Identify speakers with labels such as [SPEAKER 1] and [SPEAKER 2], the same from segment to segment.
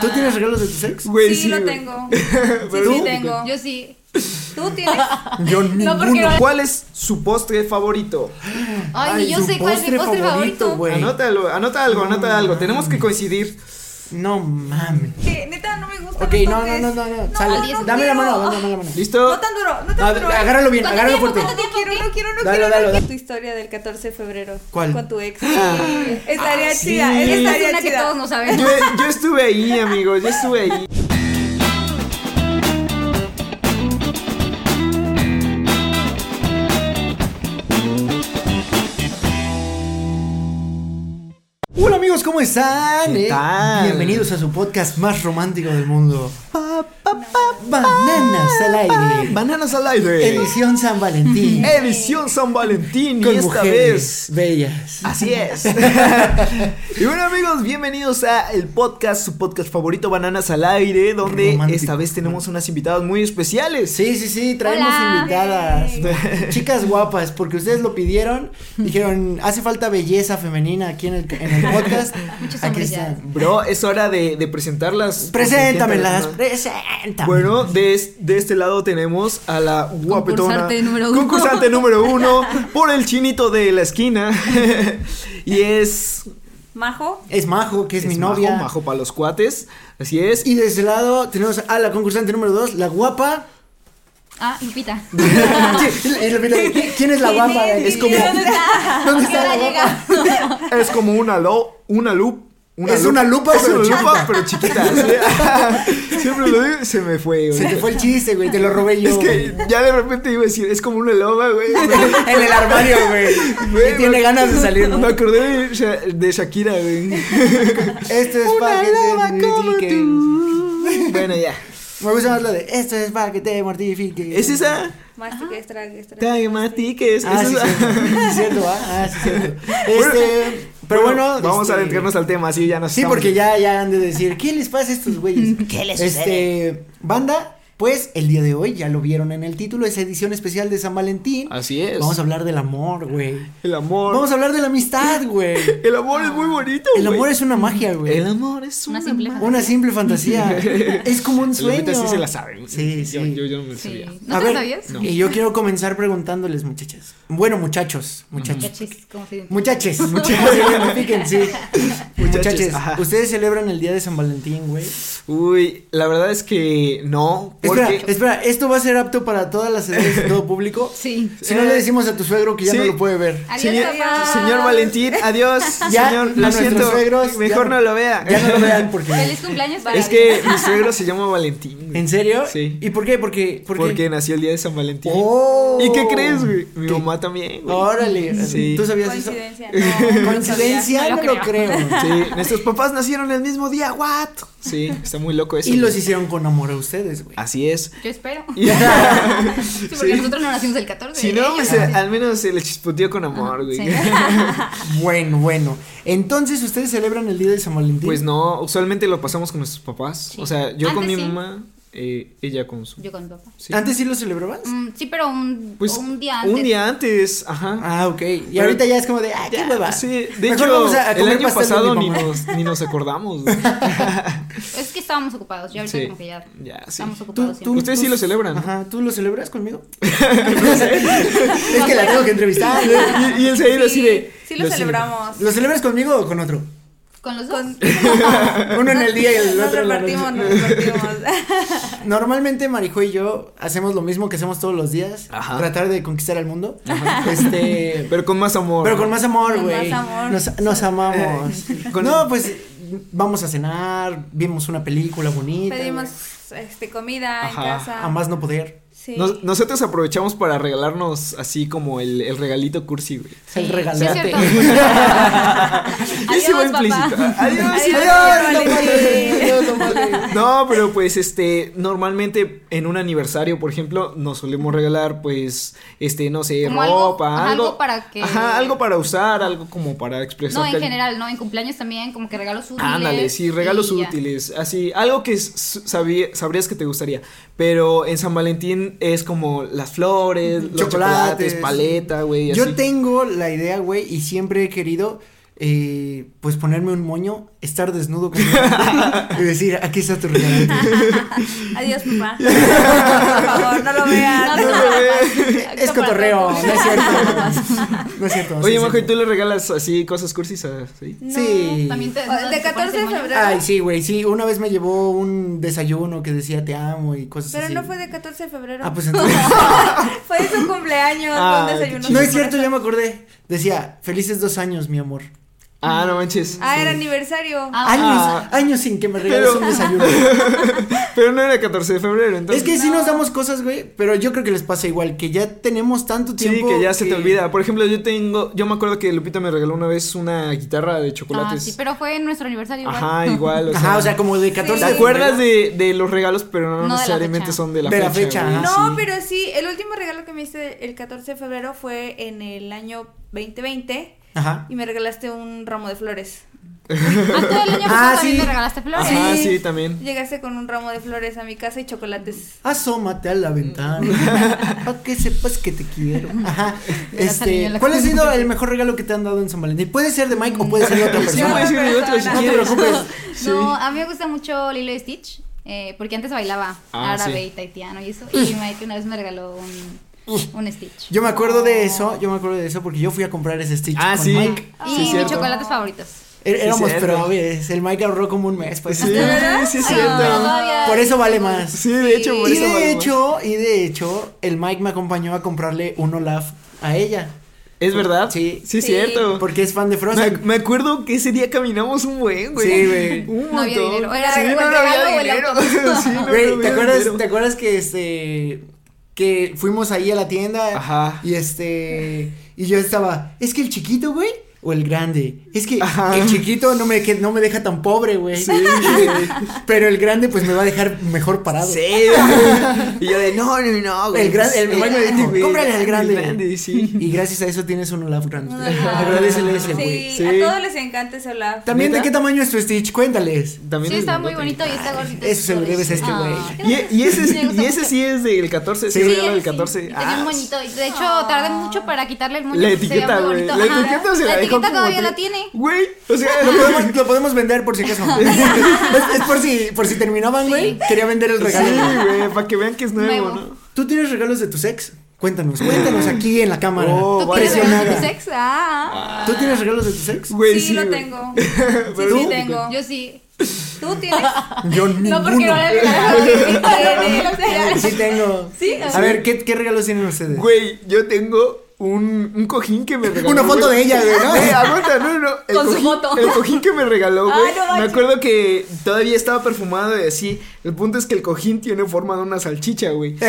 [SPEAKER 1] ¿Tú tienes regalos de tus ex?
[SPEAKER 2] Güey,
[SPEAKER 3] sí, lo
[SPEAKER 2] güey.
[SPEAKER 3] tengo. Sí,
[SPEAKER 2] Pero-
[SPEAKER 3] sí tengo. Yo sí. ¿Tú tienes?
[SPEAKER 2] Yo
[SPEAKER 3] No, porque
[SPEAKER 2] ninguno.
[SPEAKER 3] no-
[SPEAKER 2] ¿Cuál es su postre favorito?
[SPEAKER 3] Ay, ni yo
[SPEAKER 1] su
[SPEAKER 3] sé cuál es mi postre favorito.
[SPEAKER 1] güey.
[SPEAKER 2] Anótalo, anota algo, anota algo. Tenemos que coincidir.
[SPEAKER 1] No mames.
[SPEAKER 3] Que neta, no me gusta.
[SPEAKER 1] Ok, no, no, no, no, no. Sale.
[SPEAKER 3] no
[SPEAKER 1] dame la mano,
[SPEAKER 3] quiero.
[SPEAKER 1] dame la mano.
[SPEAKER 2] ¿Listo?
[SPEAKER 3] No tan duro, no
[SPEAKER 1] No,
[SPEAKER 3] tan duro.
[SPEAKER 1] agárralo bien,
[SPEAKER 3] ¿Cuánto
[SPEAKER 1] agárralo
[SPEAKER 3] tiempo,
[SPEAKER 1] fuerte.
[SPEAKER 3] ¿Cuánto tiempo quiero? No quiero, no
[SPEAKER 1] Dale,
[SPEAKER 3] quiero.
[SPEAKER 1] dale,
[SPEAKER 3] no
[SPEAKER 1] dale.
[SPEAKER 3] quiero. Tu historia del 14 de febrero.
[SPEAKER 1] ¿Cuál?
[SPEAKER 3] Con tu ex.
[SPEAKER 1] Ah.
[SPEAKER 3] Estaría
[SPEAKER 1] Ah, sí.
[SPEAKER 3] chida.
[SPEAKER 1] Esa
[SPEAKER 3] Esa
[SPEAKER 1] es
[SPEAKER 3] estaría
[SPEAKER 4] una que
[SPEAKER 3] chida.
[SPEAKER 4] todos no sabemos.
[SPEAKER 2] Yo, yo estuve ahí, amigos, yo estuve ahí.
[SPEAKER 1] Hola amigos, ¿cómo están?
[SPEAKER 2] ¿Qué
[SPEAKER 1] Eh,
[SPEAKER 2] tal?
[SPEAKER 1] Bienvenidos a su podcast más romántico del mundo. Bananas al aire.
[SPEAKER 2] Bananas al aire.
[SPEAKER 1] Edición San Valentín.
[SPEAKER 2] Edición San Valentín.
[SPEAKER 1] Con
[SPEAKER 2] y esta
[SPEAKER 1] mujeres
[SPEAKER 2] vez.
[SPEAKER 1] bellas.
[SPEAKER 2] Así es. y bueno amigos, bienvenidos a el podcast, su podcast favorito, Bananas al aire, donde
[SPEAKER 1] Romántico.
[SPEAKER 2] esta vez tenemos unas invitadas muy especiales.
[SPEAKER 1] Sí, sí, sí, traemos
[SPEAKER 4] Hola.
[SPEAKER 1] invitadas. Chicas guapas, porque ustedes lo pidieron. Dijeron, hace falta belleza femenina aquí en el, en el podcast.
[SPEAKER 4] Muchos
[SPEAKER 1] aquí
[SPEAKER 4] hombres ya.
[SPEAKER 1] están.
[SPEAKER 2] Bro, es hora de, de presentarlas.
[SPEAKER 1] Preséntamelas,
[SPEAKER 2] Preséntamelas,
[SPEAKER 1] preséntamelas.
[SPEAKER 2] ¿no? Bueno, de, es- de este lado tenemos a la guapetona.
[SPEAKER 4] Concursante número uno.
[SPEAKER 2] Concursante número uno. Por el chinito de la esquina. y es.
[SPEAKER 3] Majo.
[SPEAKER 1] es Majo, que es, mi
[SPEAKER 2] Majo,
[SPEAKER 1] novia.
[SPEAKER 2] Majo, para los cuates. Así es.
[SPEAKER 1] Y de ese lado tenemos a la concursante número dos, la guapa.
[SPEAKER 4] Ah, Lupita.
[SPEAKER 1] ¿Qui- ¿Quién es la guapa? de aquí?
[SPEAKER 2] Es como-
[SPEAKER 3] ¿Dónde está?
[SPEAKER 1] ¿Dónde
[SPEAKER 4] ¿A qué
[SPEAKER 1] está
[SPEAKER 4] hora
[SPEAKER 1] la guapa?
[SPEAKER 4] llega?
[SPEAKER 2] Es como una lo, una loop.
[SPEAKER 1] Es una lupa,
[SPEAKER 2] es
[SPEAKER 1] pero
[SPEAKER 2] una lupa,
[SPEAKER 1] chiquita.
[SPEAKER 2] pero chiquita. sí. Siempre lo digo, se me fue, güey.
[SPEAKER 1] Se te fue el chiste, güey, te lo robé yo.
[SPEAKER 2] Es que ya de repente iba a decir, es como una loba, güey.
[SPEAKER 1] en el armario, güey.
[SPEAKER 2] Güey,
[SPEAKER 1] Que tiene
[SPEAKER 2] me-
[SPEAKER 1] ganas de salir, ¿no?
[SPEAKER 2] Me acordé de, Sha- de Shakira, güey.
[SPEAKER 1] Esto es para que te mortifiques.
[SPEAKER 2] Bueno, ya.
[SPEAKER 1] Me gusta más lo de esto es para que te mortifiques.
[SPEAKER 2] ¿Es esa?
[SPEAKER 3] Mastique, estrague, estrague.
[SPEAKER 2] Dagmatiques.
[SPEAKER 1] Ah, sí,
[SPEAKER 2] ¿Es esa?
[SPEAKER 1] cierto. Sí, cierto, ¿ah? Ah, sí, cierto.
[SPEAKER 2] Bueno,
[SPEAKER 1] Este, pero bueno.
[SPEAKER 2] vamos
[SPEAKER 1] este,
[SPEAKER 2] a adentrarnos al tema, sí, ya nos
[SPEAKER 1] Sí,
[SPEAKER 2] estamos-
[SPEAKER 1] porque ya, ya han de decir, ¿qué les pasa a estos güeyes? ¿Qué les Este, banda, pues el día de hoy, ya lo vieron en el título, es edición especial de San Valentín.
[SPEAKER 2] Así es.
[SPEAKER 1] Vamos a hablar del amor, güey.
[SPEAKER 2] El amor.
[SPEAKER 1] Vamos a hablar de la amistad, güey.
[SPEAKER 2] El amor es muy bonito,
[SPEAKER 1] El amor
[SPEAKER 2] güey.
[SPEAKER 1] es una magia, güey.
[SPEAKER 2] El amor es
[SPEAKER 4] Una simple
[SPEAKER 2] magia.
[SPEAKER 1] Una simple fantasía. es como un sueño.
[SPEAKER 2] La neta sí se la sabe. güey.
[SPEAKER 1] Sí,
[SPEAKER 2] Yo-
[SPEAKER 1] sí.
[SPEAKER 2] Yo, yo no me
[SPEAKER 4] Sí.
[SPEAKER 2] sabía.
[SPEAKER 4] ¿No
[SPEAKER 1] A
[SPEAKER 4] te
[SPEAKER 1] ver,
[SPEAKER 4] lo sabías?
[SPEAKER 1] Y yo quiero comenzar preguntándoles, muchachas. Bueno, muchachos, muchachos.
[SPEAKER 4] Cachis, ¿cómo se dice?
[SPEAKER 1] Muchaches, muchachos, se identifiquen, sí.
[SPEAKER 2] Muchaches,
[SPEAKER 1] Muchaches,
[SPEAKER 2] ajá.
[SPEAKER 1] ustedes celebran el día de San Valentín, güey.
[SPEAKER 2] Uy, la verdad es que no.
[SPEAKER 1] Espera,
[SPEAKER 2] Porque
[SPEAKER 1] espera, esto va a ser apto para todas las edades y todo público.
[SPEAKER 4] Sí.
[SPEAKER 1] Si no le decimos a tu suegro que ya
[SPEAKER 2] Eh, Sí.
[SPEAKER 1] no lo puede ver.
[SPEAKER 4] Adiós,
[SPEAKER 2] Señor,
[SPEAKER 3] papá.
[SPEAKER 2] señor Valentín, adiós.
[SPEAKER 1] Ya,
[SPEAKER 2] señor,
[SPEAKER 1] a
[SPEAKER 2] lo
[SPEAKER 1] nuestros
[SPEAKER 2] siento.
[SPEAKER 1] suegros,
[SPEAKER 2] mejor
[SPEAKER 1] ya-
[SPEAKER 2] no lo vea.
[SPEAKER 1] Ya no lo vean porque.
[SPEAKER 4] Feliz cumpleaños para
[SPEAKER 2] Es
[SPEAKER 4] mí.
[SPEAKER 2] que mi suegro se llama Valentín. güey.
[SPEAKER 1] ¿En serio?
[SPEAKER 2] Sí.
[SPEAKER 1] ¿Y por qué? Porque. porque...
[SPEAKER 2] Porque nació el día de San Valentín.
[SPEAKER 1] Oh.
[SPEAKER 2] ¿Y qué crees, güey? Mi
[SPEAKER 1] ¿Qué? Oh.
[SPEAKER 2] mamá también, güey.
[SPEAKER 1] Órale.
[SPEAKER 2] Sí.
[SPEAKER 1] ¿Tú sabías eso?
[SPEAKER 3] Coincidencia. No, no
[SPEAKER 1] Coincidencia,
[SPEAKER 4] No
[SPEAKER 1] no
[SPEAKER 4] lo
[SPEAKER 1] lo creo.
[SPEAKER 2] Sí, nuestros papás nacieron el mismo día, what? Sí, Ah. está muy loco eso.
[SPEAKER 1] Y los
[SPEAKER 2] güey.
[SPEAKER 1] hicieron con amor a ustedes, güey.
[SPEAKER 2] Así es.
[SPEAKER 4] Yo espero.
[SPEAKER 2] Y-
[SPEAKER 4] Sí, porque
[SPEAKER 2] Sí.
[SPEAKER 4] nosotros no nacimos el 14.
[SPEAKER 2] Si no,
[SPEAKER 4] ellos
[SPEAKER 2] pues
[SPEAKER 4] nacieron.
[SPEAKER 2] al menos se le chispoteó con amor, güey.
[SPEAKER 1] Bueno, bueno. Entonces, ¿ustedes celebran el día de San Valentín?
[SPEAKER 2] Pues no, usualmente lo pasamos con nuestros papás.
[SPEAKER 4] Sí.
[SPEAKER 2] O sea, yo con mi
[SPEAKER 4] Antes sí.
[SPEAKER 2] mamá, eh, ella con su.
[SPEAKER 4] Yo con mi papá.
[SPEAKER 2] sí.
[SPEAKER 1] ¿Antes sí lo celebrabas?
[SPEAKER 4] Mm, sí, pero un,
[SPEAKER 2] Pues,
[SPEAKER 4] un día antes.
[SPEAKER 2] Un día antes, ajá.
[SPEAKER 1] Ah, ok. Y
[SPEAKER 2] Pero-
[SPEAKER 1] ahorita ya es como de, ah, qué hueva.
[SPEAKER 2] Sí, de
[SPEAKER 1] Mejor
[SPEAKER 2] hecho,
[SPEAKER 1] vamos a- a
[SPEAKER 2] el
[SPEAKER 1] comer
[SPEAKER 2] año
[SPEAKER 1] pastel de
[SPEAKER 2] pasado
[SPEAKER 1] mi
[SPEAKER 2] ni
[SPEAKER 1] mamá.
[SPEAKER 2] nos, ni nos acordamos. güey.
[SPEAKER 4] Es que estábamos ocupados. Ya ahorita
[SPEAKER 2] Sí.
[SPEAKER 4] como que ya.
[SPEAKER 2] Ya, sí.
[SPEAKER 4] Estamos
[SPEAKER 1] Tú,
[SPEAKER 4] ocupados.
[SPEAKER 1] tú,
[SPEAKER 4] siempre.
[SPEAKER 2] Ustedes
[SPEAKER 1] tú-
[SPEAKER 2] sí lo celebran.
[SPEAKER 1] Ajá, ¿tú lo celebras conmigo? es que la tengo que entrevistar.
[SPEAKER 2] Pues,
[SPEAKER 4] Ah,
[SPEAKER 2] eh, Y, y el Zair así de.
[SPEAKER 3] Sí, lo celebramos.
[SPEAKER 1] ¿Lo celebras conmigo o con otro?
[SPEAKER 4] Con los dos.
[SPEAKER 3] Con-
[SPEAKER 1] Uno en el día y el
[SPEAKER 3] Nos
[SPEAKER 1] otro en la
[SPEAKER 3] repartimos,
[SPEAKER 1] noche.
[SPEAKER 3] nos repartimos.
[SPEAKER 1] Normalmente Marijo y yo hacemos lo mismo que hacemos todos los días,
[SPEAKER 2] Ajá.
[SPEAKER 1] tratar de conquistar al mundo. Este,
[SPEAKER 2] Pero con más amor.
[SPEAKER 1] Pero con más amor,
[SPEAKER 3] Con
[SPEAKER 1] güey.
[SPEAKER 3] más amor.
[SPEAKER 1] Nos, nos amamos.
[SPEAKER 2] Eh, Con-
[SPEAKER 1] No, pues vamos a cenar, vimos una película bonita. güey.
[SPEAKER 3] Pedimos este, comida
[SPEAKER 2] Ajá.
[SPEAKER 3] en casa.
[SPEAKER 1] a más no poder.
[SPEAKER 3] Sí.
[SPEAKER 2] Nos- nosotros aprovechamos para regalarnos así como el, el regalito cursi, güey.
[SPEAKER 1] El
[SPEAKER 4] Sí, es
[SPEAKER 1] regalate.
[SPEAKER 4] cierto.
[SPEAKER 2] Ese va
[SPEAKER 4] Adiós,
[SPEAKER 2] implícito.
[SPEAKER 4] papá.
[SPEAKER 2] Adiós,
[SPEAKER 3] Adiós,
[SPEAKER 2] adiós,
[SPEAKER 3] Valentín.
[SPEAKER 1] Adiós, Valentín.
[SPEAKER 2] No, pero pues este, normalmente en un aniversario, por ejemplo, nos solemos regalar pues este, no sé,
[SPEAKER 4] Como algo-
[SPEAKER 2] ropa,
[SPEAKER 4] ajá,
[SPEAKER 2] algo,
[SPEAKER 4] algo para que-
[SPEAKER 2] Ajá, algo para usar, algo como para expresar.
[SPEAKER 4] No, en
[SPEAKER 2] cari-
[SPEAKER 4] general, no, en cumpleaños también, como que regalos útiles.
[SPEAKER 2] Pues, Ándale, sí, regalos
[SPEAKER 4] y ya.
[SPEAKER 2] útiles, así, algo que s- sabí- sabrías que te gustaría, pero en San Valentín es como las flores, los
[SPEAKER 1] Chocolates.
[SPEAKER 2] chocolates, paleta, güey,
[SPEAKER 1] Yo
[SPEAKER 2] así.
[SPEAKER 1] tengo la idea, güey, y siempre he querido, eh, pues ponerme un moño, estar desnudo con mi mamá y decir, aquí está tu regalito.
[SPEAKER 3] Adiós, papá. Por favor, no lo veas.
[SPEAKER 4] No,
[SPEAKER 1] No,
[SPEAKER 4] no,
[SPEAKER 1] bebé,
[SPEAKER 4] no.
[SPEAKER 1] es cotorreo, no es cierto. No es cierto. sí,
[SPEAKER 2] Oye,
[SPEAKER 1] es
[SPEAKER 2] Majo, ¿y
[SPEAKER 1] cierto.
[SPEAKER 2] tú le regalas así cosas cursis así?
[SPEAKER 3] No,
[SPEAKER 1] Sí.
[SPEAKER 4] También te,
[SPEAKER 3] O- De 14 de febrero.
[SPEAKER 1] Ay, sí, güey, sí, una vez me llevó un desayuno que decía te amo y cosas
[SPEAKER 3] Pero
[SPEAKER 1] así.
[SPEAKER 3] no fue de 14 de febrero.
[SPEAKER 1] Ah, pues entonces.
[SPEAKER 3] fue de su cumpleaños.
[SPEAKER 2] Ah,
[SPEAKER 3] con
[SPEAKER 2] qué
[SPEAKER 3] desayuno
[SPEAKER 2] chido.
[SPEAKER 1] no es
[SPEAKER 3] sorpresa.
[SPEAKER 1] cierto, ya me acordé. Decía, felices dos años, mi amor.
[SPEAKER 2] Ah, no manches.
[SPEAKER 3] Ah, era aniversario.
[SPEAKER 4] Ah,
[SPEAKER 1] Años,
[SPEAKER 2] Ah.
[SPEAKER 1] años sin que me regales
[SPEAKER 2] Pero-
[SPEAKER 1] un desayuno.
[SPEAKER 2] Pero no era 14 de febrero,
[SPEAKER 1] es
[SPEAKER 2] entonces.
[SPEAKER 1] que sí nos damos cosas, güey, pero yo creo que les pasa igual, que ya tenemos tanto
[SPEAKER 2] Sí,
[SPEAKER 1] tiempo.
[SPEAKER 2] que ya se te olvida. Por ejemplo, yo tengo, yo me acuerdo que Lupita me regaló una vez una guitarra de chocolates.
[SPEAKER 4] Ah, sí, pero fue en nuestro aniversario. igual.
[SPEAKER 2] Ajá, igual. O sea,
[SPEAKER 1] Ajá, o sea, como de 14
[SPEAKER 3] Sí.
[SPEAKER 2] ¿Te
[SPEAKER 1] de
[SPEAKER 2] acuerdas
[SPEAKER 1] febrero.
[SPEAKER 2] de, de los regalos, pero no,
[SPEAKER 4] No de la
[SPEAKER 2] necesariamente
[SPEAKER 4] fecha.
[SPEAKER 2] son de la
[SPEAKER 1] De
[SPEAKER 2] fecha?
[SPEAKER 1] la fecha,
[SPEAKER 2] güey?
[SPEAKER 1] ajá.
[SPEAKER 3] no,
[SPEAKER 1] sí.
[SPEAKER 3] pero sí, el último regalo que me hice el 14 de febrero fue en el año 2020
[SPEAKER 1] Ajá.
[SPEAKER 3] y me regalaste un ramo de flores.
[SPEAKER 4] Ah, todo el año
[SPEAKER 1] Ah,
[SPEAKER 4] pasado también
[SPEAKER 1] sí.
[SPEAKER 4] me regalaste flores.
[SPEAKER 2] Ajá,
[SPEAKER 1] Sí.
[SPEAKER 2] sí, también.
[SPEAKER 3] Llegaste con un ramo de flores a mi casa y chocolates.
[SPEAKER 1] Asómate a la ventana. para que sepas que te quiero. Ajá.
[SPEAKER 4] Ya salió
[SPEAKER 1] Este,
[SPEAKER 4] la
[SPEAKER 1] ¿Cuál ha
[SPEAKER 4] cosa.
[SPEAKER 1] sido el mejor regalo que te han dado en San Valentín? Puede ser de Mike o puede ser de otra
[SPEAKER 2] Sí,
[SPEAKER 1] persona.
[SPEAKER 2] puede ser de otra si
[SPEAKER 3] No te
[SPEAKER 2] quieres. Sí.
[SPEAKER 4] No, a mí me gusta mucho Lilo y Stitch, eh, porque antes bailaba
[SPEAKER 2] Ah,
[SPEAKER 4] árabe
[SPEAKER 2] sí.
[SPEAKER 4] y tahitiano y eso, y Mike una vez me regaló un, un Stitch.
[SPEAKER 1] Yo me acuerdo de eso, yo me acuerdo de eso porque yo fui a comprar ese Stitch
[SPEAKER 2] Ah,
[SPEAKER 1] con
[SPEAKER 2] sí.
[SPEAKER 1] Mike.
[SPEAKER 4] y
[SPEAKER 2] sí,
[SPEAKER 4] mis
[SPEAKER 2] cierto.
[SPEAKER 4] chocolates favoritos.
[SPEAKER 1] É- Éramos
[SPEAKER 2] cierto.
[SPEAKER 1] probes, el Mike ahorró como un mes. Pues.
[SPEAKER 2] Sí, sí, es cierto.
[SPEAKER 4] pero todavía-
[SPEAKER 1] Por eso vale más.
[SPEAKER 2] Sí, de hecho, por
[SPEAKER 1] Y
[SPEAKER 2] eso vale
[SPEAKER 1] de
[SPEAKER 2] más.
[SPEAKER 1] hecho, y de hecho, el Mike me acompañó a comprarle un Olaf a ella.
[SPEAKER 2] ¿Es verdad?
[SPEAKER 1] Sí.
[SPEAKER 2] Sí, es
[SPEAKER 3] Sí.
[SPEAKER 2] cierto.
[SPEAKER 1] Porque es fan de
[SPEAKER 2] Me,
[SPEAKER 1] Frozen. Ah,
[SPEAKER 2] me acuerdo que ese día caminamos un buen, güey.
[SPEAKER 1] Sí, güey.
[SPEAKER 2] Un
[SPEAKER 4] No había
[SPEAKER 2] montón.
[SPEAKER 4] dinero. Era
[SPEAKER 2] sí,
[SPEAKER 4] o
[SPEAKER 2] no,
[SPEAKER 4] el
[SPEAKER 2] no
[SPEAKER 4] regalo o
[SPEAKER 2] había
[SPEAKER 4] el
[SPEAKER 2] dinero.
[SPEAKER 4] autobús.
[SPEAKER 2] Sí, no, no
[SPEAKER 1] Güey, ¿te
[SPEAKER 2] había
[SPEAKER 1] acuerdas,
[SPEAKER 2] dinero.
[SPEAKER 1] ¿te acuerdas que este que fuimos ahí a la tienda
[SPEAKER 2] Ajá.
[SPEAKER 1] y este y yo estaba, es que el chiquito, güey, o el grande. Es que
[SPEAKER 2] Ajá.
[SPEAKER 1] el chiquito no me que no me deja tan pobre, güey. Pero el grande pues me va a dejar mejor parado.
[SPEAKER 2] Sí. y yo de, no, no, no, güey.
[SPEAKER 1] El gran- el
[SPEAKER 2] Sí,
[SPEAKER 1] grande,
[SPEAKER 2] grande, güey,
[SPEAKER 1] cómprale al grande.
[SPEAKER 2] sí.
[SPEAKER 1] Y gracias a eso tienes un Olaf grande.
[SPEAKER 3] Ajá.
[SPEAKER 1] Agradecele ese,
[SPEAKER 3] Sí,
[SPEAKER 1] güey.
[SPEAKER 2] Sí.
[SPEAKER 3] a todos les encanta ese Olaf.
[SPEAKER 1] También de
[SPEAKER 2] ¿Neta?
[SPEAKER 1] qué tamaño es tu Stitch, cuéntales.
[SPEAKER 2] También
[SPEAKER 4] Sí,
[SPEAKER 2] es
[SPEAKER 4] está
[SPEAKER 2] grandote.
[SPEAKER 4] muy bonito y está gordito.
[SPEAKER 1] Eso se lo debes a este
[SPEAKER 4] Ah.
[SPEAKER 1] güey.
[SPEAKER 2] Y, y ese,
[SPEAKER 4] Me gusta
[SPEAKER 2] y ese
[SPEAKER 4] mucho.
[SPEAKER 2] sí es del 14, sí,
[SPEAKER 1] Sí,
[SPEAKER 2] es
[SPEAKER 4] Sí,
[SPEAKER 2] regalo del
[SPEAKER 4] sí.
[SPEAKER 2] 14.
[SPEAKER 4] Y
[SPEAKER 2] Ah,
[SPEAKER 4] tenía un moñito. y De hecho, tardé mucho para quitarle el moño.
[SPEAKER 2] La
[SPEAKER 4] porque se veía
[SPEAKER 2] etiqueta,
[SPEAKER 4] muy
[SPEAKER 2] güey.
[SPEAKER 4] bonito,
[SPEAKER 2] La
[SPEAKER 4] ajá.
[SPEAKER 2] etiqueta se la,
[SPEAKER 4] La
[SPEAKER 2] dejó
[SPEAKER 4] etiqueta
[SPEAKER 2] como
[SPEAKER 4] todavía
[SPEAKER 2] tri-
[SPEAKER 4] la tiene.
[SPEAKER 2] Güey, o sea,
[SPEAKER 1] Lo podemos, lo podemos vender por si acaso. es, es por si por si terminaban, güey. Quería vender el regalo.
[SPEAKER 2] Sí, güey, para que vean que es nuevo,
[SPEAKER 4] Nuevo.
[SPEAKER 2] ¿no?
[SPEAKER 1] ¿Tú tienes regalos de tu sex? Cuéntanos, cuéntanos aquí en la cámara.
[SPEAKER 2] Oh,
[SPEAKER 4] ¿Tú
[SPEAKER 2] vaya.
[SPEAKER 4] quieres regalos de tu
[SPEAKER 1] Presionada.
[SPEAKER 4] sex? Ah.
[SPEAKER 1] ¿Tú tienes regalos de tu sex?
[SPEAKER 2] Güey,
[SPEAKER 3] sí,
[SPEAKER 2] sí,
[SPEAKER 3] lo
[SPEAKER 2] güey.
[SPEAKER 3] tengo. Sí,
[SPEAKER 2] Pero-
[SPEAKER 3] sí tengo.
[SPEAKER 4] Yo sí.
[SPEAKER 3] Tú tienes.
[SPEAKER 1] Yo
[SPEAKER 4] No, porque no
[SPEAKER 1] ninguno.
[SPEAKER 4] le regalé.
[SPEAKER 1] Sí tengo.
[SPEAKER 4] Sí,
[SPEAKER 1] A ver, ¿qué, qué regalos tienen ustedes?
[SPEAKER 2] Güey, yo tengo un, un cojín que me regaló.
[SPEAKER 1] Una foto
[SPEAKER 2] güey.
[SPEAKER 1] de ella, güey, ¿no?
[SPEAKER 2] Eh, aguanta, no, no. El
[SPEAKER 4] Con su
[SPEAKER 2] cojín,
[SPEAKER 4] foto.
[SPEAKER 2] El cojín que me regaló, güey.
[SPEAKER 3] Ah, no
[SPEAKER 2] me
[SPEAKER 3] manches.
[SPEAKER 2] acuerdo que todavía estaba perfumado y así. El punto es que el cojín tiene forma de una salchicha, güey.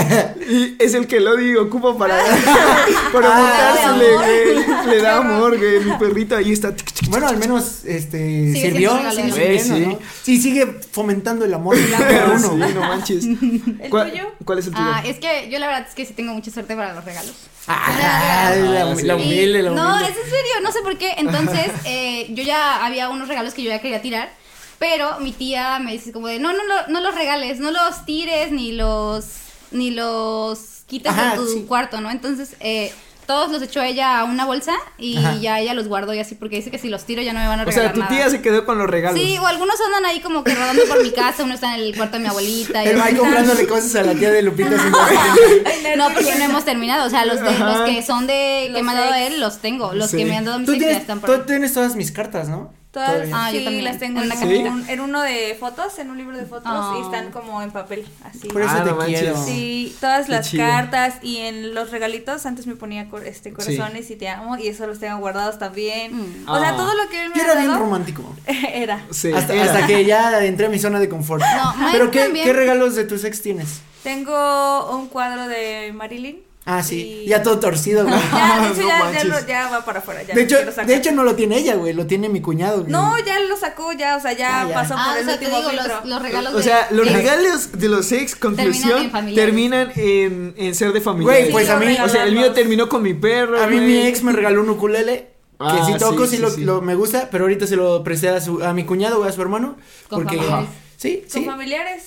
[SPEAKER 2] Y es el que Lodi ocupa para, para
[SPEAKER 1] Ah,
[SPEAKER 2] montársele,
[SPEAKER 4] le da
[SPEAKER 2] güey. Le da amor, güey. Mi perrito ahí está.
[SPEAKER 1] Bueno, al menos este
[SPEAKER 4] Sigue
[SPEAKER 1] sirvió.
[SPEAKER 4] siendo
[SPEAKER 1] sigue
[SPEAKER 4] regalo.
[SPEAKER 2] Güey,
[SPEAKER 1] sirviendo,
[SPEAKER 2] sí.
[SPEAKER 1] ¿no? Sí, sigue fomentando el amor. El
[SPEAKER 2] Pero
[SPEAKER 1] amor
[SPEAKER 2] sí,
[SPEAKER 1] uno.
[SPEAKER 2] no manches.
[SPEAKER 3] ¿El
[SPEAKER 2] ¿Cuál,
[SPEAKER 3] tuyo?
[SPEAKER 2] cuál es el tuyo?
[SPEAKER 4] Ah, es que yo la verdad es que sí tengo mucha suerte para los regalos.
[SPEAKER 1] Ah, la, la
[SPEAKER 4] Y-
[SPEAKER 1] humilde, la humilde.
[SPEAKER 4] No, es en serio, no sé por qué. Entonces, eh, yo ya había unos regalos que yo ya quería tirar, pero mi tía me dice como de, no, no, lo- no los regales, no los tires, ni los, ni los quites
[SPEAKER 1] Ajá,
[SPEAKER 4] de tu
[SPEAKER 1] sí.
[SPEAKER 4] cuarto, ¿no? Entonces, eh, todos los echó ella a una bolsa y
[SPEAKER 1] Ajá.
[SPEAKER 4] ya ella los guardó y así, porque dice que si los tiro ya no me van a
[SPEAKER 2] o
[SPEAKER 4] regalar
[SPEAKER 2] sea, tu
[SPEAKER 4] nada.
[SPEAKER 2] tía se quedó con los regalos.
[SPEAKER 4] Sí, o algunos andan ahí como que rodando por mi casa, uno está en el cuarto de mi abuelita. y
[SPEAKER 1] El
[SPEAKER 4] otro
[SPEAKER 1] Mike
[SPEAKER 4] está-
[SPEAKER 1] comprándole cosas a la tía de Lupita sin darse cuenta.
[SPEAKER 4] no, porque no hemos terminado. O sea, los, de, los que son de. que
[SPEAKER 3] Los
[SPEAKER 4] me ha dado
[SPEAKER 3] ex.
[SPEAKER 4] él, los tengo. Los
[SPEAKER 2] Sí.
[SPEAKER 4] que me han dado mis
[SPEAKER 1] Tú
[SPEAKER 4] ex ya
[SPEAKER 1] tienes,
[SPEAKER 4] están por
[SPEAKER 1] tú
[SPEAKER 4] ahí.
[SPEAKER 1] tienes todas mis cartas, ¿no?
[SPEAKER 3] Todas,
[SPEAKER 1] Todavía.
[SPEAKER 4] Ah, yo
[SPEAKER 3] sí,
[SPEAKER 4] también.
[SPEAKER 3] las tengo
[SPEAKER 4] En
[SPEAKER 3] en,
[SPEAKER 4] una
[SPEAKER 2] cajita.
[SPEAKER 3] un- en uno de fotos, en un libro de fotos,
[SPEAKER 4] Ah.
[SPEAKER 3] y están como en papel, así.
[SPEAKER 1] Por eso
[SPEAKER 2] Ah,
[SPEAKER 1] te
[SPEAKER 2] no manches.
[SPEAKER 1] quiero.
[SPEAKER 3] Sí, todas
[SPEAKER 2] Qué
[SPEAKER 3] las
[SPEAKER 2] chido.
[SPEAKER 3] cartas y en los regalitos, antes me ponía cor- este corazones y te amo, y eso los tengo guardados también.
[SPEAKER 4] Mm.
[SPEAKER 3] O sea,
[SPEAKER 2] Ah.
[SPEAKER 3] todo lo que él me
[SPEAKER 1] Yo
[SPEAKER 3] ha
[SPEAKER 1] era bien
[SPEAKER 3] dado,
[SPEAKER 1] romántico.
[SPEAKER 3] Era.
[SPEAKER 2] Sí,
[SPEAKER 1] hasta,
[SPEAKER 2] era.
[SPEAKER 1] hasta que ya entré a mi zona de confort.
[SPEAKER 4] No, Mike
[SPEAKER 1] Pero ¿qué,
[SPEAKER 4] también.
[SPEAKER 1] ¿qué regalos de tus ex tienes?
[SPEAKER 3] Tengo un cuadro de Marilyn.
[SPEAKER 1] Ah, sí.
[SPEAKER 3] y-
[SPEAKER 1] Ya todo torcido, güey.
[SPEAKER 3] Ya, de hecho,
[SPEAKER 2] No
[SPEAKER 3] ya, ya
[SPEAKER 2] manches.
[SPEAKER 3] lo- ya va para afuera. Ya
[SPEAKER 1] De
[SPEAKER 3] lo
[SPEAKER 1] hecho,
[SPEAKER 3] quiero sacar.
[SPEAKER 1] de hecho no lo tiene ella, güey, lo tiene mi cuñado. güey.
[SPEAKER 3] No, ya lo sacó, ya, o sea, ya,
[SPEAKER 1] Ah, ya.
[SPEAKER 3] pasó
[SPEAKER 4] Ah,
[SPEAKER 3] por
[SPEAKER 4] o
[SPEAKER 3] el
[SPEAKER 4] sea, te
[SPEAKER 3] último
[SPEAKER 4] digo,
[SPEAKER 3] filtro.
[SPEAKER 4] los, los regalos.
[SPEAKER 2] O sea,
[SPEAKER 4] de-
[SPEAKER 2] los
[SPEAKER 4] de-
[SPEAKER 2] regalos de los ex, conclusión,
[SPEAKER 4] en
[SPEAKER 2] terminan en,
[SPEAKER 4] familiares.
[SPEAKER 2] en, ser de familia.
[SPEAKER 1] Güey, pues a mí-
[SPEAKER 2] O sea, el mío terminó con mi perro.
[SPEAKER 1] A mí
[SPEAKER 2] güey.
[SPEAKER 1] mi ex me regaló un ukulele.
[SPEAKER 2] Ah,
[SPEAKER 1] que si toco,
[SPEAKER 2] sí,
[SPEAKER 1] sí,
[SPEAKER 2] sí,
[SPEAKER 1] lo,
[SPEAKER 2] sí.
[SPEAKER 1] lo- me gusta, pero ahorita se lo presté a, su, a mi cuñado, güey, a su hermano.
[SPEAKER 4] Con
[SPEAKER 1] porque.
[SPEAKER 4] familiares.
[SPEAKER 1] Sí,
[SPEAKER 3] Con
[SPEAKER 1] sí.
[SPEAKER 3] familiares.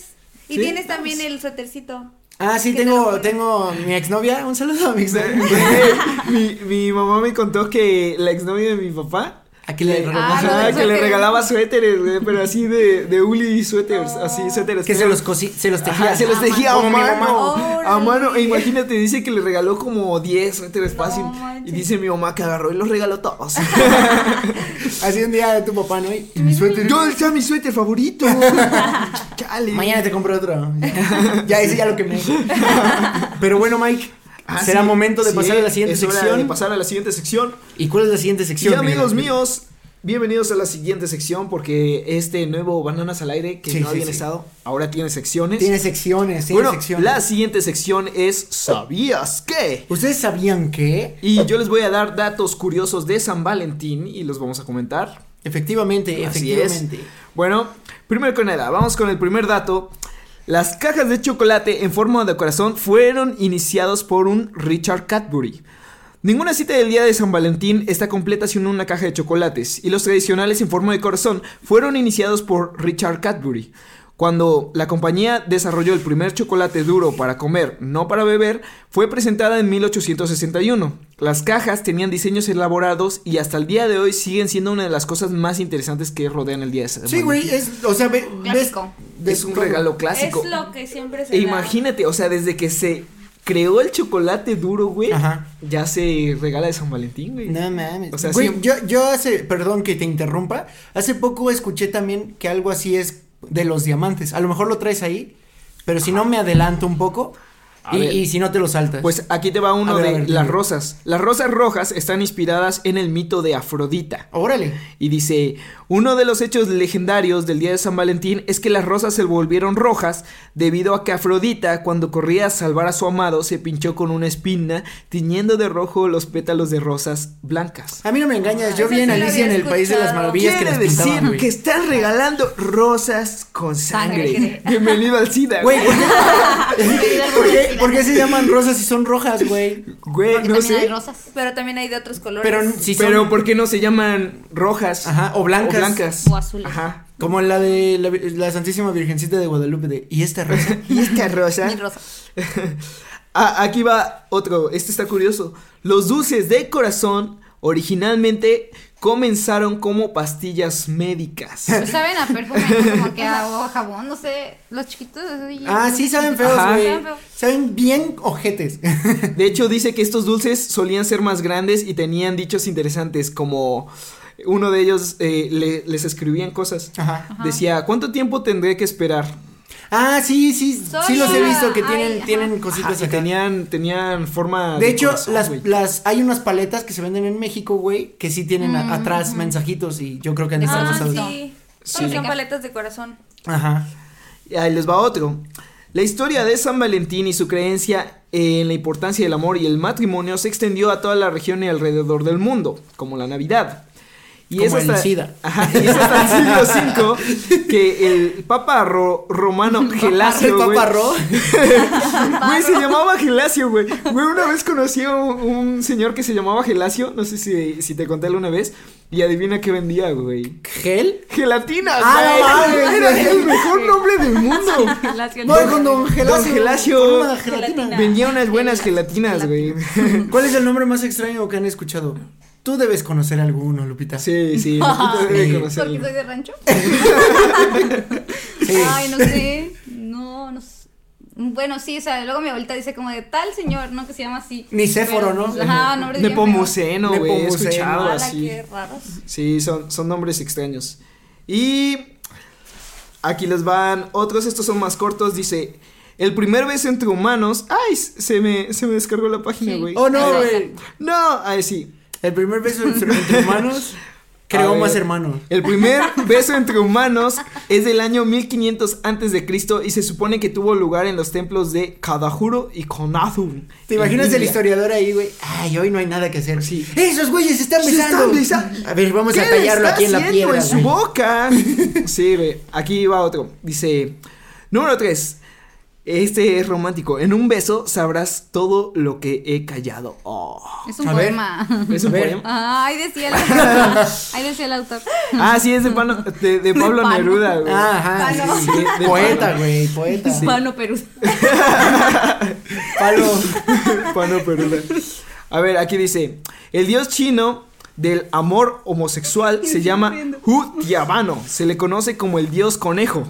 [SPEAKER 3] Y
[SPEAKER 2] Sí,
[SPEAKER 3] tienes
[SPEAKER 2] vamos.
[SPEAKER 3] también el suétercito.
[SPEAKER 1] Ah, sí,
[SPEAKER 3] que te lo
[SPEAKER 1] tengo,
[SPEAKER 3] pones.
[SPEAKER 1] tengo mi exnovia. Un saludo a mi exnovia.
[SPEAKER 2] mi, mi mamá me contó que la exnovia de mi papá
[SPEAKER 1] ¿A qué le regaló?
[SPEAKER 4] Ah, lo
[SPEAKER 2] Ajá,
[SPEAKER 4] del
[SPEAKER 2] que le
[SPEAKER 4] suéter.
[SPEAKER 2] regalaba suéteres, güey, pero así de, de Uli suéteres,
[SPEAKER 4] Oh.
[SPEAKER 2] así suéteres.
[SPEAKER 1] que se
[SPEAKER 2] feos.
[SPEAKER 1] los, cosi- se los tejía.
[SPEAKER 2] Ajá, se los
[SPEAKER 1] Ah,
[SPEAKER 2] tejía a
[SPEAKER 1] como mi
[SPEAKER 2] mano.
[SPEAKER 1] mamá.
[SPEAKER 3] mamá.
[SPEAKER 2] A mano. E imagínate, dice que le regaló como 10 suéteres fácil. Y
[SPEAKER 3] manches.
[SPEAKER 2] dice mi mamá que agarró y los regaló todos.
[SPEAKER 1] Así un día tu papá, ¿no? Y mi suéter.
[SPEAKER 2] Yo el sea mi suéter favorito. Chale.
[SPEAKER 1] Mañana te compro otro. ya hice ya lo que me. Pero bueno, Mike,
[SPEAKER 2] Ah,
[SPEAKER 1] será
[SPEAKER 2] sí,
[SPEAKER 1] momento de
[SPEAKER 2] sí,
[SPEAKER 1] pasar a la siguiente
[SPEAKER 2] es hora
[SPEAKER 1] sección.
[SPEAKER 2] de pasar a la siguiente sección.
[SPEAKER 1] ¿Y cuál es la siguiente sección?
[SPEAKER 2] y
[SPEAKER 1] Miguel
[SPEAKER 2] amigos
[SPEAKER 1] Ángel?
[SPEAKER 2] míos, bienvenidos a la siguiente sección porque este nuevo Bananas al Aire que
[SPEAKER 1] Sí,
[SPEAKER 2] no
[SPEAKER 1] sí,
[SPEAKER 2] habían
[SPEAKER 1] sí.
[SPEAKER 2] estado, ahora tiene secciones.
[SPEAKER 1] Tiene secciones, tiene
[SPEAKER 2] bueno,
[SPEAKER 1] secciones.
[SPEAKER 2] la siguiente sección es ¿Sabías qué?
[SPEAKER 1] ¿Ustedes sabían que?
[SPEAKER 2] Y yo les voy a dar datos curiosos de San Valentín y los vamos a comentar.
[SPEAKER 1] Efectivamente,
[SPEAKER 2] Así es.
[SPEAKER 1] efectivamente.
[SPEAKER 2] Bueno, primero con nada, vamos con el primer dato. Las cajas de chocolate en forma de corazón fueron iniciados por un Richard Cadbury. Ninguna cita del día de San Valentín está completa sin una caja de chocolates, y los tradicionales en forma de corazón fueron iniciados por Richard Cadbury. Cuando la compañía desarrolló el primer chocolate duro para comer, no para beber, fue presentada en 1861. Las cajas tenían diseños elaborados y hasta el día de hoy siguen siendo una de las cosas más interesantes que rodean el día de San
[SPEAKER 1] Sí, güey,
[SPEAKER 2] Valentín.
[SPEAKER 1] es, o sea, ve- ves,
[SPEAKER 4] Clásico.
[SPEAKER 1] ves
[SPEAKER 2] es un
[SPEAKER 1] todo.
[SPEAKER 2] regalo clásico.
[SPEAKER 3] Es lo que siempre se
[SPEAKER 2] E
[SPEAKER 3] da.
[SPEAKER 2] imagínate, o sea, desde que se creó el chocolate duro, güey,
[SPEAKER 1] Ajá.
[SPEAKER 2] ya se regala de San Valentín, güey.
[SPEAKER 1] No mames.
[SPEAKER 2] O sea,
[SPEAKER 1] Güey,
[SPEAKER 2] siempre-
[SPEAKER 1] yo, yo hace, perdón que te interrumpa, hace poco escuché también que algo así es de los diamantes. A lo mejor lo traes ahí, pero si no me adelanto un poco
[SPEAKER 2] A
[SPEAKER 1] y,
[SPEAKER 2] ver.
[SPEAKER 1] y si no te lo saltas.
[SPEAKER 2] Pues aquí te va uno
[SPEAKER 1] A ver,
[SPEAKER 2] de
[SPEAKER 1] a ver,
[SPEAKER 2] las
[SPEAKER 1] dime.
[SPEAKER 2] rosas. Las rosas rojas están inspiradas en el mito de Afrodita.
[SPEAKER 1] órale.
[SPEAKER 2] Y dice, uno de los hechos legendarios del día de San Valentín es que las rosas se volvieron rojas debido a que Afrodita, cuando corría a salvar a su amado, se pinchó con una espina, tiñendo de rojo los pétalos de rosas blancas.
[SPEAKER 1] A mí no me engañas, yo
[SPEAKER 3] Esa
[SPEAKER 1] vi en
[SPEAKER 3] sí la
[SPEAKER 1] Alicia en
[SPEAKER 3] había
[SPEAKER 1] el País de las
[SPEAKER 3] escuchado.
[SPEAKER 1] Maravillas Ah, que
[SPEAKER 2] Quiere
[SPEAKER 1] las
[SPEAKER 2] decir
[SPEAKER 1] pintaban, güey.
[SPEAKER 2] que están regalando rosas con sangre.
[SPEAKER 4] Sangre.
[SPEAKER 2] Bienvenido al SIDA.
[SPEAKER 1] Güey, ¿por qué- ¿por
[SPEAKER 4] Porque
[SPEAKER 1] qué, por qué se llaman rosas si son rojas, güey?
[SPEAKER 2] Güey, no
[SPEAKER 4] también hay
[SPEAKER 2] sé.
[SPEAKER 4] rosas.
[SPEAKER 3] Pero también hay de otros colores.
[SPEAKER 1] Pero si son
[SPEAKER 2] Pero ¿por qué no se llaman rojas?
[SPEAKER 1] Ajá, o blancas.
[SPEAKER 4] O azules.
[SPEAKER 2] Ajá.
[SPEAKER 1] como la de la, la Santísima Virgencita de Guadalupe de ¿y esta rosa?
[SPEAKER 2] ¿Y esta rosa?
[SPEAKER 4] Mi rosa.
[SPEAKER 2] Ah, aquí va otro, este está curioso. Los dulces de corazón originalmente comenzaron como pastillas médicas.
[SPEAKER 4] Pues saben a perfume, como que a o a jabón, no sé, los chiquitos. así.
[SPEAKER 1] Ah, sí, saben feos,
[SPEAKER 2] Ajá.
[SPEAKER 1] güey.
[SPEAKER 4] Saben feo.
[SPEAKER 1] Saben bien ojetes.
[SPEAKER 2] De hecho, dice que estos dulces solían ser más grandes y tenían dichos interesantes, como uno de ellos eh, le- les escribían cosas.
[SPEAKER 1] Ajá.
[SPEAKER 2] Decía, ¿cuánto tiempo tendré que esperar?
[SPEAKER 1] Ah, sí, sí, sí
[SPEAKER 4] Soy
[SPEAKER 1] los he
[SPEAKER 4] una-
[SPEAKER 1] visto que
[SPEAKER 4] ay,
[SPEAKER 1] tienen,
[SPEAKER 4] ajá.
[SPEAKER 1] tienen
[SPEAKER 2] Ajá,
[SPEAKER 1] cositas
[SPEAKER 2] y
[SPEAKER 1] acá.
[SPEAKER 2] tenían, tenían forma
[SPEAKER 1] De hecho,
[SPEAKER 2] Ah, corazón,
[SPEAKER 1] las,
[SPEAKER 2] güey.
[SPEAKER 1] las, hay unas paletas que se venden en México, güey, que sí tienen a- atrás mensajitos y yo creo que han de estar
[SPEAKER 3] Ah,
[SPEAKER 1] pasados.
[SPEAKER 3] sí.
[SPEAKER 2] Sí.
[SPEAKER 3] Pero son paletas de corazón.
[SPEAKER 1] Ajá.
[SPEAKER 2] Y Ahí les va otro. La historia de San Valentín y su creencia en la importancia del amor y el matrimonio se extendió a toda la región y alrededor del mundo, como la Navidad.
[SPEAKER 1] Como el SIDA.
[SPEAKER 2] Ajá, y es hasta el siglo V que el Papa Ro- Romano Gelasio,
[SPEAKER 1] ¿El
[SPEAKER 2] güey,
[SPEAKER 1] paparro?
[SPEAKER 2] Güey, se llamaba Gelasio, güey. Güey, una vez conocí a un, un señor que se llamaba Gelasio, no sé si, si te conté alguna vez, y adivina qué vendía, güey.
[SPEAKER 1] ¿Gel?
[SPEAKER 2] Gelatina,
[SPEAKER 1] Ah,
[SPEAKER 2] güey.
[SPEAKER 1] no mames,
[SPEAKER 2] Era
[SPEAKER 1] güey.
[SPEAKER 2] el mejor nombre del mundo.
[SPEAKER 1] Voy con Don Gelacio.
[SPEAKER 2] Don Gelacio.
[SPEAKER 1] Con una gelatina.
[SPEAKER 3] Gelatina.
[SPEAKER 2] Vendía unas buenas gelatinas, güey.
[SPEAKER 1] ¿Cuál es el nombre más extraño que han escuchado? Tú debes conocer alguno, Lupita.
[SPEAKER 2] Sí, sí, Lupita debe
[SPEAKER 1] Sí.
[SPEAKER 2] conocerlo.
[SPEAKER 4] Porque soy de rancho.
[SPEAKER 1] Sí.
[SPEAKER 4] Ay, no sé. No, no sé. Bueno, sí, o sea, luego mi abuelita dice como de tal señor, ¿no? Que se llama así.
[SPEAKER 1] Ni Séforo,
[SPEAKER 4] Pero,
[SPEAKER 1] ¿no?
[SPEAKER 4] pues, Ajá, nombre de
[SPEAKER 2] Nepomuceno, güey, he
[SPEAKER 1] Nepomuceno.
[SPEAKER 2] escuchado
[SPEAKER 3] Ala,
[SPEAKER 2] así.
[SPEAKER 3] qué raros.
[SPEAKER 2] Sí, son, son nombres extraños. Y aquí les van otros, estos son más cortos, dice... El primer beso entre humanos... ¡Ay! Se me, se me descargó la página,
[SPEAKER 4] Sí.
[SPEAKER 2] güey.
[SPEAKER 1] Oh, no,
[SPEAKER 4] Ajá.
[SPEAKER 1] güey.
[SPEAKER 2] No, ay, sí.
[SPEAKER 1] El primer beso entre entre hermanos creó
[SPEAKER 2] A
[SPEAKER 1] más
[SPEAKER 2] ver.
[SPEAKER 1] hermanos.
[SPEAKER 2] El primer beso entre humanos es del año 1500 antes de Cristo y se supone que tuvo lugar en los templos de Kadahuru y Konazu.
[SPEAKER 1] ¿Te imaginas el
[SPEAKER 2] historia?
[SPEAKER 1] historiador ahí, güey? Ay, hoy no hay nada que hacer.
[SPEAKER 2] Sí.
[SPEAKER 1] Esos güeyes se están
[SPEAKER 2] Se
[SPEAKER 1] besando.
[SPEAKER 2] están besa-
[SPEAKER 1] A ver, vamos a
[SPEAKER 2] ¿Qué le
[SPEAKER 1] tallarlo
[SPEAKER 2] está
[SPEAKER 1] aquí en la
[SPEAKER 2] haciendo
[SPEAKER 1] piedra.
[SPEAKER 2] En su
[SPEAKER 1] güey.
[SPEAKER 2] boca. sí, güey. Aquí va otro. Dice. Número 3. Este es romántico. En un beso sabrás todo lo que he callado. Oh.
[SPEAKER 4] Es un
[SPEAKER 1] A ver.
[SPEAKER 4] poema.
[SPEAKER 2] Es un
[SPEAKER 1] A ver.
[SPEAKER 2] poema.
[SPEAKER 4] Ay, decía el autor. Ay, decía el autor.
[SPEAKER 2] Ah, sí, es de, Pano- de, de Pablo
[SPEAKER 4] Pano.
[SPEAKER 2] Neruda, güey.
[SPEAKER 1] Ajá.
[SPEAKER 4] Palo.
[SPEAKER 1] sí, sí.
[SPEAKER 2] De- de
[SPEAKER 1] poeta,
[SPEAKER 2] palo.
[SPEAKER 1] güey, poeta.
[SPEAKER 4] Hispano Perú.
[SPEAKER 1] Palo.
[SPEAKER 2] Pano Neruda. A ver, aquí dice. El dios chino del amor homosexual se llama Hutiabano. Se le conoce como el dios conejo.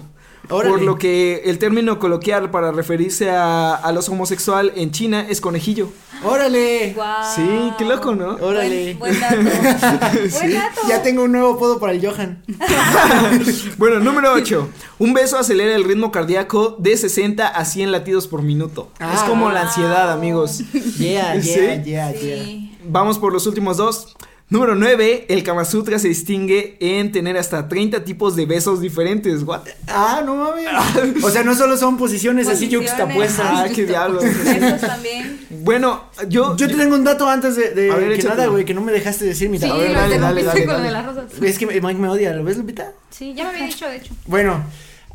[SPEAKER 1] Órale.
[SPEAKER 2] Por lo que el término coloquial para referirse a, a los homosexual en China es conejillo.
[SPEAKER 1] ¡Órale!
[SPEAKER 3] Guau.
[SPEAKER 2] Sí, qué loco, ¿no?
[SPEAKER 1] Órale.
[SPEAKER 3] Buen, buen dato. Buen dato.
[SPEAKER 1] Ya tengo un nuevo apodo para el Johan. Ah.
[SPEAKER 2] Bueno, número 8. Un beso acelera el ritmo cardíaco de 60 a 100 latidos por minuto.
[SPEAKER 1] Ah.
[SPEAKER 2] es como la ansiedad, amigos.
[SPEAKER 1] Yeah,
[SPEAKER 2] Sí.
[SPEAKER 1] yeah, yeah, yeah.
[SPEAKER 3] Sí.
[SPEAKER 2] Vamos por los últimos dos. Número 9. El Kama Sutra se distingue en tener hasta 30 tipos de besos diferentes. What?
[SPEAKER 1] Ah, no mames. O sea, no solo son posiciones, así
[SPEAKER 3] Posiciones.
[SPEAKER 2] Ah,
[SPEAKER 1] yuxtapuestas.
[SPEAKER 2] qué diablo.
[SPEAKER 3] Esos también.
[SPEAKER 2] Bueno, yo.
[SPEAKER 1] Yo te tengo un dato antes de, de
[SPEAKER 2] A ver,
[SPEAKER 1] que
[SPEAKER 2] échatelo.
[SPEAKER 1] nada, güey, que no me dejaste decir mi
[SPEAKER 4] Sí,
[SPEAKER 1] dato.
[SPEAKER 2] A ver,
[SPEAKER 4] lo
[SPEAKER 2] dale, dale, dale,
[SPEAKER 4] interrumpiste con lo de
[SPEAKER 2] dale.
[SPEAKER 4] las rosas.
[SPEAKER 1] Es que Mike me odia, ¿lo ves, Lupita?
[SPEAKER 4] Sí, ya me había dicho, de hecho.
[SPEAKER 1] Bueno,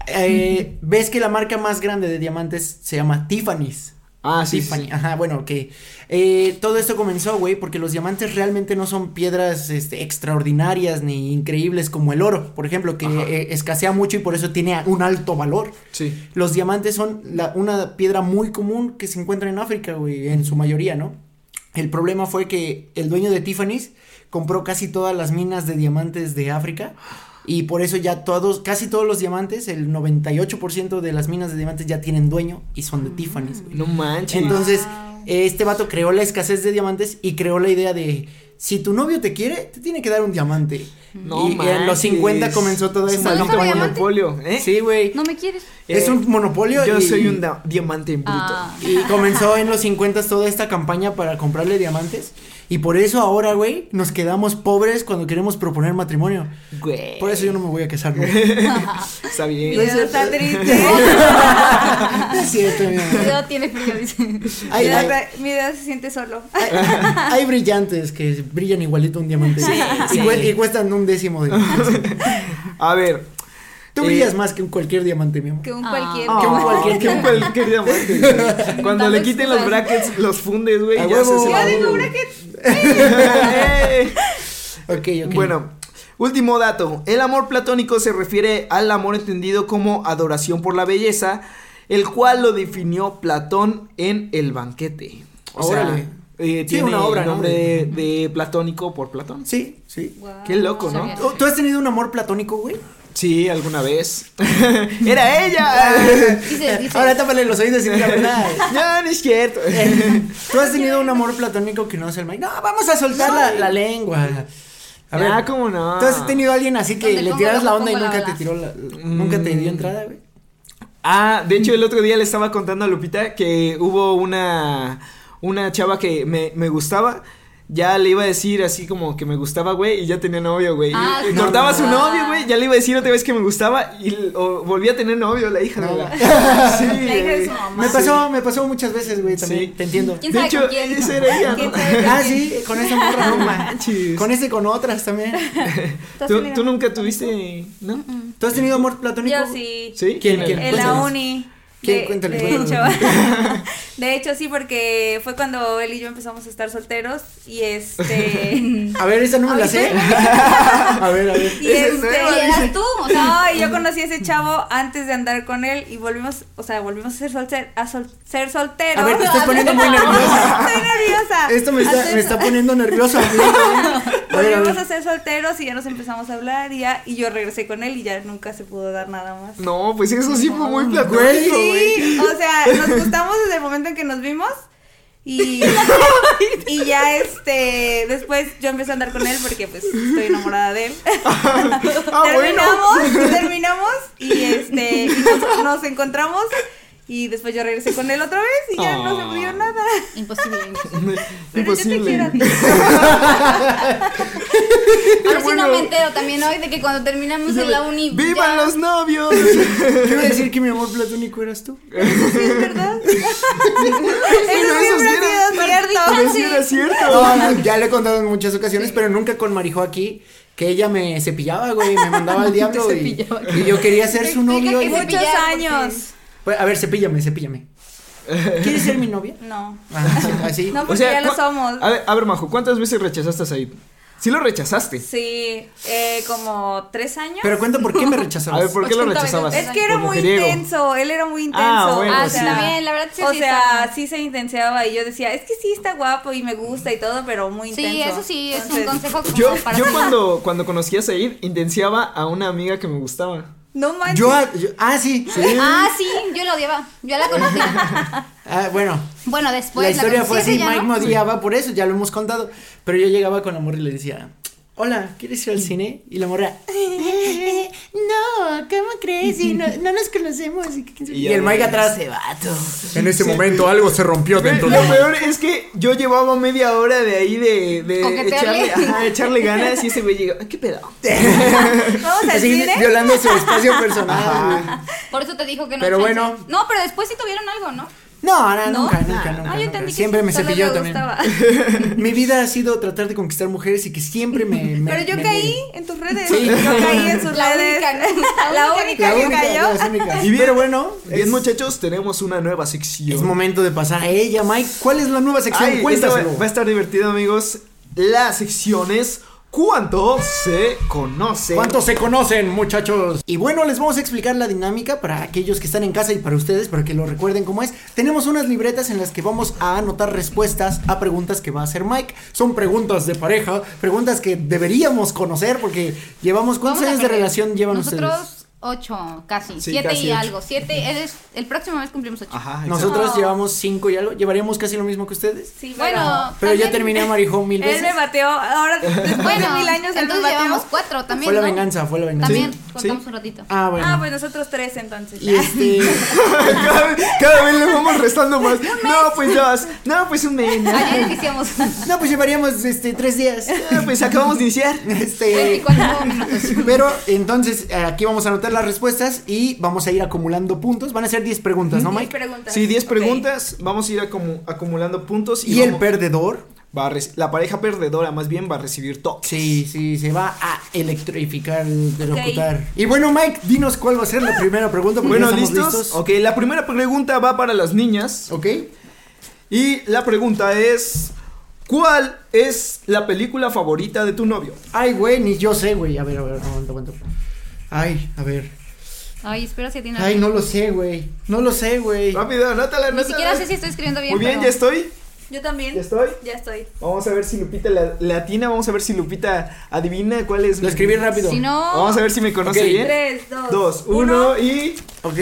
[SPEAKER 1] eh, ves que la marca más grande de diamantes se llama Tiffany's.
[SPEAKER 2] Ah, sí. sí,
[SPEAKER 1] Tiffany,
[SPEAKER 2] sí.
[SPEAKER 1] ajá, bueno, ok. Eh, todo esto comenzó, güey, porque los diamantes realmente no son piedras este, extraordinarias ni increíbles como el oro, por ejemplo, que eh, escasea mucho y por eso tiene un alto valor.
[SPEAKER 2] Sí.
[SPEAKER 1] Los diamantes son la- una piedra muy común que se encuentra en África, güey, en su mayoría, ¿no? El problema fue que el dueño de Tiffany's compró casi todas las minas de diamantes de África y por eso ya todos, casi todos los diamantes, el 98% de las minas de diamantes ya tienen dueño y son de Tiffany's, güey.
[SPEAKER 2] No manches.
[SPEAKER 1] Entonces,
[SPEAKER 3] Wow.
[SPEAKER 1] este vato creó la escasez de diamantes y creó la idea de si tu novio te quiere, te tiene que dar un diamante.
[SPEAKER 2] No
[SPEAKER 1] y en los
[SPEAKER 2] manches.
[SPEAKER 1] 50 comenzó toda
[SPEAKER 2] Es
[SPEAKER 1] esa
[SPEAKER 4] ¿No
[SPEAKER 2] maldito
[SPEAKER 4] como diamante?
[SPEAKER 2] monopolio, ¿eh?
[SPEAKER 1] Sí, güey.
[SPEAKER 4] No me quieres.
[SPEAKER 1] Es
[SPEAKER 2] Eh,
[SPEAKER 1] un monopolio.
[SPEAKER 2] Yo
[SPEAKER 1] y-
[SPEAKER 2] soy un da- diamante en bruto.
[SPEAKER 4] Ah.
[SPEAKER 1] Y comenzó en los 50 toda esta campaña para comprarle diamantes. Y por eso ahora, güey, nos quedamos pobres cuando queremos proponer matrimonio.
[SPEAKER 2] Güey.
[SPEAKER 1] Por eso yo no me voy a casar, güey.
[SPEAKER 2] Está
[SPEAKER 3] Mira,
[SPEAKER 2] bien.
[SPEAKER 3] está triste.
[SPEAKER 1] No es cierto, mi amor.
[SPEAKER 4] No tiene frío, dice.
[SPEAKER 1] Hay-
[SPEAKER 3] mi,
[SPEAKER 1] hay-
[SPEAKER 3] dedo, mi dedo se siente solo.
[SPEAKER 1] Hay, hay brillantes que brillan igualito a un diamante. y, cue- y cuestan un décimo de.
[SPEAKER 2] A ver.
[SPEAKER 1] Tú
[SPEAKER 2] Eh,
[SPEAKER 1] brillas más que un cualquier diamante, mi amor.
[SPEAKER 3] Que un
[SPEAKER 4] Ah.
[SPEAKER 3] cualquier.
[SPEAKER 1] Que un
[SPEAKER 2] Ah,
[SPEAKER 1] cualquier-
[SPEAKER 2] que un cualquier diamante, güey. Cuando le
[SPEAKER 4] Dame
[SPEAKER 2] quiten los
[SPEAKER 4] excusa.
[SPEAKER 2] brackets, los fundes, güey.
[SPEAKER 1] A
[SPEAKER 2] Ya se
[SPEAKER 1] huevo.
[SPEAKER 2] hace
[SPEAKER 1] Ya
[SPEAKER 2] la
[SPEAKER 1] digo
[SPEAKER 2] bola, güey.
[SPEAKER 1] Ok, ok.
[SPEAKER 2] Bueno, último dato. El amor platónico se refiere al amor entendido como adoración por la belleza, el cual lo definió Platón en El banquete. O sea,
[SPEAKER 1] Órale.
[SPEAKER 2] eh,
[SPEAKER 1] Sí,
[SPEAKER 2] tiene
[SPEAKER 1] una obra,
[SPEAKER 2] el
[SPEAKER 1] ¿no?
[SPEAKER 2] nombre de, de platónico por Platón.
[SPEAKER 1] Sí, sí.
[SPEAKER 3] Wow.
[SPEAKER 2] Qué loco, ¿no? Oh,
[SPEAKER 4] Sabía.
[SPEAKER 1] ¿Tú- ¿Tú has tenido un amor platónico, güey?
[SPEAKER 2] Sí, alguna vez. Era ella.
[SPEAKER 4] Dice, dice.
[SPEAKER 1] Ahora tápale los oídos y mira, ¿verdad?
[SPEAKER 2] no, no es cierto.
[SPEAKER 1] ¿Tú has tenido un amor platónico que no es el Mike? No, vamos a soltar la, la lengua. A ver,
[SPEAKER 2] Ah, ¿cómo no?
[SPEAKER 1] ¿tú has tenido a alguien así que
[SPEAKER 4] Donde
[SPEAKER 1] le
[SPEAKER 4] pongo
[SPEAKER 1] tiras
[SPEAKER 4] la
[SPEAKER 1] la
[SPEAKER 4] boca,
[SPEAKER 1] onda y
[SPEAKER 4] pongo la
[SPEAKER 1] nunca te
[SPEAKER 4] bala.
[SPEAKER 1] tiró la, nunca te dio entrada, güey?
[SPEAKER 2] Ah, de hecho el otro día le estaba contando a Lupita que hubo una una chava que me, me gustaba. Ya le iba a decir así como que me gustaba, güey, y ya tenía novio, güey. Y-
[SPEAKER 4] Ah,
[SPEAKER 2] y
[SPEAKER 4] no,
[SPEAKER 2] cortaba
[SPEAKER 4] no,
[SPEAKER 2] su
[SPEAKER 4] no.
[SPEAKER 2] novio, güey, ya le iba a decir otra vez que me gustaba y l- o- volví a tener novio, la hija de
[SPEAKER 1] No.
[SPEAKER 2] la... Sí,
[SPEAKER 3] La hija de
[SPEAKER 2] güey.
[SPEAKER 3] su mamá.
[SPEAKER 1] Me pasó, me pasó muchas veces, güey, también.
[SPEAKER 2] Sí.
[SPEAKER 1] Te entiendo.
[SPEAKER 4] ¿Quién
[SPEAKER 2] De
[SPEAKER 4] sabe
[SPEAKER 2] hecho,
[SPEAKER 4] con quién?
[SPEAKER 2] esa era ella,
[SPEAKER 3] ¿Quién
[SPEAKER 2] ¿no?
[SPEAKER 3] sabe con
[SPEAKER 1] Ah,
[SPEAKER 3] quién?
[SPEAKER 1] sí, con esa morra, no
[SPEAKER 2] manches.
[SPEAKER 1] Con ese y con otras también.
[SPEAKER 3] ¿Tú has
[SPEAKER 2] ¿Tú,
[SPEAKER 3] tenido-
[SPEAKER 2] tú nunca tuviste, ¿no?
[SPEAKER 1] ¿Tú has tenido amor platónico?
[SPEAKER 3] Yo sí.
[SPEAKER 2] ¿Sí?
[SPEAKER 1] ¿Quién, quién?
[SPEAKER 3] En la
[SPEAKER 1] Cuéntanos.
[SPEAKER 3] uni.
[SPEAKER 1] ¿Quién?
[SPEAKER 3] De,
[SPEAKER 1] Cuéntale,
[SPEAKER 3] de
[SPEAKER 1] cuéntale.
[SPEAKER 3] hecho, de hecho, sí, porque fue cuando él y yo empezamos a estar solteros y este...
[SPEAKER 1] A ver, esa no me la sé. A ver, a ver.
[SPEAKER 3] Y
[SPEAKER 2] Esa es
[SPEAKER 3] este,
[SPEAKER 2] nueva,
[SPEAKER 4] Y eras tú, o sea.
[SPEAKER 3] No, y yo conocí a ese chavo antes de andar con él y volvimos, o sea, volvimos a ser, solter- a sol- ser solteros.
[SPEAKER 1] A ver, te estás poniendo muy nerviosa.
[SPEAKER 3] Estoy nerviosa.
[SPEAKER 1] Esto me está,
[SPEAKER 3] Antes-
[SPEAKER 1] me está poniendo nervioso. amigo. A ver, a
[SPEAKER 3] Volvimos a
[SPEAKER 1] ver.
[SPEAKER 3] ser solteros y ya nos empezamos a hablar y ya, y yo regresé con él y ya nunca se pudo dar nada más.
[SPEAKER 2] No, pues eso sí fue muy platónico,
[SPEAKER 1] Güey.
[SPEAKER 2] güey.
[SPEAKER 3] Sí, o sea, nos gustamos desde el momento en que nos vimos. Y, y ya este después yo empecé a andar con él porque pues estoy enamorada de él.
[SPEAKER 2] Ah, bueno.
[SPEAKER 3] terminamos, terminamos y este y nos, nos encontramos y después yo regresé con él otra vez y ya no se
[SPEAKER 2] Ah.
[SPEAKER 3] pudo nada.
[SPEAKER 4] Imposible.
[SPEAKER 3] Pero yo te quiero a ti.
[SPEAKER 4] Ahora sí
[SPEAKER 2] bueno.
[SPEAKER 4] no me entero también hoy de que cuando terminamos en la uni.
[SPEAKER 2] ¡Vivan
[SPEAKER 4] ya-
[SPEAKER 2] los novios!
[SPEAKER 1] Quiero decir que mi amor platónico eras tú.
[SPEAKER 3] Sí, es verdad. Eso
[SPEAKER 2] eso
[SPEAKER 3] siempre
[SPEAKER 2] sí era-
[SPEAKER 3] ha sido cierto.
[SPEAKER 2] Pero sí era cierto.
[SPEAKER 1] No, no, ya lo he contado en muchas ocasiones, pero nunca con Marijo aquí. Que ella me cepillaba, güey, me mandaba al diablo.
[SPEAKER 4] Te
[SPEAKER 1] Y,
[SPEAKER 4] cepillaba.
[SPEAKER 1] y yo quería ser su
[SPEAKER 4] Explica
[SPEAKER 1] novio.
[SPEAKER 4] que
[SPEAKER 1] y-
[SPEAKER 4] cepilla-
[SPEAKER 3] Muchos
[SPEAKER 4] Cepillar,
[SPEAKER 3] años.
[SPEAKER 1] Pues, a ver, cepíllame, cepíllame. ¿Quieres ser mi novia?
[SPEAKER 3] No.
[SPEAKER 1] Ah, sí, así.
[SPEAKER 3] No, porque ya lo
[SPEAKER 2] ¿cuá-
[SPEAKER 3] somos.
[SPEAKER 2] A ver, a ver, Majo, ¿cuántas veces rechazaste a Said? Sí lo rechazaste.
[SPEAKER 3] Sí, eh, como tres años.
[SPEAKER 1] Pero cuenta por qué me
[SPEAKER 2] A
[SPEAKER 1] rechazabas.
[SPEAKER 2] ver, ¿por qué lo
[SPEAKER 4] 80
[SPEAKER 2] rechazabas?
[SPEAKER 4] veces.
[SPEAKER 3] es que era
[SPEAKER 2] Por
[SPEAKER 3] muy
[SPEAKER 2] mujeriego.
[SPEAKER 3] intenso, él era muy intenso.
[SPEAKER 2] Ah, bueno,
[SPEAKER 4] Ah,
[SPEAKER 3] o
[SPEAKER 4] sí,
[SPEAKER 3] sea,
[SPEAKER 4] también, la verdad sí,
[SPEAKER 3] O
[SPEAKER 4] sí
[SPEAKER 3] sea,
[SPEAKER 4] está-
[SPEAKER 3] sí se intenseaba y yo decía, es que sí está guapo y me gusta y todo, pero muy
[SPEAKER 4] Sí,
[SPEAKER 3] intenso.
[SPEAKER 4] eso sí, es
[SPEAKER 3] Entonces,
[SPEAKER 4] un consejo como
[SPEAKER 2] Yo,
[SPEAKER 4] para
[SPEAKER 2] yo
[SPEAKER 4] todos.
[SPEAKER 2] cuando, cuando conocí a Said, intensiaba a una amiga que me gustaba.
[SPEAKER 3] No manches.
[SPEAKER 1] Yo, a- yo- ah, sí.
[SPEAKER 4] Ah, sí, yo la odiaba. Yo la conocí.
[SPEAKER 1] Ah, bueno,
[SPEAKER 4] Bueno, después.
[SPEAKER 1] la historia fue
[SPEAKER 4] conocí,
[SPEAKER 1] así,
[SPEAKER 4] ese ya
[SPEAKER 1] Mike
[SPEAKER 4] no.
[SPEAKER 1] me odiaba por eso, ya lo hemos contado. Pero yo llegaba con la morra y le decía, hola, ¿quieres ir al cine? Y la morra, "Eh, no, ¿cómo crees? Y no, no nos conocemos. Y, que-
[SPEAKER 2] Y
[SPEAKER 1] y el
[SPEAKER 2] ya-
[SPEAKER 1] Mike atrás, se vato. En ese momento algo se rompió
[SPEAKER 2] Lo peor es que yo llevaba media hora de ahí de, de
[SPEAKER 4] Coquetearle.
[SPEAKER 2] echarle, ajá, echarle ganas y ese güey llegó. "Ay, ¿Qué pedo?
[SPEAKER 3] Vamos al
[SPEAKER 1] Así,
[SPEAKER 3] cine.
[SPEAKER 1] violando su espacio personal. güey.
[SPEAKER 4] Por eso te dijo que no.
[SPEAKER 1] Pero
[SPEAKER 4] chance.
[SPEAKER 1] bueno.
[SPEAKER 4] No, pero después sí tuvieron algo, ¿no?
[SPEAKER 1] No, no,
[SPEAKER 3] ¿No?
[SPEAKER 1] nunca, nunca, nunca.
[SPEAKER 4] Ah, yo
[SPEAKER 1] nunca.
[SPEAKER 4] entendí que
[SPEAKER 1] Siempre me
[SPEAKER 4] solo le
[SPEAKER 1] cepilló también.
[SPEAKER 3] gustaba.
[SPEAKER 1] Mi vida ha sido tratar de conquistar mujeres y que siempre me. me-
[SPEAKER 3] Pero yo
[SPEAKER 1] me
[SPEAKER 3] caí
[SPEAKER 1] miren.
[SPEAKER 3] en tus redes.
[SPEAKER 1] Sí.
[SPEAKER 3] Yo caí en sus
[SPEAKER 4] La
[SPEAKER 3] redes.
[SPEAKER 4] única,
[SPEAKER 3] La
[SPEAKER 4] ¿no? La
[SPEAKER 3] única que cayó.
[SPEAKER 1] las únicas.
[SPEAKER 2] Y bien,
[SPEAKER 1] Pero bueno,
[SPEAKER 2] Bien,
[SPEAKER 1] es-
[SPEAKER 2] muchachos, tenemos una nueva sección.
[SPEAKER 1] Es momento de pasar a ella, Mike. ¿Cuál es la nueva sección?
[SPEAKER 2] Ay,
[SPEAKER 1] Cuéntaselo.
[SPEAKER 2] esta va- va a estar divertido, amigos. La sección es ¿Cuánto se conoce?
[SPEAKER 1] ¿Cuántos se conocen, muchachos? Y bueno, les vamos a explicar la dinámica para aquellos que están en casa y para ustedes, para que lo recuerden cómo es. Tenemos unas libretas en las que vamos a anotar respuestas a preguntas que va a hacer Mike. Son preguntas de pareja, preguntas que deberíamos conocer porque llevamos. ¿Cuántos
[SPEAKER 4] Vamos a
[SPEAKER 1] años de
[SPEAKER 4] perder.
[SPEAKER 1] relación llevan
[SPEAKER 4] Nosotros
[SPEAKER 1] ustedes?
[SPEAKER 4] ocho, casi.
[SPEAKER 2] Sí,
[SPEAKER 4] siete
[SPEAKER 2] casi
[SPEAKER 4] y
[SPEAKER 2] ocho.
[SPEAKER 4] algo. Siete. eres- el próximo mes cumplimos ocho.
[SPEAKER 2] Ajá, exacto.
[SPEAKER 1] Nosotros
[SPEAKER 4] Oh.
[SPEAKER 1] llevamos cinco y algo. Llevaríamos casi lo mismo que ustedes.
[SPEAKER 3] Sí,
[SPEAKER 4] Bueno.
[SPEAKER 1] Pero
[SPEAKER 4] También-
[SPEAKER 1] ya terminé a Marijo mil
[SPEAKER 3] Él
[SPEAKER 1] veces.
[SPEAKER 3] me bateó. Ahora, después
[SPEAKER 4] Bueno,
[SPEAKER 3] de mil años, él me
[SPEAKER 4] entonces llevamos
[SPEAKER 3] bateó.
[SPEAKER 4] cuatro también.
[SPEAKER 1] Fue la
[SPEAKER 4] ¿no?
[SPEAKER 1] venganza, fue la venganza.
[SPEAKER 4] También,
[SPEAKER 2] Sí,
[SPEAKER 4] contamos
[SPEAKER 2] sí.
[SPEAKER 4] un ratito.
[SPEAKER 1] Ah, bueno.
[SPEAKER 3] Ah, pues nosotros tres entonces.
[SPEAKER 1] Y este.
[SPEAKER 2] cada, vez- cada vez le vamos restando más. No, pues dos. No, pues un mes. No,
[SPEAKER 4] Ayer iniciamos
[SPEAKER 1] No, pues llevaríamos este tres días.
[SPEAKER 2] pues acabamos de iniciar.
[SPEAKER 1] Este.
[SPEAKER 4] 24 minutos.
[SPEAKER 1] Pero entonces eh, aquí vamos a anotar las respuestas y vamos a ir acumulando puntos. Van a ser 10 preguntas, ¿no,
[SPEAKER 3] Diez
[SPEAKER 1] Mike?
[SPEAKER 3] preguntas.
[SPEAKER 2] Sí, 10
[SPEAKER 3] Ok.
[SPEAKER 2] preguntas. Vamos a ir acumu- acumulando puntos. Y,
[SPEAKER 1] Y el
[SPEAKER 2] vamos-
[SPEAKER 1] perdedor,
[SPEAKER 2] va a reci- la pareja perdedora, más bien, va a recibir todo.
[SPEAKER 1] sí, sí, se va a electrificar,
[SPEAKER 3] Ok.
[SPEAKER 1] locutar. Y bueno, Mike, dinos cuál va a ser la primera pregunta. Porque
[SPEAKER 2] Bueno,
[SPEAKER 1] ya estamos
[SPEAKER 2] ¿listos? Ok, la primera pregunta va para las niñas.
[SPEAKER 1] Ok.
[SPEAKER 2] Y la pregunta es: ¿Cuál es la película favorita de tu novio?
[SPEAKER 1] Ay, güey, ni yo sé, güey. A ver, a ver, aguanta, aguanta. Ay, a ver.
[SPEAKER 4] Ay, espero si tiene
[SPEAKER 1] Ay, no lo sé, güey. No lo sé, güey.
[SPEAKER 2] Rápido, anótala,
[SPEAKER 4] Ni
[SPEAKER 2] anótala.
[SPEAKER 4] siquiera sé si estoy escribiendo bien.
[SPEAKER 2] Muy bien,
[SPEAKER 4] pero-
[SPEAKER 2] ya estoy.
[SPEAKER 3] Yo también.
[SPEAKER 2] ¿Ya estoy?
[SPEAKER 3] Ya estoy.
[SPEAKER 2] Vamos a ver si Lupita la, la atina, vamos a ver si Lupita adivina cuál es.
[SPEAKER 1] Lo escribí rápido.
[SPEAKER 4] Si no.
[SPEAKER 2] Vamos a ver si me conoce
[SPEAKER 1] Ok.
[SPEAKER 2] bien.
[SPEAKER 3] Tres, dos,
[SPEAKER 2] Dos, uno y.
[SPEAKER 1] Ok.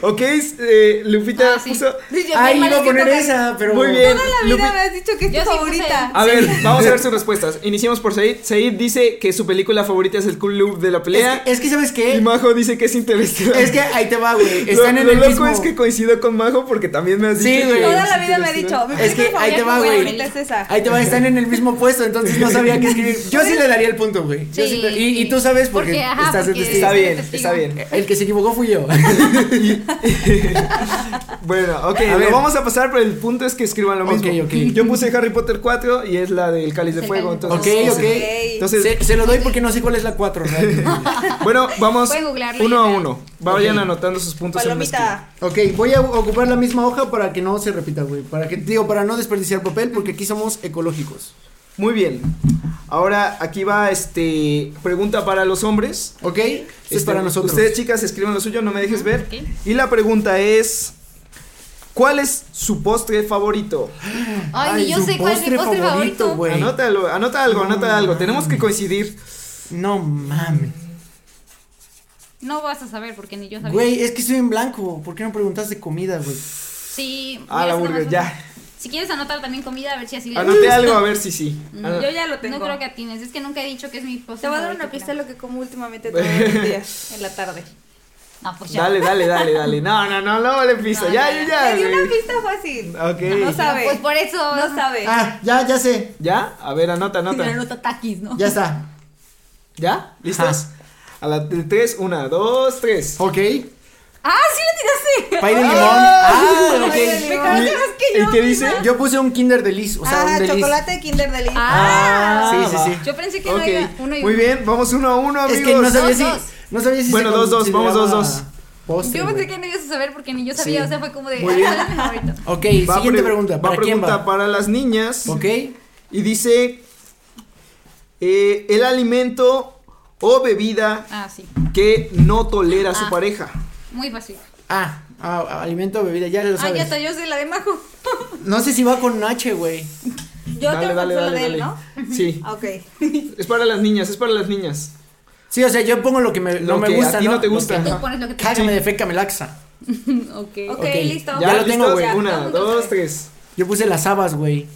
[SPEAKER 2] Ok, eh, Lupita
[SPEAKER 4] Ah, sí.
[SPEAKER 2] puso.
[SPEAKER 3] Sí, yo
[SPEAKER 1] Ay,
[SPEAKER 3] bien
[SPEAKER 1] iba a
[SPEAKER 3] malísimo
[SPEAKER 1] poner
[SPEAKER 3] que-
[SPEAKER 1] esa, pero.
[SPEAKER 2] Muy bien.
[SPEAKER 3] Toda la vida
[SPEAKER 2] Lupi-
[SPEAKER 3] me has dicho que es
[SPEAKER 4] Yo
[SPEAKER 3] tu
[SPEAKER 4] sí puse-
[SPEAKER 3] favorita.
[SPEAKER 2] A ver, vamos a ver sus respuestas. Iniciamos por Said. Said dice que su película favorita es El Club de la Pelea.
[SPEAKER 1] Es que, es que, ¿sabes
[SPEAKER 2] Y
[SPEAKER 1] qué?
[SPEAKER 2] Majo dice que es Interestelar.
[SPEAKER 1] Es que ahí te va, güey.
[SPEAKER 2] Lo-
[SPEAKER 1] Están
[SPEAKER 2] lo,
[SPEAKER 1] en el
[SPEAKER 2] loco
[SPEAKER 1] mismo.
[SPEAKER 2] es que coincido con Majo porque también me has
[SPEAKER 1] Sí,
[SPEAKER 2] dicho. que
[SPEAKER 1] güey.
[SPEAKER 3] Toda
[SPEAKER 2] es
[SPEAKER 3] la vida me ha dicho.
[SPEAKER 2] Interestelar.
[SPEAKER 3] Mi
[SPEAKER 1] Es que
[SPEAKER 3] película
[SPEAKER 1] ahí te va,
[SPEAKER 3] favorita
[SPEAKER 1] güey.
[SPEAKER 3] favorita es esa.
[SPEAKER 1] Ahí te va, están en el mismo puesto, entonces no sabía qué escribir. Yo sí le daría el punto, güey. Yo sí
[SPEAKER 4] Sí,
[SPEAKER 1] le- y, y tú
[SPEAKER 4] sí.
[SPEAKER 1] sabes porque,
[SPEAKER 4] Porque, ajá,
[SPEAKER 1] estás de
[SPEAKER 4] porque-
[SPEAKER 1] testigo.
[SPEAKER 2] Está
[SPEAKER 4] Sí,
[SPEAKER 2] bien,
[SPEAKER 4] testigo.
[SPEAKER 2] está bien.
[SPEAKER 1] El que se equivocó fui yo.
[SPEAKER 2] Bueno, ok,
[SPEAKER 1] A
[SPEAKER 2] lo
[SPEAKER 1] ver.
[SPEAKER 2] vamos a pasar, pero el punto es que escriban lo
[SPEAKER 1] Ok,
[SPEAKER 2] mismo.
[SPEAKER 1] ok.
[SPEAKER 2] Yo puse Harry Potter 4 y es la del Cáliz de
[SPEAKER 4] El
[SPEAKER 2] Fuego.
[SPEAKER 4] Cáliz de
[SPEAKER 1] ok,
[SPEAKER 2] entonces,
[SPEAKER 1] ok.
[SPEAKER 2] Entonces,
[SPEAKER 1] Se, se lo doy porque no sé cuál es la 4.
[SPEAKER 2] bueno, vamos
[SPEAKER 4] Pueden googlearlo
[SPEAKER 2] uno
[SPEAKER 4] y
[SPEAKER 2] a
[SPEAKER 4] ya.
[SPEAKER 2] uno. Vayan
[SPEAKER 1] Ok.
[SPEAKER 2] anotando sus puntos en una esquina.
[SPEAKER 3] Palomita.
[SPEAKER 1] ok, voy a ocupar la misma hoja para que no se repita, güey. Para que, digo, para no desperdiciar papel, porque aquí somos ecológicos.
[SPEAKER 2] Muy bien. Ahora aquí va este pregunta para los hombres.
[SPEAKER 1] ¿Ok? Esto es
[SPEAKER 2] Este,
[SPEAKER 1] para nosotros.
[SPEAKER 2] Ustedes chicas escriban lo suyo, no me dejes ver.
[SPEAKER 4] Ah, ok.
[SPEAKER 2] Y la pregunta es ¿Cuál es su postre favorito?
[SPEAKER 4] Ay, ni yo
[SPEAKER 1] su
[SPEAKER 4] sé cuál es mi postre favorito.
[SPEAKER 1] güey.
[SPEAKER 2] Anótalo, anota algo,
[SPEAKER 1] No
[SPEAKER 2] anota algo. Tenemos que coincidir.
[SPEAKER 1] No mames.
[SPEAKER 4] No vas a saber porque ni yo sabía.
[SPEAKER 1] Güey, es que estoy en blanco. ¿Por qué no preguntaste comida, güey?
[SPEAKER 4] Sí.
[SPEAKER 2] Ah,
[SPEAKER 4] mira,
[SPEAKER 2] la
[SPEAKER 4] esa
[SPEAKER 2] burger,
[SPEAKER 4] nomás-
[SPEAKER 2] ya.
[SPEAKER 4] Si quieres anotar también comida, a ver si así le
[SPEAKER 2] Anote algo a ver si sí. Ano-
[SPEAKER 3] Mm. Yo ya lo tengo.
[SPEAKER 4] No creo que atines, es que nunca he dicho que es mi postre
[SPEAKER 3] Te voy a dar una
[SPEAKER 4] favorito,
[SPEAKER 3] pista de
[SPEAKER 4] pero-
[SPEAKER 3] lo que como últimamente todos los días, en la tarde.
[SPEAKER 4] No, pues ya.
[SPEAKER 2] Dale, dale, dale, dale. No, no, no, no le pisa.
[SPEAKER 4] No,
[SPEAKER 2] ya,
[SPEAKER 4] ya,
[SPEAKER 2] ya,
[SPEAKER 3] Me
[SPEAKER 2] ya.
[SPEAKER 3] di una
[SPEAKER 2] güey.
[SPEAKER 3] pista fácil.
[SPEAKER 2] Ok.
[SPEAKER 3] No sabe.
[SPEAKER 4] Pues por eso.
[SPEAKER 3] No sabe.
[SPEAKER 1] Ah, ya, ya sé.
[SPEAKER 2] ¿Ya? A ver, anota,
[SPEAKER 4] Pero
[SPEAKER 2] anota.
[SPEAKER 4] no te ataques, ¿no?
[SPEAKER 1] Ya está.
[SPEAKER 2] ¿Ya? ¿Listos? A la de tres, una, dos, tres.
[SPEAKER 1] Ok.
[SPEAKER 4] ¡Ah, sí lo tiraste!
[SPEAKER 1] Pay de limón.
[SPEAKER 2] Ah,
[SPEAKER 1] Ah,
[SPEAKER 3] Pay de
[SPEAKER 1] ok.
[SPEAKER 3] limón.
[SPEAKER 2] ¿Y,
[SPEAKER 3] que
[SPEAKER 2] ¿y
[SPEAKER 3] yo,
[SPEAKER 2] qué
[SPEAKER 3] mija.
[SPEAKER 2] dice?
[SPEAKER 1] Yo puse un Kinder Delice, o sea,
[SPEAKER 3] ah,
[SPEAKER 1] un Delice.
[SPEAKER 3] chocolate de Kinder Delice.
[SPEAKER 4] Ah,
[SPEAKER 1] Sí, sí, sí.
[SPEAKER 4] Yo pensé que
[SPEAKER 2] Ok,
[SPEAKER 4] no iba uno y
[SPEAKER 2] muy
[SPEAKER 4] uno.
[SPEAKER 2] bien, vamos uno a uno, amigos.
[SPEAKER 1] Es que no sabía
[SPEAKER 4] Dos,
[SPEAKER 1] si
[SPEAKER 4] dos.
[SPEAKER 1] no sabía si
[SPEAKER 2] Bueno,
[SPEAKER 1] se
[SPEAKER 2] dos, dos, vamos, dos, dos.
[SPEAKER 1] consideraba postre,
[SPEAKER 4] Yo pensé
[SPEAKER 1] güey.
[SPEAKER 4] que no ibas a saber porque ni yo sabía,
[SPEAKER 1] Sí.
[SPEAKER 4] o sea, fue como de.
[SPEAKER 1] Muy bien.
[SPEAKER 4] "Ah, ¿cuál es mi favorito?".
[SPEAKER 1] Ok,
[SPEAKER 2] Va
[SPEAKER 1] siguiente
[SPEAKER 2] pregu-
[SPEAKER 1] pregunta,
[SPEAKER 2] va
[SPEAKER 1] ¿para quién
[SPEAKER 2] pregunta
[SPEAKER 1] va?
[SPEAKER 2] para las niñas.
[SPEAKER 1] Ok.
[SPEAKER 2] Y dice, eh, el alimento o bebida
[SPEAKER 4] Ah, sí.
[SPEAKER 2] que no tolera su
[SPEAKER 4] Ah.
[SPEAKER 2] pareja.
[SPEAKER 4] Muy fácil.
[SPEAKER 1] Ah, ah, alimento o bebida, ya lo
[SPEAKER 4] Ah,
[SPEAKER 1] sabes.
[SPEAKER 4] ya está, yo sé la de Majo.
[SPEAKER 1] No sé si va con H, güey.
[SPEAKER 3] Yo tengo que la de él, ¿no?
[SPEAKER 2] Sí,
[SPEAKER 3] Ah, Ok.
[SPEAKER 2] es para las niñas, es para las niñas.
[SPEAKER 1] Sí, o sea, yo pongo lo que me, no
[SPEAKER 2] Lo
[SPEAKER 1] me
[SPEAKER 2] que a
[SPEAKER 1] gusta,
[SPEAKER 2] ti no te
[SPEAKER 1] Lo
[SPEAKER 2] gusta.
[SPEAKER 1] que-
[SPEAKER 4] Tú
[SPEAKER 2] Ajá.
[SPEAKER 4] pones lo que te
[SPEAKER 1] Cágame de feca me laxa.
[SPEAKER 4] Ok.
[SPEAKER 3] Ok,
[SPEAKER 1] Ok,
[SPEAKER 3] listo.
[SPEAKER 1] Ya lo tengo,
[SPEAKER 2] ¿listos?
[SPEAKER 1] güey.
[SPEAKER 4] Ya,
[SPEAKER 2] Una,
[SPEAKER 4] todo el mundo
[SPEAKER 2] dos,
[SPEAKER 4] sabe.
[SPEAKER 2] tres.
[SPEAKER 1] Yo puse las habas, güey.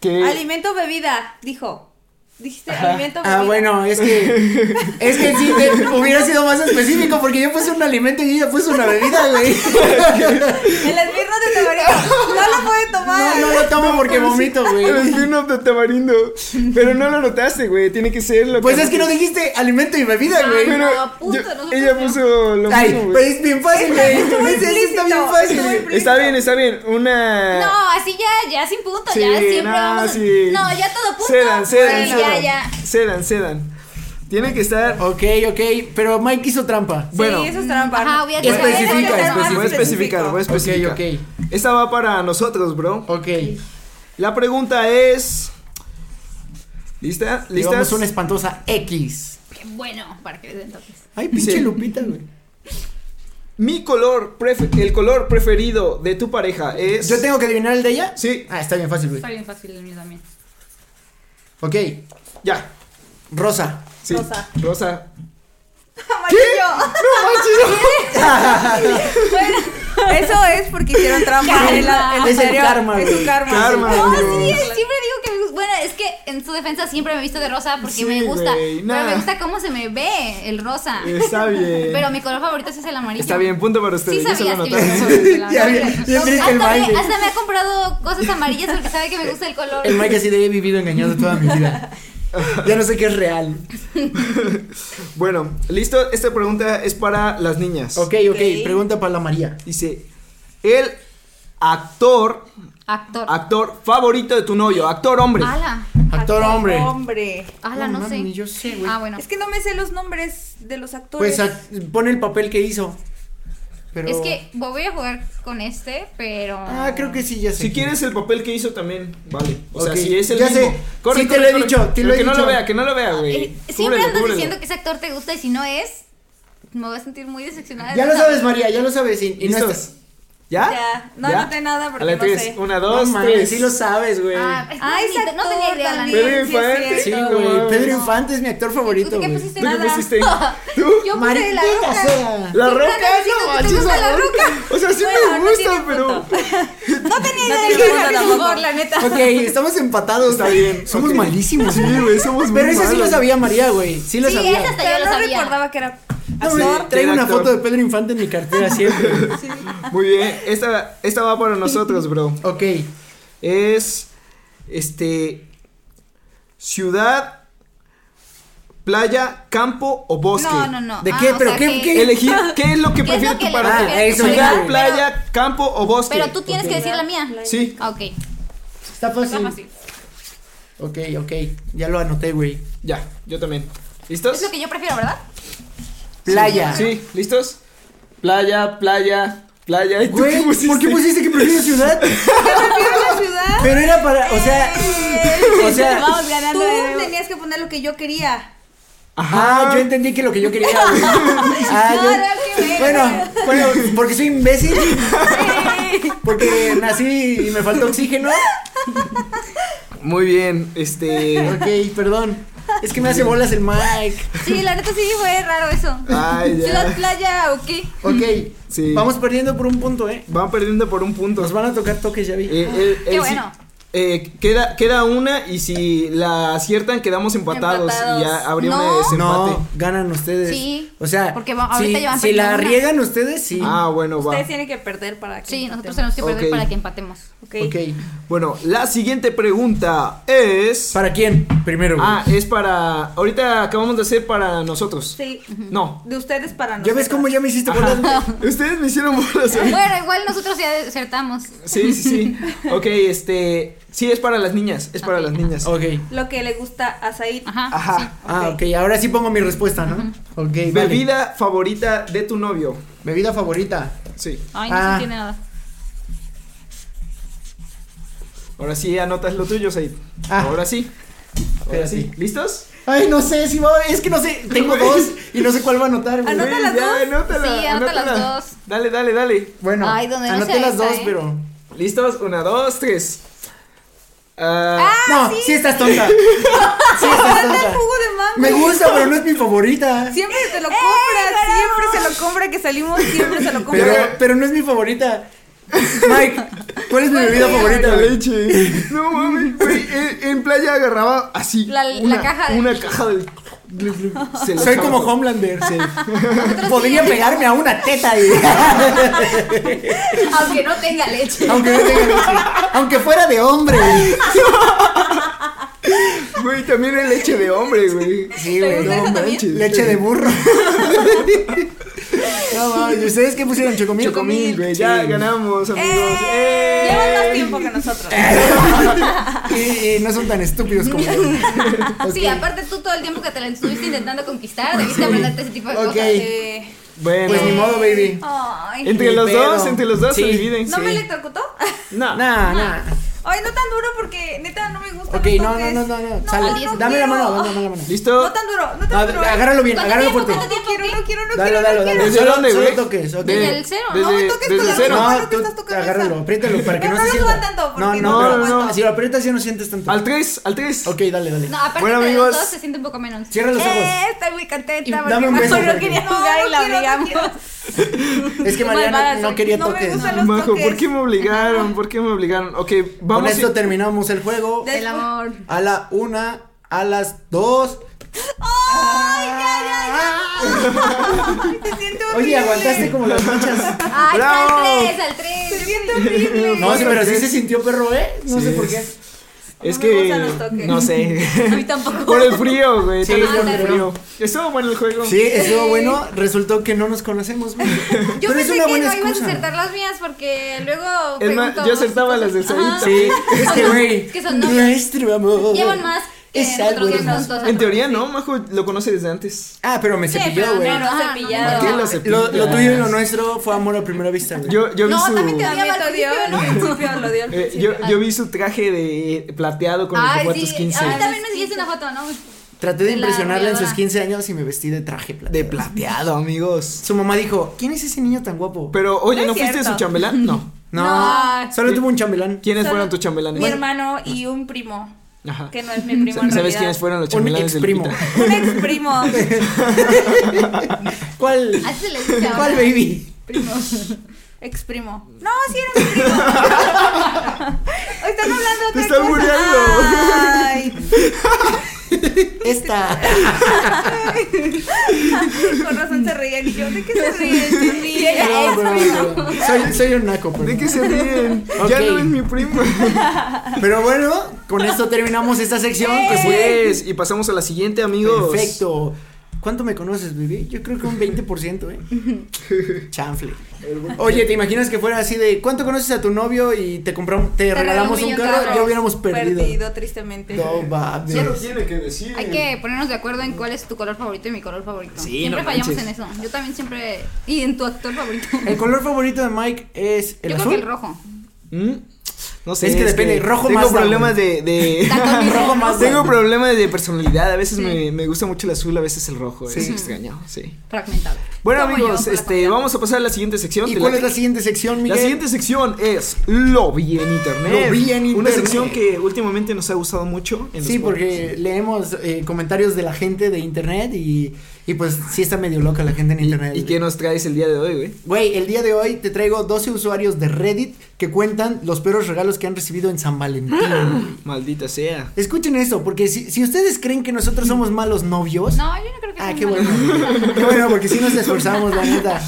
[SPEAKER 2] Que-
[SPEAKER 3] Alimento bebida, dijo. Dijiste
[SPEAKER 2] Ajá.
[SPEAKER 3] alimento bebida.
[SPEAKER 1] Ah, bueno, es que. Es que sí, te- hubiera sido más específico porque yo puse un alimento y ella puso una bebida, güey.
[SPEAKER 3] El esbirro de tamarindo. No lo puede tomar.
[SPEAKER 1] No, no lo tomo porque vomito,
[SPEAKER 2] El
[SPEAKER 1] güey.
[SPEAKER 2] spin-off de Tamarindo. Pero no lo notaste, güey. Tiene que ser lo
[SPEAKER 1] Pues es que no dijiste alimento y bebida, güey.
[SPEAKER 2] Ah, Pero
[SPEAKER 4] No, punto,
[SPEAKER 2] yo-
[SPEAKER 4] nosotros
[SPEAKER 2] ella
[SPEAKER 4] no.
[SPEAKER 2] puso lo
[SPEAKER 1] Ay,
[SPEAKER 2] mismo,
[SPEAKER 1] pero
[SPEAKER 2] güey.
[SPEAKER 1] es bien fácil, güey.
[SPEAKER 3] Estuvo
[SPEAKER 1] Ese sí está bien
[SPEAKER 3] implícito,
[SPEAKER 1] fácil.
[SPEAKER 3] estuvo implícito.
[SPEAKER 2] Está bien, está bien. Una.
[SPEAKER 4] No, así ya, ya sin punto,
[SPEAKER 2] Sí,
[SPEAKER 4] ya siempre
[SPEAKER 2] no,
[SPEAKER 4] vamos. a-
[SPEAKER 2] sí.
[SPEAKER 4] No, ya todo punto.
[SPEAKER 2] Cedan, cedan,
[SPEAKER 4] Sí,
[SPEAKER 2] cedan.
[SPEAKER 4] ya, ya.
[SPEAKER 2] Cedan, cedan. Tiene que estar.
[SPEAKER 1] Ok, ok, pero Mike hizo trampa.
[SPEAKER 2] Bueno.
[SPEAKER 3] Sí, eso es trampa.
[SPEAKER 4] Ajá, voy a
[SPEAKER 3] Eso
[SPEAKER 1] especifica,
[SPEAKER 3] tiene que ser más
[SPEAKER 4] Ah,
[SPEAKER 2] Voy a especificar,
[SPEAKER 3] pues.
[SPEAKER 2] voy a especificar.
[SPEAKER 1] Ok, ok.
[SPEAKER 2] Esta va para nosotros, bro.
[SPEAKER 1] Ok.
[SPEAKER 2] La pregunta es. ¿Lista?
[SPEAKER 1] Digamos
[SPEAKER 2] ¿Listas?
[SPEAKER 1] una espantosa X.
[SPEAKER 4] Qué bueno, para que les den toques.
[SPEAKER 1] Ay, pinche
[SPEAKER 2] Sí.
[SPEAKER 1] Lupita, güey.
[SPEAKER 2] Mi color, prefe- el color preferido de tu pareja es.
[SPEAKER 1] ¿Yo tengo que adivinar el de ella?
[SPEAKER 2] Sí,
[SPEAKER 1] Ah, está bien fácil, güey.
[SPEAKER 4] Está bien fácil el mío también.
[SPEAKER 1] Ok,
[SPEAKER 2] ya.
[SPEAKER 1] rosa.
[SPEAKER 2] Sí.
[SPEAKER 3] Rosa.
[SPEAKER 2] Rosa.
[SPEAKER 3] Amarillo. Bueno, eso es porque hicieron trampa en la- en la
[SPEAKER 1] Es el
[SPEAKER 3] anterior.
[SPEAKER 1] karma,
[SPEAKER 3] Es
[SPEAKER 1] güey.
[SPEAKER 3] su karma.
[SPEAKER 2] Karma,
[SPEAKER 3] sí.
[SPEAKER 4] No, Ah, sí,
[SPEAKER 2] güey.
[SPEAKER 4] él siempre digo que me gusta. Bueno, es que en su defensa siempre me he visto de rosa porque
[SPEAKER 2] Sí,
[SPEAKER 4] me gusta.
[SPEAKER 2] güey,
[SPEAKER 4] Pero
[SPEAKER 2] nah.
[SPEAKER 4] me gusta cómo se me ve el rosa.
[SPEAKER 2] Está bien.
[SPEAKER 4] Pero mi color favorito sí es el amarillo.
[SPEAKER 2] Está bien, punto para
[SPEAKER 4] Sí
[SPEAKER 2] ustedes. yo se lo
[SPEAKER 4] sabías que
[SPEAKER 2] noté.
[SPEAKER 4] yo soy de la-
[SPEAKER 1] Ya bien, bien triste el
[SPEAKER 4] hasta,
[SPEAKER 1] Mike.
[SPEAKER 4] me, hasta me ha comprado cosas amarillas porque sabe que me gusta el color.
[SPEAKER 1] El Mike así de he vivido engañado toda mi vida. Ya no sé qué es real.
[SPEAKER 2] Bueno, listo. Esta pregunta es para las niñas.
[SPEAKER 1] Ok, ok, pregunta para la María.
[SPEAKER 2] Dice, el actor,
[SPEAKER 4] Actor.
[SPEAKER 1] Ah,
[SPEAKER 2] actor favorito de tu novio, actor hombre.
[SPEAKER 4] Ala.
[SPEAKER 1] Actor hombre.
[SPEAKER 3] Hombre.
[SPEAKER 4] Ala,
[SPEAKER 1] No
[SPEAKER 4] no, sé.
[SPEAKER 1] mames, ni yo sé, güey.
[SPEAKER 4] Ah, bueno.
[SPEAKER 3] Es que no me sé los nombres de los actores.
[SPEAKER 1] Pues ac- pone el papel que hizo. Pero...
[SPEAKER 4] Es que voy a jugar con este, pero.
[SPEAKER 1] Ah, creo que sí, ya sé.
[SPEAKER 2] Si quieres el papel que hizo también, vale. O
[SPEAKER 1] Ok,
[SPEAKER 2] sea, si es el
[SPEAKER 1] ya
[SPEAKER 2] mismo.
[SPEAKER 1] sé, sí te lo he dicho, te
[SPEAKER 2] Pero
[SPEAKER 1] lo he
[SPEAKER 2] que no
[SPEAKER 1] dicho.
[SPEAKER 2] lo vea, que no lo vea, güey.
[SPEAKER 4] Eh, Siempre
[SPEAKER 2] Cúbrelo,
[SPEAKER 4] andas
[SPEAKER 2] cúbrelo.
[SPEAKER 4] diciendo que ese actor te gusta y si no es, me voy a sentir muy decepcionada.
[SPEAKER 1] Ya
[SPEAKER 4] No,
[SPEAKER 1] lo sabes, María, ya lo sabes. Y, y no
[SPEAKER 2] ¿Listos?
[SPEAKER 1] estás.
[SPEAKER 2] ¿Ya?
[SPEAKER 3] Ya. No anoté nada porque
[SPEAKER 2] A la
[SPEAKER 3] no
[SPEAKER 2] tres,
[SPEAKER 3] sé.
[SPEAKER 2] Una, dos,
[SPEAKER 1] no, mames,
[SPEAKER 2] tres.
[SPEAKER 1] sí lo sabes, güey.
[SPEAKER 4] Ah, es
[SPEAKER 3] Ah,
[SPEAKER 4] bonito,
[SPEAKER 3] ese
[SPEAKER 4] no tenía
[SPEAKER 3] actor
[SPEAKER 4] idea, la
[SPEAKER 3] también.
[SPEAKER 4] neta.
[SPEAKER 2] Pedro
[SPEAKER 3] Sí,
[SPEAKER 2] Infante.
[SPEAKER 3] es
[SPEAKER 1] sí,
[SPEAKER 3] cierto.
[SPEAKER 1] güey. Pedro Infante es mi actor favorito,
[SPEAKER 4] ¿Tú qué
[SPEAKER 1] güey.
[SPEAKER 4] pusiste?
[SPEAKER 2] ¿Tú qué
[SPEAKER 4] Nada.
[SPEAKER 2] pusiste? ¿Tú?
[SPEAKER 4] Yo puse
[SPEAKER 1] Maldita
[SPEAKER 4] la roca.
[SPEAKER 1] sea.
[SPEAKER 2] La
[SPEAKER 4] ¿Qué
[SPEAKER 2] roca,
[SPEAKER 4] estás diciendo
[SPEAKER 2] no,
[SPEAKER 4] que te
[SPEAKER 2] manches,
[SPEAKER 4] gusta la
[SPEAKER 2] O sea, sí
[SPEAKER 3] Bueno, no
[SPEAKER 2] me gusta,
[SPEAKER 3] tiene
[SPEAKER 2] pero.
[SPEAKER 3] punto. No tenía idea
[SPEAKER 4] No tiene
[SPEAKER 3] de
[SPEAKER 4] nada de humor, la neta.
[SPEAKER 1] Ok, estamos empatados.
[SPEAKER 2] Está bien,
[SPEAKER 1] Somos
[SPEAKER 2] ok.
[SPEAKER 1] malísimos.
[SPEAKER 2] Sí, güey, somos muy
[SPEAKER 1] Pero ese sí lo
[SPEAKER 2] malos.
[SPEAKER 1] sabía María, güey. Sí lo
[SPEAKER 4] Sí,
[SPEAKER 1] sabía.
[SPEAKER 4] esa está-
[SPEAKER 3] Pero
[SPEAKER 4] Yo lo
[SPEAKER 3] no
[SPEAKER 4] sabía.
[SPEAKER 3] recordaba que era
[SPEAKER 1] No, güey,
[SPEAKER 3] actor.
[SPEAKER 1] traigo una
[SPEAKER 2] Actor.
[SPEAKER 1] foto de Pedro Infante en mi cartera siempre.
[SPEAKER 2] Muy bien, esta, esta va para nosotros, bro.
[SPEAKER 1] ok.
[SPEAKER 2] Es. Este. Ciudad, playa, campo o bosque.
[SPEAKER 4] No, no, no.
[SPEAKER 1] ¿De
[SPEAKER 4] Ah,
[SPEAKER 1] qué?
[SPEAKER 4] o
[SPEAKER 1] ¿Pero
[SPEAKER 4] sea
[SPEAKER 1] qué-
[SPEAKER 4] que-
[SPEAKER 1] qué?
[SPEAKER 2] Elegir qué es lo que
[SPEAKER 4] ¿Qué es
[SPEAKER 2] prefiere tu
[SPEAKER 4] lo que le
[SPEAKER 2] pareja.
[SPEAKER 1] Ah, eso
[SPEAKER 2] Ciudad,
[SPEAKER 1] ya.
[SPEAKER 2] playa, campo o bosque.
[SPEAKER 4] Pero tú tienes que decir la mía.
[SPEAKER 2] Sí.
[SPEAKER 4] Ah, Ok.
[SPEAKER 1] Está fácil.
[SPEAKER 4] Está fácil.
[SPEAKER 1] Ok, ok. Ya lo anoté, güey.
[SPEAKER 2] Ya, yo también. ¿Listos?
[SPEAKER 4] Es lo que yo prefiero, ¿verdad?
[SPEAKER 1] Playa.
[SPEAKER 2] Sí, ¿listos? Playa, playa, playa. ¿Y tú
[SPEAKER 1] Güey,
[SPEAKER 2] qué pusiste?
[SPEAKER 1] ¿por qué pusiste que prefieres ciudad?
[SPEAKER 3] ¿Prefiero la ciudad?
[SPEAKER 1] Pero era para, o sea, o sea,
[SPEAKER 3] Vamos ganando. Tú
[SPEAKER 4] de nuevo.
[SPEAKER 3] tenías que poner lo que yo quería.
[SPEAKER 1] ah, yo entendí que lo que yo quería, güey. Ah,
[SPEAKER 4] No,
[SPEAKER 1] yo-
[SPEAKER 4] no, qué
[SPEAKER 1] bueno, bueno, porque soy imbécil, porque nací y me faltó oxígeno.
[SPEAKER 2] Muy bien, este.
[SPEAKER 1] Ok, perdón. Es que me hace bolas el Mike.
[SPEAKER 4] Sí, la neta sí fue raro eso.
[SPEAKER 2] Ay, ya.
[SPEAKER 4] Ciudad, playa o qué.
[SPEAKER 1] Ok,
[SPEAKER 2] Sí.
[SPEAKER 1] vamos perdiendo por un punto, eh.
[SPEAKER 2] Van perdiendo por un punto.
[SPEAKER 1] Nos van a tocar toques, ya vi.
[SPEAKER 2] Eh, el-
[SPEAKER 4] Qué
[SPEAKER 2] el si-
[SPEAKER 4] bueno.
[SPEAKER 2] eh, queda, queda una y si la aciertan quedamos empatados,
[SPEAKER 3] Empatados.
[SPEAKER 2] y ya habría
[SPEAKER 4] No.
[SPEAKER 2] un desempate.
[SPEAKER 1] No, ganan ustedes.
[SPEAKER 4] Sí,
[SPEAKER 1] O sea,
[SPEAKER 4] porque va- ahorita
[SPEAKER 1] si,
[SPEAKER 4] ya van
[SPEAKER 1] si la
[SPEAKER 4] perdiendo una.
[SPEAKER 1] riegan ustedes, sí.
[SPEAKER 2] Ah, bueno, va.
[SPEAKER 3] Ustedes tienen que perder para que.
[SPEAKER 4] Sí, nosotros
[SPEAKER 3] empatemos.
[SPEAKER 4] tenemos que perder
[SPEAKER 2] Ok.
[SPEAKER 4] para que empatemos.
[SPEAKER 1] Ok.
[SPEAKER 3] Ok.
[SPEAKER 2] Bueno, la siguiente pregunta es...
[SPEAKER 1] ¿Para quién? Primero. güey.
[SPEAKER 2] Ah, es para... Ahorita acabamos de hacer para nosotros.
[SPEAKER 3] Sí.
[SPEAKER 2] No.
[SPEAKER 3] De ustedes para nosotros.
[SPEAKER 1] ¿Ya ves cómo ya me hiciste
[SPEAKER 2] Ajá.
[SPEAKER 1] bolas, güey?
[SPEAKER 2] Ustedes me hicieron bolas. ahorita.
[SPEAKER 4] Bueno, igual nosotros ya acertamos.
[SPEAKER 2] Sí, sí, sí. Ok, este... Sí, es para las niñas. Es para
[SPEAKER 4] Ok.
[SPEAKER 2] las niñas.
[SPEAKER 1] Ok.
[SPEAKER 3] Lo que le gusta a Said.
[SPEAKER 4] Ajá.
[SPEAKER 2] Ajá.
[SPEAKER 4] sí.
[SPEAKER 1] Ah,
[SPEAKER 3] Ok.
[SPEAKER 1] ok. Ahora sí pongo mi respuesta, ¿no? Ok. vale.
[SPEAKER 2] Bebida favorita de tu novio.
[SPEAKER 1] Bebida favorita.
[SPEAKER 2] Sí.
[SPEAKER 4] Ay, no
[SPEAKER 1] Ah.
[SPEAKER 4] se entiende nada.
[SPEAKER 2] Ahora sí anotas lo tuyo, Said.
[SPEAKER 1] Ah.
[SPEAKER 2] Ahora sí. Ahora
[SPEAKER 1] Espera,
[SPEAKER 2] sí.
[SPEAKER 1] sí.
[SPEAKER 2] ¿Listos?
[SPEAKER 1] Ay, no sé si va. Es que no sé. Tengo dos y no sé cuál va a anotar,
[SPEAKER 4] Ah,
[SPEAKER 1] güey.
[SPEAKER 3] Anota
[SPEAKER 2] Güey,
[SPEAKER 3] las
[SPEAKER 2] ya,
[SPEAKER 3] dos.
[SPEAKER 2] Anótala,
[SPEAKER 4] Sí, anota las
[SPEAKER 2] anótala.
[SPEAKER 4] dos.
[SPEAKER 2] Dale, dale, dale.
[SPEAKER 1] Bueno,
[SPEAKER 4] Ay, donde no
[SPEAKER 1] anoté
[SPEAKER 4] se
[SPEAKER 1] las
[SPEAKER 4] avisa,
[SPEAKER 1] dos,
[SPEAKER 4] ¿eh?
[SPEAKER 1] pero.
[SPEAKER 2] ¿Listos? Una, dos, tres. Ah,
[SPEAKER 1] no, sí. estás tonta. sí estás
[SPEAKER 3] Falta el
[SPEAKER 1] tonta.
[SPEAKER 3] jugo de mango.
[SPEAKER 1] Me gusta, pero no es mi favorita.
[SPEAKER 3] Siempre te lo compra, siempre se lo compra que salimos, siempre se lo compra.
[SPEAKER 1] Pero, pero no es mi favorita. Mike, ¿cuál es mi bebida
[SPEAKER 4] mira,
[SPEAKER 1] favorita?
[SPEAKER 2] la leche. No mames, güey. En, en playa agarraba así.
[SPEAKER 4] La- la
[SPEAKER 2] una,
[SPEAKER 4] caja de-
[SPEAKER 2] Una caja del. Se la
[SPEAKER 1] Soy
[SPEAKER 2] echaba.
[SPEAKER 1] como Homelander. Podría pegarme a una teta. y-
[SPEAKER 4] Aunque no tenga leche.
[SPEAKER 1] aunque, no tenga leche. aunque fuera de hombre.
[SPEAKER 2] Güey, también es leche de hombre, güey.
[SPEAKER 1] Sí,
[SPEAKER 3] ¿Te
[SPEAKER 1] güey.
[SPEAKER 3] gusta
[SPEAKER 1] no,
[SPEAKER 3] esa también?
[SPEAKER 2] manches.
[SPEAKER 1] leche de burro. No, mames, ¿y ustedes qué pusieron? ¿Chocomil?
[SPEAKER 2] Chocomil, güey. Ya
[SPEAKER 1] Sí.
[SPEAKER 2] ganamos, amigos.
[SPEAKER 3] ¡Eh!
[SPEAKER 2] ¡Eh!
[SPEAKER 3] Llevan más tiempo que nosotros.
[SPEAKER 1] Eh. Y, y no son tan estúpidos como yo.
[SPEAKER 4] Sí, aparte tú todo el tiempo que te la estuviste intentando conquistar, debiste aprenderte ese tipo de
[SPEAKER 1] Ok.
[SPEAKER 4] cosas.
[SPEAKER 3] Eh,
[SPEAKER 2] Bueno.
[SPEAKER 1] Pues ni modo, baby.
[SPEAKER 3] Ay.
[SPEAKER 2] Entre
[SPEAKER 1] Ni
[SPEAKER 2] los
[SPEAKER 1] pedo.
[SPEAKER 2] dos, entre los dos
[SPEAKER 1] Sí.
[SPEAKER 2] se dividen.
[SPEAKER 3] ¿No
[SPEAKER 2] sí.
[SPEAKER 3] me electrocutó?
[SPEAKER 2] No.
[SPEAKER 1] Nah, nah.
[SPEAKER 3] Ay, no tan duro porque neta no me gusta.
[SPEAKER 1] Ok, no, no, no, no, no. Sale.
[SPEAKER 3] no
[SPEAKER 1] dame la mano,
[SPEAKER 3] quiero.
[SPEAKER 1] dame la mano.
[SPEAKER 2] ¿Listo?
[SPEAKER 3] No tan duro, no
[SPEAKER 1] No,
[SPEAKER 3] tan duro. eh.
[SPEAKER 1] agárralo bien,
[SPEAKER 4] ¿Cuánto
[SPEAKER 1] agárralo
[SPEAKER 4] tiempo?
[SPEAKER 1] fuerte.
[SPEAKER 3] No te quiero, no quiero, no
[SPEAKER 1] Dale,
[SPEAKER 3] quiero,
[SPEAKER 1] dale,
[SPEAKER 3] no
[SPEAKER 1] dale.
[SPEAKER 3] quiero.
[SPEAKER 2] ¿Desde
[SPEAKER 1] Solo-
[SPEAKER 2] dónde,
[SPEAKER 1] solo
[SPEAKER 2] güey?
[SPEAKER 1] toques, ok.
[SPEAKER 4] Desde el cero,
[SPEAKER 2] Desde,
[SPEAKER 4] no,
[SPEAKER 3] me toques
[SPEAKER 2] desde
[SPEAKER 3] con la
[SPEAKER 2] cero.
[SPEAKER 3] mano.
[SPEAKER 1] No,
[SPEAKER 3] lo que
[SPEAKER 1] tú
[SPEAKER 3] estás tocando
[SPEAKER 1] agárralo,
[SPEAKER 3] esa.
[SPEAKER 1] apriétalo para que
[SPEAKER 3] Pero
[SPEAKER 1] no
[SPEAKER 3] no
[SPEAKER 1] se
[SPEAKER 3] lo
[SPEAKER 1] sienta.
[SPEAKER 3] suban tanto,
[SPEAKER 1] No,
[SPEAKER 3] porque
[SPEAKER 1] no,
[SPEAKER 2] no
[SPEAKER 1] pero
[SPEAKER 2] lo
[SPEAKER 1] no,
[SPEAKER 2] aguanto.
[SPEAKER 1] si lo aprietas ya no sientes tanto.
[SPEAKER 2] Al 3, al 3.
[SPEAKER 1] Ok, dale, dale.
[SPEAKER 4] No, aparte
[SPEAKER 2] Bueno,
[SPEAKER 4] de
[SPEAKER 2] amigos.
[SPEAKER 4] los dos se siente un poco menos.
[SPEAKER 1] Cierra los ojos.
[SPEAKER 4] Eh, estoy muy
[SPEAKER 1] Y
[SPEAKER 4] contenta
[SPEAKER 1] dame
[SPEAKER 4] porque
[SPEAKER 1] un
[SPEAKER 4] me
[SPEAKER 1] beso,
[SPEAKER 4] no
[SPEAKER 1] Jorge.
[SPEAKER 4] quería
[SPEAKER 3] No,
[SPEAKER 4] jugar
[SPEAKER 3] no
[SPEAKER 4] y la
[SPEAKER 3] quiero, no
[SPEAKER 4] obligamos.
[SPEAKER 1] Es que
[SPEAKER 3] Qué malvada
[SPEAKER 1] Mariana no
[SPEAKER 3] soy.
[SPEAKER 1] quería
[SPEAKER 3] No me
[SPEAKER 1] toques.
[SPEAKER 3] gustan los
[SPEAKER 2] Majo, ¿por
[SPEAKER 3] toques.
[SPEAKER 2] qué me obligaron? ¿Por qué me obligaron? Ok,
[SPEAKER 1] Con
[SPEAKER 2] vamos.
[SPEAKER 1] esto
[SPEAKER 2] y-
[SPEAKER 1] terminamos el juego.
[SPEAKER 3] De-
[SPEAKER 4] El amor.
[SPEAKER 1] A la una, a las dos.
[SPEAKER 3] ¡Ay, ya, ya, ya! Se siente horrible.
[SPEAKER 1] Ah. Oye, aguantaste como las manchas.
[SPEAKER 4] Ay,
[SPEAKER 2] ¡Bravo!
[SPEAKER 4] al tres, al
[SPEAKER 3] Se
[SPEAKER 4] tres.
[SPEAKER 3] siente horrible.
[SPEAKER 1] No, sí, pero sí se sintió perro, ¿eh? No
[SPEAKER 2] Sí.
[SPEAKER 1] sé por qué.
[SPEAKER 2] Es
[SPEAKER 3] No me
[SPEAKER 2] que.
[SPEAKER 3] gustan los toques.
[SPEAKER 2] No sé.
[SPEAKER 4] A mí tampoco.
[SPEAKER 2] Por el frío, güey.
[SPEAKER 1] Sí,
[SPEAKER 2] tal vez
[SPEAKER 1] es
[SPEAKER 2] por
[SPEAKER 1] lo
[SPEAKER 2] el
[SPEAKER 1] que
[SPEAKER 2] frío. Estuvo bueno el juego.
[SPEAKER 1] Sí, estuvo bueno. Resultó que no nos conocemos. güey.
[SPEAKER 4] Yo
[SPEAKER 1] pero es
[SPEAKER 4] pensé
[SPEAKER 1] una
[SPEAKER 4] que
[SPEAKER 1] buena
[SPEAKER 4] no ibas a
[SPEAKER 1] excusa.
[SPEAKER 4] acertar las mías porque luego
[SPEAKER 2] Es más,
[SPEAKER 4] pregunto
[SPEAKER 2] yo acertaba las del
[SPEAKER 4] Ajá.
[SPEAKER 2] Said.
[SPEAKER 1] Sí, es que, güey.
[SPEAKER 4] Que son novios.
[SPEAKER 1] Nuestro amor.
[SPEAKER 4] Llevan más que
[SPEAKER 1] Es
[SPEAKER 4] nosotros
[SPEAKER 1] algo
[SPEAKER 4] que
[SPEAKER 1] hermoso.
[SPEAKER 4] juntos.
[SPEAKER 2] En teoría, no, Majo lo conoce desde antes.
[SPEAKER 1] Ah, pero me
[SPEAKER 3] Sí,
[SPEAKER 1] cepilló,
[SPEAKER 3] pero
[SPEAKER 1] güey.
[SPEAKER 3] no, no,
[SPEAKER 4] Ajá,
[SPEAKER 3] cepillado.
[SPEAKER 2] ¿Por qué lo
[SPEAKER 1] Lo,
[SPEAKER 2] cepillas?
[SPEAKER 1] lo tuyo y lo nuestro fue amor a primera vista, güey.
[SPEAKER 2] Yo, yo vi
[SPEAKER 4] No,
[SPEAKER 2] su.
[SPEAKER 4] también te
[SPEAKER 3] También
[SPEAKER 4] Al
[SPEAKER 3] lo dio,
[SPEAKER 4] principio,
[SPEAKER 3] al principio lo dio. al
[SPEAKER 2] eh,
[SPEAKER 3] principio.
[SPEAKER 2] yo, yo vi su traje de plateado con el que
[SPEAKER 4] Ay,
[SPEAKER 2] fue a
[SPEAKER 4] sí,
[SPEAKER 2] tus 15.
[SPEAKER 4] a mí también me sigues una foto, ¿no?
[SPEAKER 1] Traté de
[SPEAKER 4] La
[SPEAKER 1] impresionarla en sus
[SPEAKER 4] arrolladora.
[SPEAKER 1] 15 años y me vestí de traje plateado.
[SPEAKER 2] De plateado, amigos.
[SPEAKER 1] Su mamá dijo, ¿quién es ese niño tan guapo?
[SPEAKER 2] Pero, oye,
[SPEAKER 3] No
[SPEAKER 2] ¿no,
[SPEAKER 3] es
[SPEAKER 2] fuiste
[SPEAKER 3] cierto.
[SPEAKER 2] su chambelán? No.
[SPEAKER 1] no,
[SPEAKER 4] No.
[SPEAKER 1] solo tuvo un chambelán.
[SPEAKER 2] ¿Quiénes
[SPEAKER 3] Solo
[SPEAKER 2] fueron tus chambelanes?
[SPEAKER 3] Mi hermano y un primo.
[SPEAKER 2] Ajá.
[SPEAKER 3] Que no es mi primo. en
[SPEAKER 2] ¿Sabes
[SPEAKER 3] realidad.
[SPEAKER 2] quiénes fueron los
[SPEAKER 1] Un
[SPEAKER 2] chambelanes del
[SPEAKER 1] exprimo.
[SPEAKER 2] Pita?
[SPEAKER 3] Un ex primo.
[SPEAKER 1] ¿Cuál?
[SPEAKER 4] Así se le dice ahora.
[SPEAKER 1] ¿Cuál baby?
[SPEAKER 3] Ex primo. No, sí era mi primo. Están hablando de otra
[SPEAKER 2] Te están
[SPEAKER 3] cosa.
[SPEAKER 2] muriendo.
[SPEAKER 3] Ay,
[SPEAKER 1] Esta.
[SPEAKER 3] con razón se reían. Y yo, ¿de qué se ríen? Y ella,
[SPEAKER 1] No,
[SPEAKER 3] ex
[SPEAKER 1] bro,
[SPEAKER 3] primo.
[SPEAKER 1] bro. Soy, soy un naco, pero.
[SPEAKER 2] ¿De qué se ríen? Ya
[SPEAKER 1] Ok.
[SPEAKER 2] no es mi primo.
[SPEAKER 1] Pero bueno, con esto terminamos esta sección que
[SPEAKER 2] Así
[SPEAKER 1] fue
[SPEAKER 2] es. Y pasamos a la siguiente, amigos.
[SPEAKER 1] perfecto. ¿Cuánto me conoces, baby? Yo creo que un 20%, ¿eh? Chanfle. Oye, ¿te imaginas que fuera así de cuánto conoces a tu novio y te compramos, te, regalamos un
[SPEAKER 4] millón de
[SPEAKER 1] carro?
[SPEAKER 4] dólares.
[SPEAKER 1] Ya hubiéramos perdido.
[SPEAKER 3] Perdido, tristemente.
[SPEAKER 1] No
[SPEAKER 2] Solo
[SPEAKER 1] mames.
[SPEAKER 2] tiene que decir.
[SPEAKER 4] Hay que ponernos de acuerdo en cuál es tu color favorito y mi color favorito.
[SPEAKER 2] Sí,
[SPEAKER 4] siempre
[SPEAKER 2] no
[SPEAKER 4] fallamos
[SPEAKER 2] manches.
[SPEAKER 4] en eso. Yo también siempre. Y en tu actor favorito.
[SPEAKER 1] El color favorito de Mike es el
[SPEAKER 4] Yo creo
[SPEAKER 1] azul.
[SPEAKER 4] que el rojo.
[SPEAKER 2] ¿Mm? No sé.
[SPEAKER 1] Es que depende, rojo
[SPEAKER 2] tengo
[SPEAKER 1] Mazda,
[SPEAKER 2] problemas de. de-
[SPEAKER 4] Daltonismo.
[SPEAKER 1] Rojo Mazda.
[SPEAKER 2] tengo problemas de personalidad. A veces me, me gusta mucho el azul, a veces el rojo. Es
[SPEAKER 1] Sí.
[SPEAKER 2] extraño, sí.
[SPEAKER 4] Fragmentado.
[SPEAKER 2] Bueno,
[SPEAKER 4] Como yo,
[SPEAKER 2] amigos,
[SPEAKER 4] con la
[SPEAKER 2] este,
[SPEAKER 4] comida.
[SPEAKER 2] vamos a pasar a la siguiente sección.
[SPEAKER 1] ¿Y
[SPEAKER 2] ¿Te
[SPEAKER 1] cuál es
[SPEAKER 2] late?
[SPEAKER 1] la siguiente sección, Miguel?
[SPEAKER 2] La siguiente sección es Lo vi en internet.
[SPEAKER 1] Lo vi en
[SPEAKER 2] Una
[SPEAKER 1] internet.
[SPEAKER 2] sección que últimamente nos ha gustado mucho. en los
[SPEAKER 1] Sí, porque
[SPEAKER 2] podcasts.
[SPEAKER 1] leemos eh, comentarios de la gente de internet y, y pues sí está medio loca la gente en internet.
[SPEAKER 2] ¿Y, y qué nos traes el día de hoy, güey?
[SPEAKER 1] Güey, el día de hoy te traigo 12 usuarios de Reddit que cuentan los peores regalos que han recibido en San Valentín. güey.
[SPEAKER 2] Maldita sea.
[SPEAKER 1] Escuchen esto, porque si, si ustedes creen que nosotros somos malos novios.
[SPEAKER 4] No, yo no creo que
[SPEAKER 1] Ah,
[SPEAKER 4] sea
[SPEAKER 1] qué
[SPEAKER 4] malo.
[SPEAKER 1] bueno. qué bueno, porque sí nos esforzamos, la neta.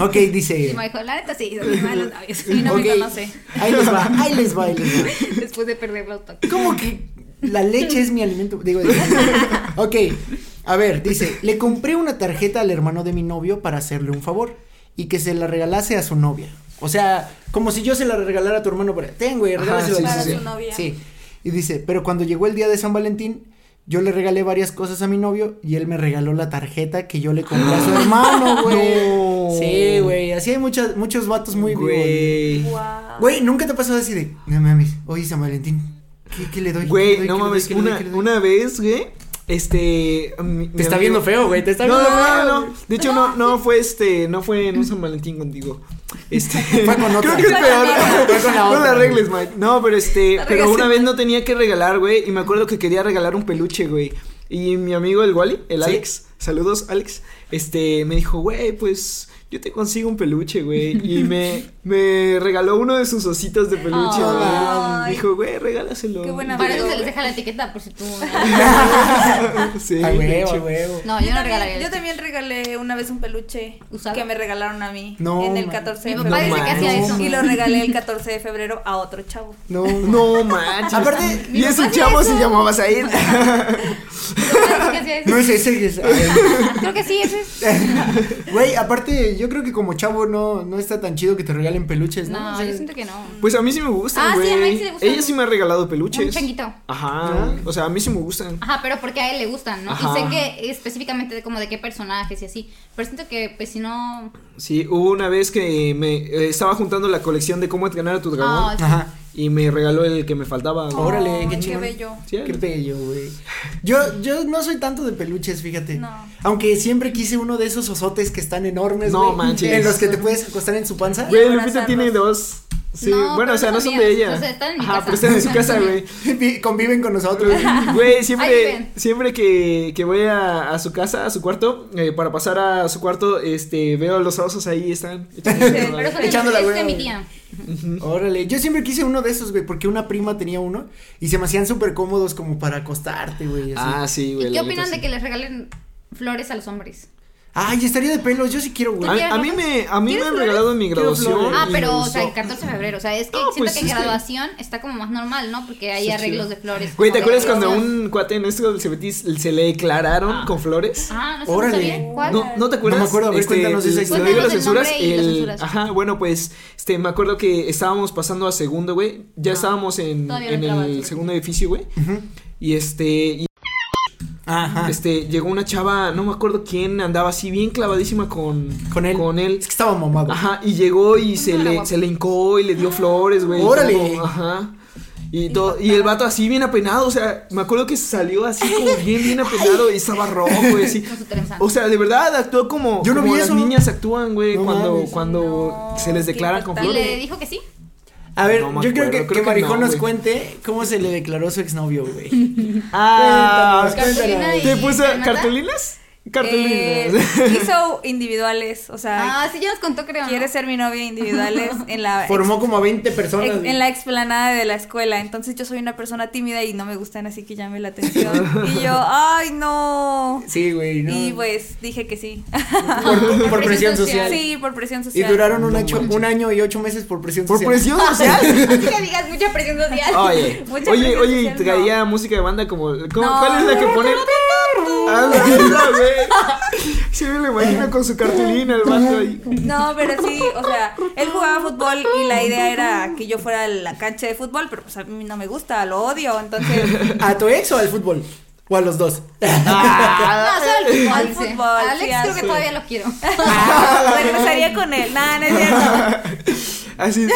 [SPEAKER 1] Ok, dice.
[SPEAKER 4] Sí, me dijo, la neta sí, soy mal los labios.
[SPEAKER 3] Sí, no me
[SPEAKER 1] ok,
[SPEAKER 3] conoce.
[SPEAKER 1] Ahí les va, ahí les va, ahí les va.
[SPEAKER 4] Después de perder los toques.
[SPEAKER 1] ¿Cómo que la leche es mi alimento? Digo, digo. ok. A ver, dice, le compré una tarjeta al hermano de mi novio para hacerle un favor y que se la regalase a su novia. O sea, como si yo se la regalara a tu hermano para, ten, güey,
[SPEAKER 2] Ajá,
[SPEAKER 1] regálaselo a
[SPEAKER 2] sí,
[SPEAKER 1] tu
[SPEAKER 2] sí,
[SPEAKER 3] Para
[SPEAKER 2] sí.
[SPEAKER 3] su novia.
[SPEAKER 1] Sí. Y dice, pero cuando llegó el día de San Valentín, yo le regalé varias cosas a mi novio y él me regaló la tarjeta que yo le compré a su hermano, güey.
[SPEAKER 2] No.
[SPEAKER 1] Sí, güey. Así hay muchas, muchos vatos muy vivos.
[SPEAKER 2] Güey.
[SPEAKER 3] Guau.
[SPEAKER 1] Güey, nunca te ha pasado así de, no mames, hoy es San Valentín. ¿Qué, qué le doy? ¿Qué
[SPEAKER 2] Güey,
[SPEAKER 1] le doy?
[SPEAKER 2] no
[SPEAKER 1] ¿Qué le doy?
[SPEAKER 2] mames,
[SPEAKER 1] ¿Qué le doy?
[SPEAKER 2] una,
[SPEAKER 1] ¿Qué le doy?
[SPEAKER 2] una vez, güey, este...
[SPEAKER 1] Te está viendo feo, güey. Te está
[SPEAKER 2] No, no,
[SPEAKER 1] viendo
[SPEAKER 2] no,
[SPEAKER 1] feo.
[SPEAKER 2] no, no. De hecho, no, no fue este, no fue en un San Valentín contigo. Este,
[SPEAKER 1] Fue con otra.
[SPEAKER 2] Creo que es
[SPEAKER 1] Fue
[SPEAKER 4] con
[SPEAKER 2] peor.
[SPEAKER 4] otra.
[SPEAKER 1] Fue con la
[SPEAKER 2] No
[SPEAKER 1] otra.
[SPEAKER 2] la arregles, Mike. No, pero este,
[SPEAKER 4] La
[SPEAKER 2] pero
[SPEAKER 4] regaste,
[SPEAKER 2] una vez no tenía que regalar, güey, y me acuerdo que quería regalar un peluche, güey. Y mi amigo el Wally, el
[SPEAKER 1] ¿Sí?
[SPEAKER 2] Alex, saludos Alex, este, me dijo, güey, pues yo te consigo un peluche, güey. Y me, me regaló uno de sus ositos de peluche, güey.
[SPEAKER 4] Ay.
[SPEAKER 2] Dijo, güey, regálaselo.
[SPEAKER 3] Qué buena
[SPEAKER 4] Para
[SPEAKER 3] Pero,
[SPEAKER 4] eso se les
[SPEAKER 3] güey.
[SPEAKER 4] deja la etiqueta, por si tú.
[SPEAKER 2] sí,
[SPEAKER 1] A
[SPEAKER 2] de
[SPEAKER 1] huevo,
[SPEAKER 2] hecho.
[SPEAKER 1] a huevo.
[SPEAKER 4] No, yo, no
[SPEAKER 3] también-
[SPEAKER 4] regalaría.
[SPEAKER 3] yo
[SPEAKER 4] el
[SPEAKER 3] también regalé una vez un peluche
[SPEAKER 4] ¿Usado?
[SPEAKER 3] que me regalaron a mí
[SPEAKER 1] No,
[SPEAKER 3] en el
[SPEAKER 1] man.
[SPEAKER 3] 14 de
[SPEAKER 4] Mi papá
[SPEAKER 3] febrero.
[SPEAKER 4] dice que hacía
[SPEAKER 1] No,
[SPEAKER 4] eso.
[SPEAKER 1] man.
[SPEAKER 3] Y lo regalé el 14 de febrero a otro chavo.
[SPEAKER 1] No,
[SPEAKER 2] No manches.
[SPEAKER 1] Aparte,
[SPEAKER 2] y ese chavo se llamaba Said.
[SPEAKER 4] Creo que hacía eso.
[SPEAKER 1] no es ese. es- ay.
[SPEAKER 4] Creo que sí, ese es.
[SPEAKER 1] Güey, aparte, yo creo que como chavo no, no está tan chido que te regalen peluches, ¿no? O
[SPEAKER 4] No,
[SPEAKER 1] sea,
[SPEAKER 4] yo siento que no.
[SPEAKER 2] Pues a mí sí me gustan,
[SPEAKER 4] Ah, sí,
[SPEAKER 2] güey.
[SPEAKER 4] a Mike sí le gustan.
[SPEAKER 2] Ella sí me ha regalado peluches.
[SPEAKER 4] Un changuito.
[SPEAKER 2] Ajá. O sea, a mí sí me gustan.
[SPEAKER 4] Ajá, pero porque a él le gustan, ¿no?
[SPEAKER 2] Ajá.
[SPEAKER 4] Y sé que específicamente de como de qué personajes y así. Pero siento que, pues si no.
[SPEAKER 2] Sí, hubo una vez que me eh, estaba juntando la colección de cómo entrenar a tu dragón
[SPEAKER 4] Ah,
[SPEAKER 1] Ajá.
[SPEAKER 2] y me regaló el que me faltaba. güey.
[SPEAKER 1] Órale,
[SPEAKER 3] Ay,
[SPEAKER 1] qué chingón.
[SPEAKER 3] bello.
[SPEAKER 2] Sí,
[SPEAKER 1] Qué
[SPEAKER 2] el-
[SPEAKER 1] bello, güey. Yo, yo no soy tanto de peluches, fíjate.
[SPEAKER 3] No.
[SPEAKER 1] Aunque siempre quise uno de esos osotes que están enormes,
[SPEAKER 2] No
[SPEAKER 1] güey,
[SPEAKER 2] manches.
[SPEAKER 1] En los que te puedes acostar en su panza.
[SPEAKER 2] Güey,
[SPEAKER 3] Y
[SPEAKER 2] Lupita
[SPEAKER 3] abrazarlos.
[SPEAKER 2] tiene dos. Sí,
[SPEAKER 4] No, pero
[SPEAKER 2] bueno, o sea, no
[SPEAKER 4] no
[SPEAKER 2] son
[SPEAKER 4] son
[SPEAKER 2] de
[SPEAKER 4] mías,
[SPEAKER 2] ella.
[SPEAKER 4] o sea, están en mi
[SPEAKER 2] Ajá,
[SPEAKER 4] casa.
[SPEAKER 2] pero están en su casa, güey.
[SPEAKER 1] Vi- Conviven con nosotros.
[SPEAKER 2] Güey,
[SPEAKER 4] Ahí
[SPEAKER 2] siempre,
[SPEAKER 4] viven.
[SPEAKER 2] siempre que, que voy a, a su casa, a su cuarto, eh, para pasar a su cuarto, este, veo a los osos ahí, están. echando
[SPEAKER 3] Sí,
[SPEAKER 2] desmadre.
[SPEAKER 4] Pero son
[SPEAKER 1] Echando la
[SPEAKER 4] de, es
[SPEAKER 1] hueva.
[SPEAKER 4] de mi tía.
[SPEAKER 1] Órale, yo siempre quise uno de esos, güey, porque una prima tenía uno y se me hacían súper cómodos como para acostarte, güey. así.
[SPEAKER 2] Ah, sí, güey.
[SPEAKER 4] ¿Y qué
[SPEAKER 2] la neta,
[SPEAKER 4] opinan
[SPEAKER 2] sí.
[SPEAKER 4] de que les regalen flores a los hombres?
[SPEAKER 1] Ay, estaría de pelos, yo sí quiero, güey.
[SPEAKER 4] Ay,
[SPEAKER 2] A, a mí me, a mí me
[SPEAKER 4] ¿Quieres
[SPEAKER 2] han
[SPEAKER 4] flores?
[SPEAKER 2] regalado en mi
[SPEAKER 1] Quiero
[SPEAKER 2] graduación.
[SPEAKER 1] flores.
[SPEAKER 4] Ah,
[SPEAKER 2] y me
[SPEAKER 4] pero, o
[SPEAKER 2] gustó.
[SPEAKER 4] sea, el 14 de febrero. O sea, es que
[SPEAKER 2] No,
[SPEAKER 4] siento
[SPEAKER 2] pues,
[SPEAKER 4] que
[SPEAKER 2] es que-
[SPEAKER 4] graduación está como más normal, ¿no? Porque hay
[SPEAKER 2] Sí,
[SPEAKER 4] arreglos
[SPEAKER 2] sí.
[SPEAKER 4] de flores.
[SPEAKER 2] Güey, ¿te
[SPEAKER 4] como de
[SPEAKER 2] acuerdas cuando
[SPEAKER 4] graduación.
[SPEAKER 2] un cuate en esto se, metió- se le declararon con flores?
[SPEAKER 4] Ah, no sé,
[SPEAKER 1] Órale.
[SPEAKER 4] no sabía. ¿Cuál?
[SPEAKER 2] No, ¿No te
[SPEAKER 1] No
[SPEAKER 2] acuerdas? Este,
[SPEAKER 1] me acuerdo, a ver, cuéntanos esa
[SPEAKER 2] te
[SPEAKER 1] historia.
[SPEAKER 2] digo las
[SPEAKER 4] Cuéntanos el
[SPEAKER 2] censuras.
[SPEAKER 4] nombre y las
[SPEAKER 2] el-
[SPEAKER 4] censuras.
[SPEAKER 2] Ajá, bueno, pues este, me acuerdo que estábamos pasando a segundo, güey. Ya estábamos en,
[SPEAKER 4] Ah. Todavía no
[SPEAKER 2] en
[SPEAKER 4] entraba
[SPEAKER 2] el
[SPEAKER 4] el-
[SPEAKER 2] segundo edificio, güey.
[SPEAKER 1] Ujú. Ah.
[SPEAKER 2] Y este, y
[SPEAKER 1] Ajá.
[SPEAKER 2] este, llegó una chava, no me acuerdo quién, andaba así bien clavadísima con,
[SPEAKER 1] Con él.
[SPEAKER 2] Con él.
[SPEAKER 1] Es que estaba mamado.
[SPEAKER 2] Ajá, y llegó y se
[SPEAKER 4] era
[SPEAKER 2] le,
[SPEAKER 4] guapo.
[SPEAKER 2] se le hincó y le dio flores, güey. y
[SPEAKER 1] ¡Órale!
[SPEAKER 2] todo, Ajá. Y, todo, y el vato así bien apenado, o sea, me acuerdo que salió así como bien, bien apenado y estaba rojo, güey, así.
[SPEAKER 4] Con su trenzada.
[SPEAKER 2] O sea, de verdad actuó como,
[SPEAKER 1] Yo no
[SPEAKER 2] como
[SPEAKER 1] vi
[SPEAKER 2] las
[SPEAKER 1] eso.
[SPEAKER 2] niñas actúan, güey,
[SPEAKER 1] No
[SPEAKER 2] cuando,
[SPEAKER 1] mames.
[SPEAKER 2] cuando
[SPEAKER 3] No,
[SPEAKER 2] se les
[SPEAKER 3] qué
[SPEAKER 2] declaran con
[SPEAKER 4] ¿Y
[SPEAKER 3] impactante.
[SPEAKER 2] flores.
[SPEAKER 4] le dijo que sí?
[SPEAKER 1] A ver,
[SPEAKER 2] No me
[SPEAKER 1] yo creo
[SPEAKER 2] acuerdo,
[SPEAKER 1] que,
[SPEAKER 2] creo
[SPEAKER 1] que
[SPEAKER 2] que
[SPEAKER 1] Marijón
[SPEAKER 2] no,
[SPEAKER 1] nos
[SPEAKER 2] güey.
[SPEAKER 1] cuente cómo se le declaró su exnovio, güey.
[SPEAKER 2] Ah,
[SPEAKER 1] Cuéntanos,
[SPEAKER 4] Cartulina
[SPEAKER 1] cuéntanos.
[SPEAKER 4] y-
[SPEAKER 2] ¿te puso
[SPEAKER 4] Fernanda?
[SPEAKER 2] cartulinas? Cartulinas.
[SPEAKER 3] Eh, hizo individuales, o sea,
[SPEAKER 4] Ah, sí, ya nos contó, creo. ¿no?
[SPEAKER 3] quiere ser mi novia individuales en la
[SPEAKER 1] Formó como a 20 personas.
[SPEAKER 3] Ex-
[SPEAKER 1] güey.
[SPEAKER 3] en la explanada de la escuela. Entonces yo soy una persona tímida y no me gustan así que llame la atención. Y yo, ay no.
[SPEAKER 1] Sí, güey, ¿no?
[SPEAKER 3] Y pues dije que sí.
[SPEAKER 1] por, por presión
[SPEAKER 4] presión
[SPEAKER 1] social.
[SPEAKER 4] social.
[SPEAKER 3] sí, por presión
[SPEAKER 1] Y
[SPEAKER 3] social.
[SPEAKER 1] duraron un, ocho- un año y ocho meses por presión
[SPEAKER 2] Por
[SPEAKER 1] social.
[SPEAKER 2] presión social.
[SPEAKER 4] Así que digas mucha presión social.
[SPEAKER 2] Oye,
[SPEAKER 3] Mucha
[SPEAKER 2] oye,
[SPEAKER 3] presión
[SPEAKER 2] oye, y
[SPEAKER 3] social,
[SPEAKER 2] traía música de banda como. como-
[SPEAKER 3] No.
[SPEAKER 2] ¿Cuál es la que pone? Ah, la neta, güey. Sí, me lo imagino con su cartulina el vato ahí.
[SPEAKER 3] No, pero sí, o sea, él jugaba fútbol y la idea era que yo fuera a la cancha de fútbol, pero pues a mí no me gusta, lo odio, entonces
[SPEAKER 1] ¿A tu ex o al fútbol? ¿O a los dos?
[SPEAKER 4] Ah,
[SPEAKER 2] Ah,
[SPEAKER 4] No, solo al
[SPEAKER 2] eh.
[SPEAKER 3] Al
[SPEAKER 4] fútbol. dice.
[SPEAKER 3] fútbol,
[SPEAKER 4] Alex
[SPEAKER 3] sí,
[SPEAKER 4] creo
[SPEAKER 3] así.
[SPEAKER 4] que todavía lo quiero.
[SPEAKER 3] regresaría con él. Nada, no es cierto.
[SPEAKER 2] Así,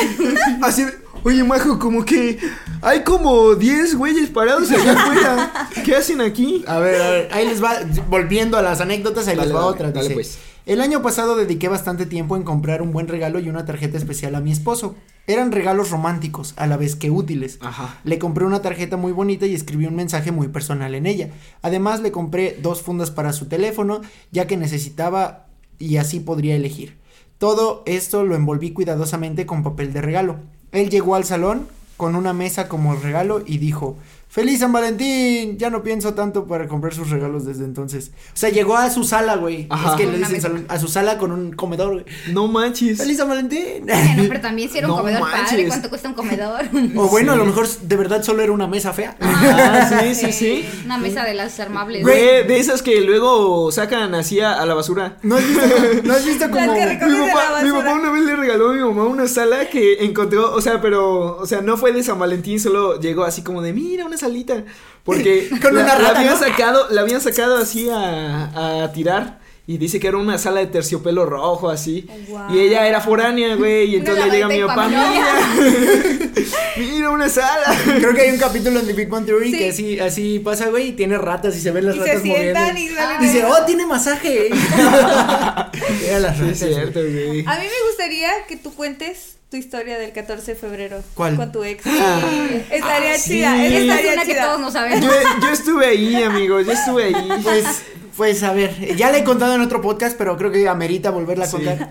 [SPEAKER 2] así. de, Oye, majo, como que hay como 10 güeyes parados allá afuera. ¿Qué hacen aquí?
[SPEAKER 1] A ver, a ver, ahí les va, volviendo a las anécdotas, ahí
[SPEAKER 2] Dale,
[SPEAKER 1] les va
[SPEAKER 2] dale,
[SPEAKER 1] otra.
[SPEAKER 2] dale,
[SPEAKER 1] dice,
[SPEAKER 2] pues.
[SPEAKER 1] El año pasado dediqué bastante tiempo en comprar un buen regalo y una tarjeta especial a mi esposo. Eran regalos románticos, a la vez que útiles.
[SPEAKER 2] Ajá.
[SPEAKER 1] Le compré una tarjeta muy bonita y escribí un mensaje muy personal en ella. Además le compré dos fundas para su teléfono, ya que necesitaba y así podría elegir. Todo esto lo envolví cuidadosamente con papel de regalo. Él llegó al salón con una mesa como regalo y dijo, ¡Feliz San Valentín! Ya no pienso tanto para comprar sus regalos desde entonces. O sea, llegó a su sala, güey.
[SPEAKER 2] Ajá.
[SPEAKER 1] Es que le
[SPEAKER 4] Con una
[SPEAKER 1] dicen
[SPEAKER 4] mesa.
[SPEAKER 1] salón, a su sala con un comedor, güey.
[SPEAKER 2] No manches.
[SPEAKER 1] ¡Feliz San Valentín!
[SPEAKER 4] Bueno, pero también si era un
[SPEAKER 2] No
[SPEAKER 4] comedor
[SPEAKER 2] manches.
[SPEAKER 4] padre, ¿cuánto cuesta un comedor?
[SPEAKER 1] o bueno, a lo mejor de verdad solo era una mesa fea.
[SPEAKER 2] Ah, sí, sí, sí.
[SPEAKER 4] Una mesa de las armables.
[SPEAKER 2] Güey, de esas que luego sacan así a, a la basura.
[SPEAKER 1] ¿No has visto, no has visto
[SPEAKER 3] Las
[SPEAKER 1] como...
[SPEAKER 3] que
[SPEAKER 2] Mi
[SPEAKER 3] Recoges de
[SPEAKER 2] papá,
[SPEAKER 3] la
[SPEAKER 2] mi
[SPEAKER 3] basura.
[SPEAKER 2] papá una vez le regaló a mi mamá una sala que encontró, o sea, pero, o sea, no fue de San Valentín, solo llegó así como de, mira, una salita. Porque
[SPEAKER 1] Con
[SPEAKER 2] la,
[SPEAKER 1] una
[SPEAKER 2] la
[SPEAKER 1] rata, ¿no?
[SPEAKER 2] habían sacado, la habían sacado así a, a tirar. Y dice que era una sala de terciopelo rojo, así.
[SPEAKER 4] Guau.
[SPEAKER 2] Y ella era foránea, güey. Y
[SPEAKER 4] Una
[SPEAKER 2] entonces le llega mi
[SPEAKER 4] lavadita
[SPEAKER 2] papá,
[SPEAKER 4] y
[SPEAKER 2] mira, mira una sala.
[SPEAKER 1] Creo que hay un capítulo en The Big Bang Theory
[SPEAKER 3] Sí.
[SPEAKER 1] que así, así pasa, güey, y tiene ratas y se ven las
[SPEAKER 3] Y
[SPEAKER 1] ratas
[SPEAKER 3] se sientan
[SPEAKER 1] moviendo.
[SPEAKER 3] y salen
[SPEAKER 1] Dice,
[SPEAKER 3] de-
[SPEAKER 1] oh, tiene masaje. Era las ratas.
[SPEAKER 2] Sí, es cierto, güey.
[SPEAKER 3] A mí me gustaría que tú cuentes tu historia del 14 de febrero.
[SPEAKER 1] ¿Cuál?
[SPEAKER 3] Con tu ex.
[SPEAKER 2] Ah.
[SPEAKER 3] Estaría
[SPEAKER 1] Ah,
[SPEAKER 3] chida.
[SPEAKER 1] sí.
[SPEAKER 4] Esta es
[SPEAKER 3] Estaría
[SPEAKER 4] una que
[SPEAKER 3] chida.
[SPEAKER 4] todos no
[SPEAKER 2] Yo,
[SPEAKER 4] sabemos.
[SPEAKER 2] yo estuve ahí, amigos, yo estuve ahí.
[SPEAKER 1] Pues, pues a ver, ya la he contado en otro podcast, pero creo que amerita volverla a
[SPEAKER 2] Sí.
[SPEAKER 1] contar.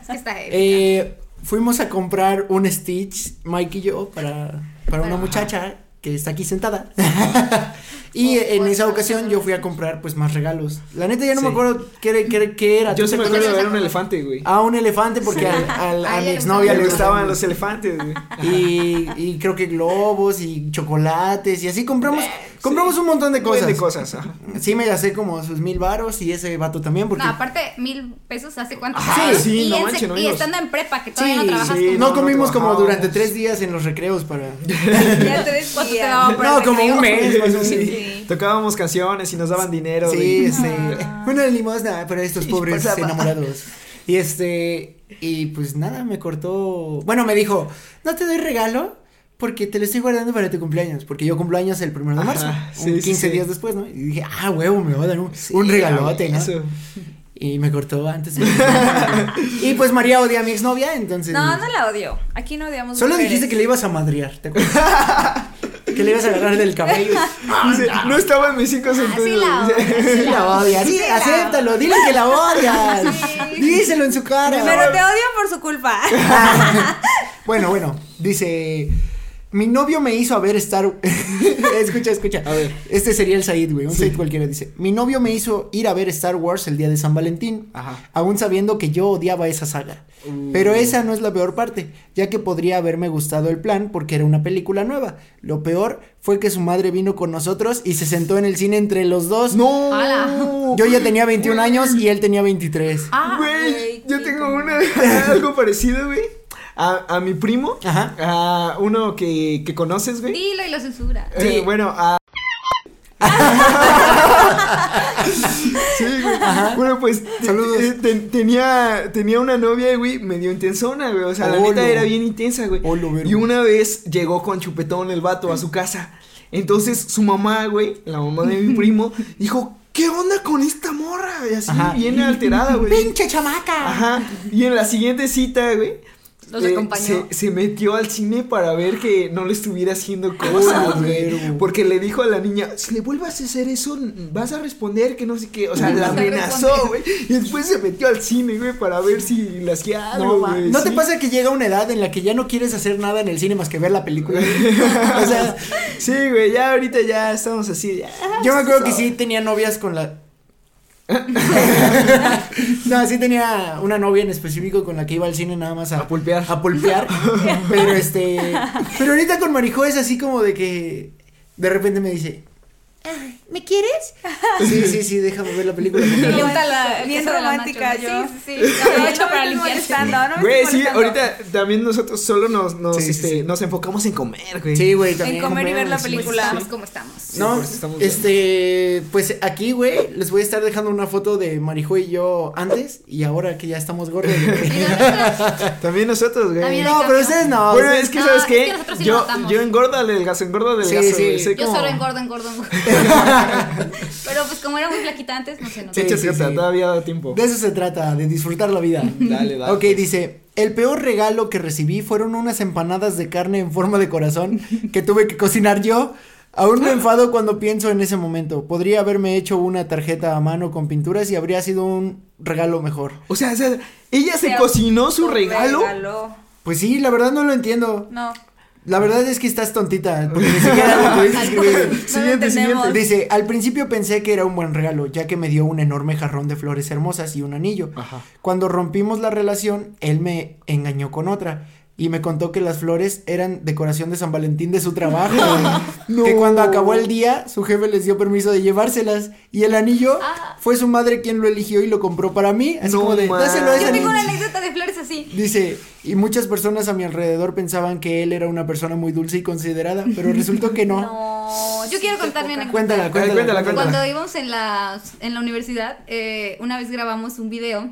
[SPEAKER 4] Es que está heavy.
[SPEAKER 1] Eh, fuimos a comprar un Stitch, Mike y yo, para, para una muchacha que está aquí sentada. y
[SPEAKER 4] Oh,
[SPEAKER 1] en
[SPEAKER 4] pues,
[SPEAKER 1] esa ocasión yo fui a comprar pues más regalos. La neta ya no me
[SPEAKER 2] Sí.
[SPEAKER 1] acuerdo qué, era- qué era- qué era.
[SPEAKER 2] Yo
[SPEAKER 1] ¿Tú
[SPEAKER 2] sí
[SPEAKER 1] te
[SPEAKER 2] me acuerdo de
[SPEAKER 1] acuerdas?
[SPEAKER 2] ver un elefante, güey.
[SPEAKER 1] A un elefante porque al- al- a,
[SPEAKER 4] A
[SPEAKER 1] mi
[SPEAKER 4] ella le
[SPEAKER 1] exnovia
[SPEAKER 4] gustaban
[SPEAKER 1] Ah, le gustaban
[SPEAKER 4] los
[SPEAKER 1] los
[SPEAKER 2] elefantes, güey.
[SPEAKER 1] y, y creo que globos y chocolates y así compramos compramos un montón de cosas.
[SPEAKER 2] de cosas. ajá.
[SPEAKER 1] Sí me gasté como sus mil varos y ese vato también porque
[SPEAKER 4] No, aparte, mil pesos hace cuánto.
[SPEAKER 2] Ajá,
[SPEAKER 1] Sí,
[SPEAKER 2] Ah, sí,
[SPEAKER 4] y,
[SPEAKER 2] no
[SPEAKER 4] en
[SPEAKER 2] manches,
[SPEAKER 4] sec-
[SPEAKER 2] no,
[SPEAKER 4] y
[SPEAKER 2] amigos.
[SPEAKER 4] estando en prepa, que
[SPEAKER 1] Sí,
[SPEAKER 4] todavía no trabajas
[SPEAKER 1] sí,
[SPEAKER 4] como-
[SPEAKER 1] no
[SPEAKER 2] no
[SPEAKER 1] comimos como
[SPEAKER 2] trabajamos.
[SPEAKER 1] durante tres días en los recreos para
[SPEAKER 3] Ya tres
[SPEAKER 4] ¿Cuánto te
[SPEAKER 3] días.
[SPEAKER 4] daban por el
[SPEAKER 1] No, como
[SPEAKER 4] recreo?
[SPEAKER 1] un mes, más o menos.
[SPEAKER 3] Sí.
[SPEAKER 2] Pues, Tocábamos canciones y nos daban dinero.
[SPEAKER 1] Sí,
[SPEAKER 2] güey.
[SPEAKER 1] este, una limosna para estos
[SPEAKER 2] Y
[SPEAKER 1] pobres
[SPEAKER 2] pasaba.
[SPEAKER 1] enamorados. Y este, y pues nada, me cortó. Bueno, me dijo, no te doy regalo porque te lo estoy guardando para tu cumpleaños, porque yo cumplo años el primero de
[SPEAKER 2] Ajá,
[SPEAKER 1] marzo,
[SPEAKER 2] sí,
[SPEAKER 1] un
[SPEAKER 2] sí,
[SPEAKER 1] 15
[SPEAKER 2] sí.
[SPEAKER 1] días después, ¿no? Y dije, ah, huevo, me va a dar un,
[SPEAKER 2] Sí,
[SPEAKER 1] un regalote, ¿no?
[SPEAKER 2] eso.
[SPEAKER 1] Y me cortó antes. de- y pues María odia a mi exnovia, entonces.
[SPEAKER 3] No, no la odio. Aquí no odiamos.
[SPEAKER 1] Solo
[SPEAKER 3] mujeres.
[SPEAKER 1] dijiste que le ibas a madrear, ¿te acuerdas? que le ibas a agarrar del cabello. Ah,
[SPEAKER 2] Dice, no estaba en mis cinco sentidos.
[SPEAKER 4] la
[SPEAKER 2] Dice,
[SPEAKER 1] Sí la odia, sí,
[SPEAKER 4] la-
[SPEAKER 1] acéptalo, dile que la odias. Díselo en su cara.
[SPEAKER 3] Pero te odio por su culpa.
[SPEAKER 1] Bueno, bueno, dice. Mi novio me hizo a ver Star escucha, escucha.
[SPEAKER 2] A ver.
[SPEAKER 1] Este sería el Said, güey. Un Said cualquiera dice. Mi novio me hizo ir a ver Star Wars el día de San Valentín.
[SPEAKER 2] Ajá.
[SPEAKER 1] Aún sabiendo que yo odiaba esa saga.
[SPEAKER 2] Uh.
[SPEAKER 1] Pero esa no es la peor parte, ya que podría haberme gustado el plan porque era una película nueva. Lo peor fue que su madre vino con nosotros y se sentó en el cine entre los dos.
[SPEAKER 2] No.
[SPEAKER 4] Ala.
[SPEAKER 1] Yo ya tenía 21 años y él tenía 23.
[SPEAKER 4] Ah,
[SPEAKER 2] Güey,
[SPEAKER 3] güey,
[SPEAKER 2] yo
[SPEAKER 3] sí,
[SPEAKER 2] tengo
[SPEAKER 3] como-
[SPEAKER 2] una, algo parecido, güey. A, a mi primo.
[SPEAKER 1] Ajá.
[SPEAKER 2] A uno que, que conoces, güey.
[SPEAKER 4] Dilo y lo censura.
[SPEAKER 2] Eh,
[SPEAKER 1] Sí.
[SPEAKER 2] bueno, a. sí, güey. Bueno, pues. te-
[SPEAKER 1] Saludos.
[SPEAKER 2] te- te- tenía, tenía una novia, güey, medio intensona, güey. O sea, la
[SPEAKER 1] Olo.
[SPEAKER 2] neta era bien intensa, güey.
[SPEAKER 1] Olo, verga.
[SPEAKER 2] y una vez llegó con chupetón el vato a su casa. Entonces, su mamá, güey, la mamá de mi primo, dijo: ¿Qué onda con esta morra? güey? Así,
[SPEAKER 1] Ajá.
[SPEAKER 2] bien alterada, güey.
[SPEAKER 1] ¡Pinche chamaca!
[SPEAKER 2] Ajá. Y en la siguiente cita, güey. eh,
[SPEAKER 4] Los acompañó.
[SPEAKER 2] Se, se metió al cine para ver que no le estuviera haciendo cosas, güey.
[SPEAKER 1] verbo.
[SPEAKER 2] Porque le dijo a la niña, si le vuelvas a hacer eso, vas a responder que no sé qué. O sea, la
[SPEAKER 4] Vas a
[SPEAKER 2] amenazó, güey. Y después se metió al cine, güey, para ver si le hacía algo,
[SPEAKER 1] No, va.
[SPEAKER 2] güey.
[SPEAKER 1] ¿No te
[SPEAKER 2] Sí.
[SPEAKER 1] pasa que llega una edad en la que ya no quieres hacer nada en el cine más que ver la película? o sea,
[SPEAKER 2] Sí, güey, ya ahorita ya estamos así. ya.
[SPEAKER 1] yo me acuerdo que sí tenía novias con la... no, sí tenía una novia en específico con la que iba al cine nada más a,
[SPEAKER 2] A pulpear.
[SPEAKER 1] A pulpear. pero este... Pero ahorita con Marijo es así como de que... De repente me dice... "Ay, ¿Me quieres? Sí, sí, sí, déjame ver la película. por
[SPEAKER 4] Sí,
[SPEAKER 1] favor".
[SPEAKER 4] le gusta la-
[SPEAKER 3] Bien
[SPEAKER 4] queso de la
[SPEAKER 3] romántica
[SPEAKER 4] nacho.
[SPEAKER 3] yo.
[SPEAKER 4] Sí, sí, sí. La
[SPEAKER 3] me
[SPEAKER 4] he hecho para
[SPEAKER 3] estoy
[SPEAKER 4] limpiarse.
[SPEAKER 3] molestando, no me
[SPEAKER 2] Güey,
[SPEAKER 3] estoy
[SPEAKER 2] sí,
[SPEAKER 3] molestando.
[SPEAKER 2] ahorita también nosotros solo nos, nos,
[SPEAKER 1] Sí, sí,
[SPEAKER 2] este,
[SPEAKER 1] sí.
[SPEAKER 2] nos enfocamos en comer, güey.
[SPEAKER 1] Sí, güey, también.
[SPEAKER 3] comer y ver la
[SPEAKER 1] sí,
[SPEAKER 4] Pues
[SPEAKER 3] película.
[SPEAKER 4] estamos como estamos.
[SPEAKER 2] Sí,
[SPEAKER 1] No,
[SPEAKER 2] pues, estamos bien.
[SPEAKER 1] este, pues aquí, güey, les voy a estar dejando una foto de Marijo y yo antes y ahora que ya estamos gordos. güey.
[SPEAKER 4] Y nosotros-
[SPEAKER 2] También nosotros, güey.
[SPEAKER 4] También
[SPEAKER 1] no, pero ustedes no.
[SPEAKER 2] Bueno,
[SPEAKER 1] ustedes-
[SPEAKER 2] es que,
[SPEAKER 4] No,
[SPEAKER 2] ¿sabes
[SPEAKER 4] es
[SPEAKER 2] qué?
[SPEAKER 4] que nosotros sí lo
[SPEAKER 2] yo,
[SPEAKER 4] notamos.
[SPEAKER 2] yo engordo adelgazo, engordo adelgazo.
[SPEAKER 1] Sí, sí.
[SPEAKER 2] güey, soy
[SPEAKER 4] Yo
[SPEAKER 2] como-
[SPEAKER 4] solo engordo, engordo, engordo. Pero pues como era muy flaquita antes, no se notó.
[SPEAKER 2] Sí,
[SPEAKER 1] Sí,
[SPEAKER 2] sí,
[SPEAKER 1] sí,
[SPEAKER 2] sí,
[SPEAKER 1] sí.
[SPEAKER 2] todavía da tiempo.
[SPEAKER 1] De eso se trata, de disfrutar la vida.
[SPEAKER 2] Dale, dale,
[SPEAKER 1] Ok,
[SPEAKER 2] pues.
[SPEAKER 1] dice, el peor regalo que recibí fueron unas empanadas de carne en forma de corazón que tuve que cocinar yo. Aún me enfado cuando pienso en ese momento. Podría haberme hecho una tarjeta a mano con pinturas y habría sido un regalo mejor.
[SPEAKER 2] O sea, o sea, ella se
[SPEAKER 3] Te
[SPEAKER 2] cocinó su regalo.
[SPEAKER 3] autorregaló.
[SPEAKER 1] Pues sí, la verdad no lo entiendo.
[SPEAKER 3] No.
[SPEAKER 1] La verdad es que estás tontita, porque ni siquiera lo pudiste escribir.
[SPEAKER 3] No lo
[SPEAKER 2] Siguiente,
[SPEAKER 3] entendemos.
[SPEAKER 2] siguiente.
[SPEAKER 1] Dice, al principio pensé que era un buen regalo, ya que me dio un enorme jarrón de flores hermosas y un anillo.
[SPEAKER 2] Ajá.
[SPEAKER 1] Cuando rompimos la relación, él me engañó con otra. y me contó que las flores eran decoración de San Valentín de su trabajo. güey. Que cuando acabó el día, su jefe les dio permiso de llevárselas y el anillo
[SPEAKER 4] Ah.
[SPEAKER 1] fue su madre quien lo eligió y lo compró para mí. Así
[SPEAKER 2] No
[SPEAKER 1] como de,
[SPEAKER 2] manches.
[SPEAKER 1] dáselo a ese
[SPEAKER 4] Yo tengo una
[SPEAKER 1] niño".
[SPEAKER 4] anécdota de flores así.
[SPEAKER 1] Dice, y muchas personas a mi alrededor pensaban que él era una persona muy dulce y considerada, pero resultó que no.
[SPEAKER 4] No, yo quiero contar mi anécdota.
[SPEAKER 1] Cuéntala, cuéntala,
[SPEAKER 2] cuéntala,
[SPEAKER 4] Cuando íbamos en la, en la universidad, eh, una vez grabamos un video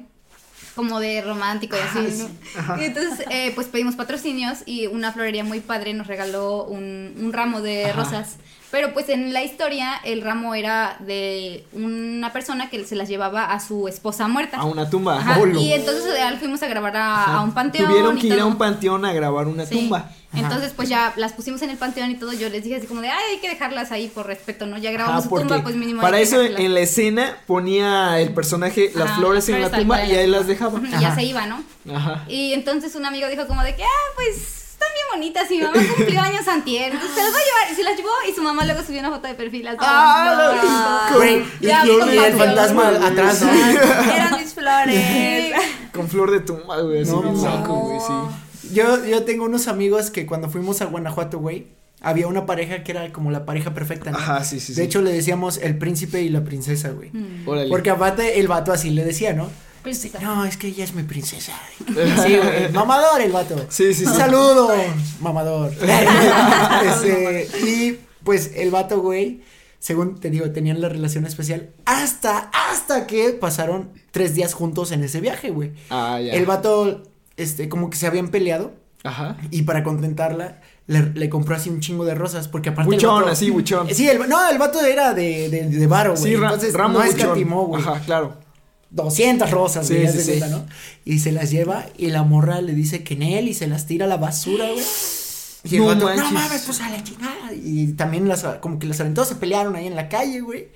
[SPEAKER 4] como de romántico y así, ¿no? Y entonces, eh, pues pedimos patrocinios y una florería muy padre nos regaló un, un ramo de
[SPEAKER 2] Ajá.
[SPEAKER 4] rosas. Pero pues en la historia el ramo era de una persona que se las llevaba a su esposa muerta.
[SPEAKER 2] A una tumba.
[SPEAKER 4] Ajá,
[SPEAKER 2] Olo.
[SPEAKER 4] y entonces eh, fuimos a grabar a, a un panteón.
[SPEAKER 2] Tuvieron
[SPEAKER 4] y
[SPEAKER 2] que ir a
[SPEAKER 4] todo.
[SPEAKER 2] un panteón a grabar una
[SPEAKER 4] Sí.
[SPEAKER 2] tumba.
[SPEAKER 4] Entonces, pues ya las pusimos en el panteón y todo. Yo les dije así como de, ay, hay que dejarlas ahí por respeto, ¿no? Ya grabamos
[SPEAKER 2] Ajá,
[SPEAKER 4] su tumba,
[SPEAKER 2] porque
[SPEAKER 4] pues mínimo. hay
[SPEAKER 2] para
[SPEAKER 4] que
[SPEAKER 2] eso
[SPEAKER 4] dejarlas".
[SPEAKER 2] en la escena ponía el personaje las
[SPEAKER 4] Ajá,
[SPEAKER 2] flores en la
[SPEAKER 4] tal
[SPEAKER 2] tumba
[SPEAKER 4] cual,
[SPEAKER 2] y ahí
[SPEAKER 4] en la
[SPEAKER 2] las dejaba.
[SPEAKER 4] tumba. Y
[SPEAKER 2] Ajá.
[SPEAKER 4] ya se iba, ¿no?
[SPEAKER 2] Ajá.
[SPEAKER 4] Y entonces un amigo dijo como de que, ah, pues están bien bonitas. Y mi mamá cumplió años antier. Entonces se las va a llevar. Y se las llevó y su mamá luego subió una foto de perfil. Las dos.
[SPEAKER 2] Ah, la-
[SPEAKER 4] No.
[SPEAKER 1] Güey, y
[SPEAKER 4] Ya,
[SPEAKER 1] yo
[SPEAKER 4] con
[SPEAKER 1] vi el
[SPEAKER 4] pasión.
[SPEAKER 1] fantasma atrás. ¿no?
[SPEAKER 3] Eran mis flores.
[SPEAKER 2] Con flor de tumba, güey. Así
[SPEAKER 1] No,
[SPEAKER 2] bien
[SPEAKER 1] no.
[SPEAKER 2] saco, güey, sí.
[SPEAKER 1] Yo, yo tengo unos amigos que cuando fuimos a Guanajuato, güey, había una pareja que era como la pareja perfecta, ¿no?
[SPEAKER 2] Ajá, sí, sí,
[SPEAKER 1] De
[SPEAKER 2] sí.
[SPEAKER 1] hecho, le decíamos el príncipe y la princesa, güey.
[SPEAKER 4] Mm.
[SPEAKER 2] Órale.
[SPEAKER 1] Porque aparte el vato así le decía, ¿no?
[SPEAKER 2] Pues
[SPEAKER 4] Princesa.
[SPEAKER 1] No, es que ella es mi princesa. Sí, güey. Mamador el vato.
[SPEAKER 2] Sí, sí, sí.
[SPEAKER 1] Un saludo, mamador. Este, y pues el vato, güey, según te digo, tenían la relación especial hasta, hasta que pasaron tres días juntos en ese viaje, güey.
[SPEAKER 2] Ah, ya.
[SPEAKER 1] El vato, este, como que se habían peleado
[SPEAKER 2] Ajá.
[SPEAKER 1] y para contentarla le, le compró así un chingo de rosas porque aparte. el
[SPEAKER 2] Buchón,
[SPEAKER 1] vato-
[SPEAKER 2] así, buchón.
[SPEAKER 1] Sí, el, no, el vato era de, de, de varo, güey.
[SPEAKER 2] Sí, ra-
[SPEAKER 1] Entonces,
[SPEAKER 2] ramo
[SPEAKER 1] no
[SPEAKER 2] buchón.
[SPEAKER 1] escatimó, güey.
[SPEAKER 2] Ajá, claro.
[SPEAKER 1] 200 rosas,
[SPEAKER 2] Sí,
[SPEAKER 1] güey, haz
[SPEAKER 2] sí,
[SPEAKER 1] de
[SPEAKER 2] sí.
[SPEAKER 1] cuenta, ¿no? Y se las lleva y la morra le dice que en él y se las tira a la basura, güey. Y el
[SPEAKER 2] No
[SPEAKER 1] vato, no
[SPEAKER 2] manches.
[SPEAKER 1] mames, pues a la chingada. Y también las, como que las aventó, se pelearon ahí en la calle, güey.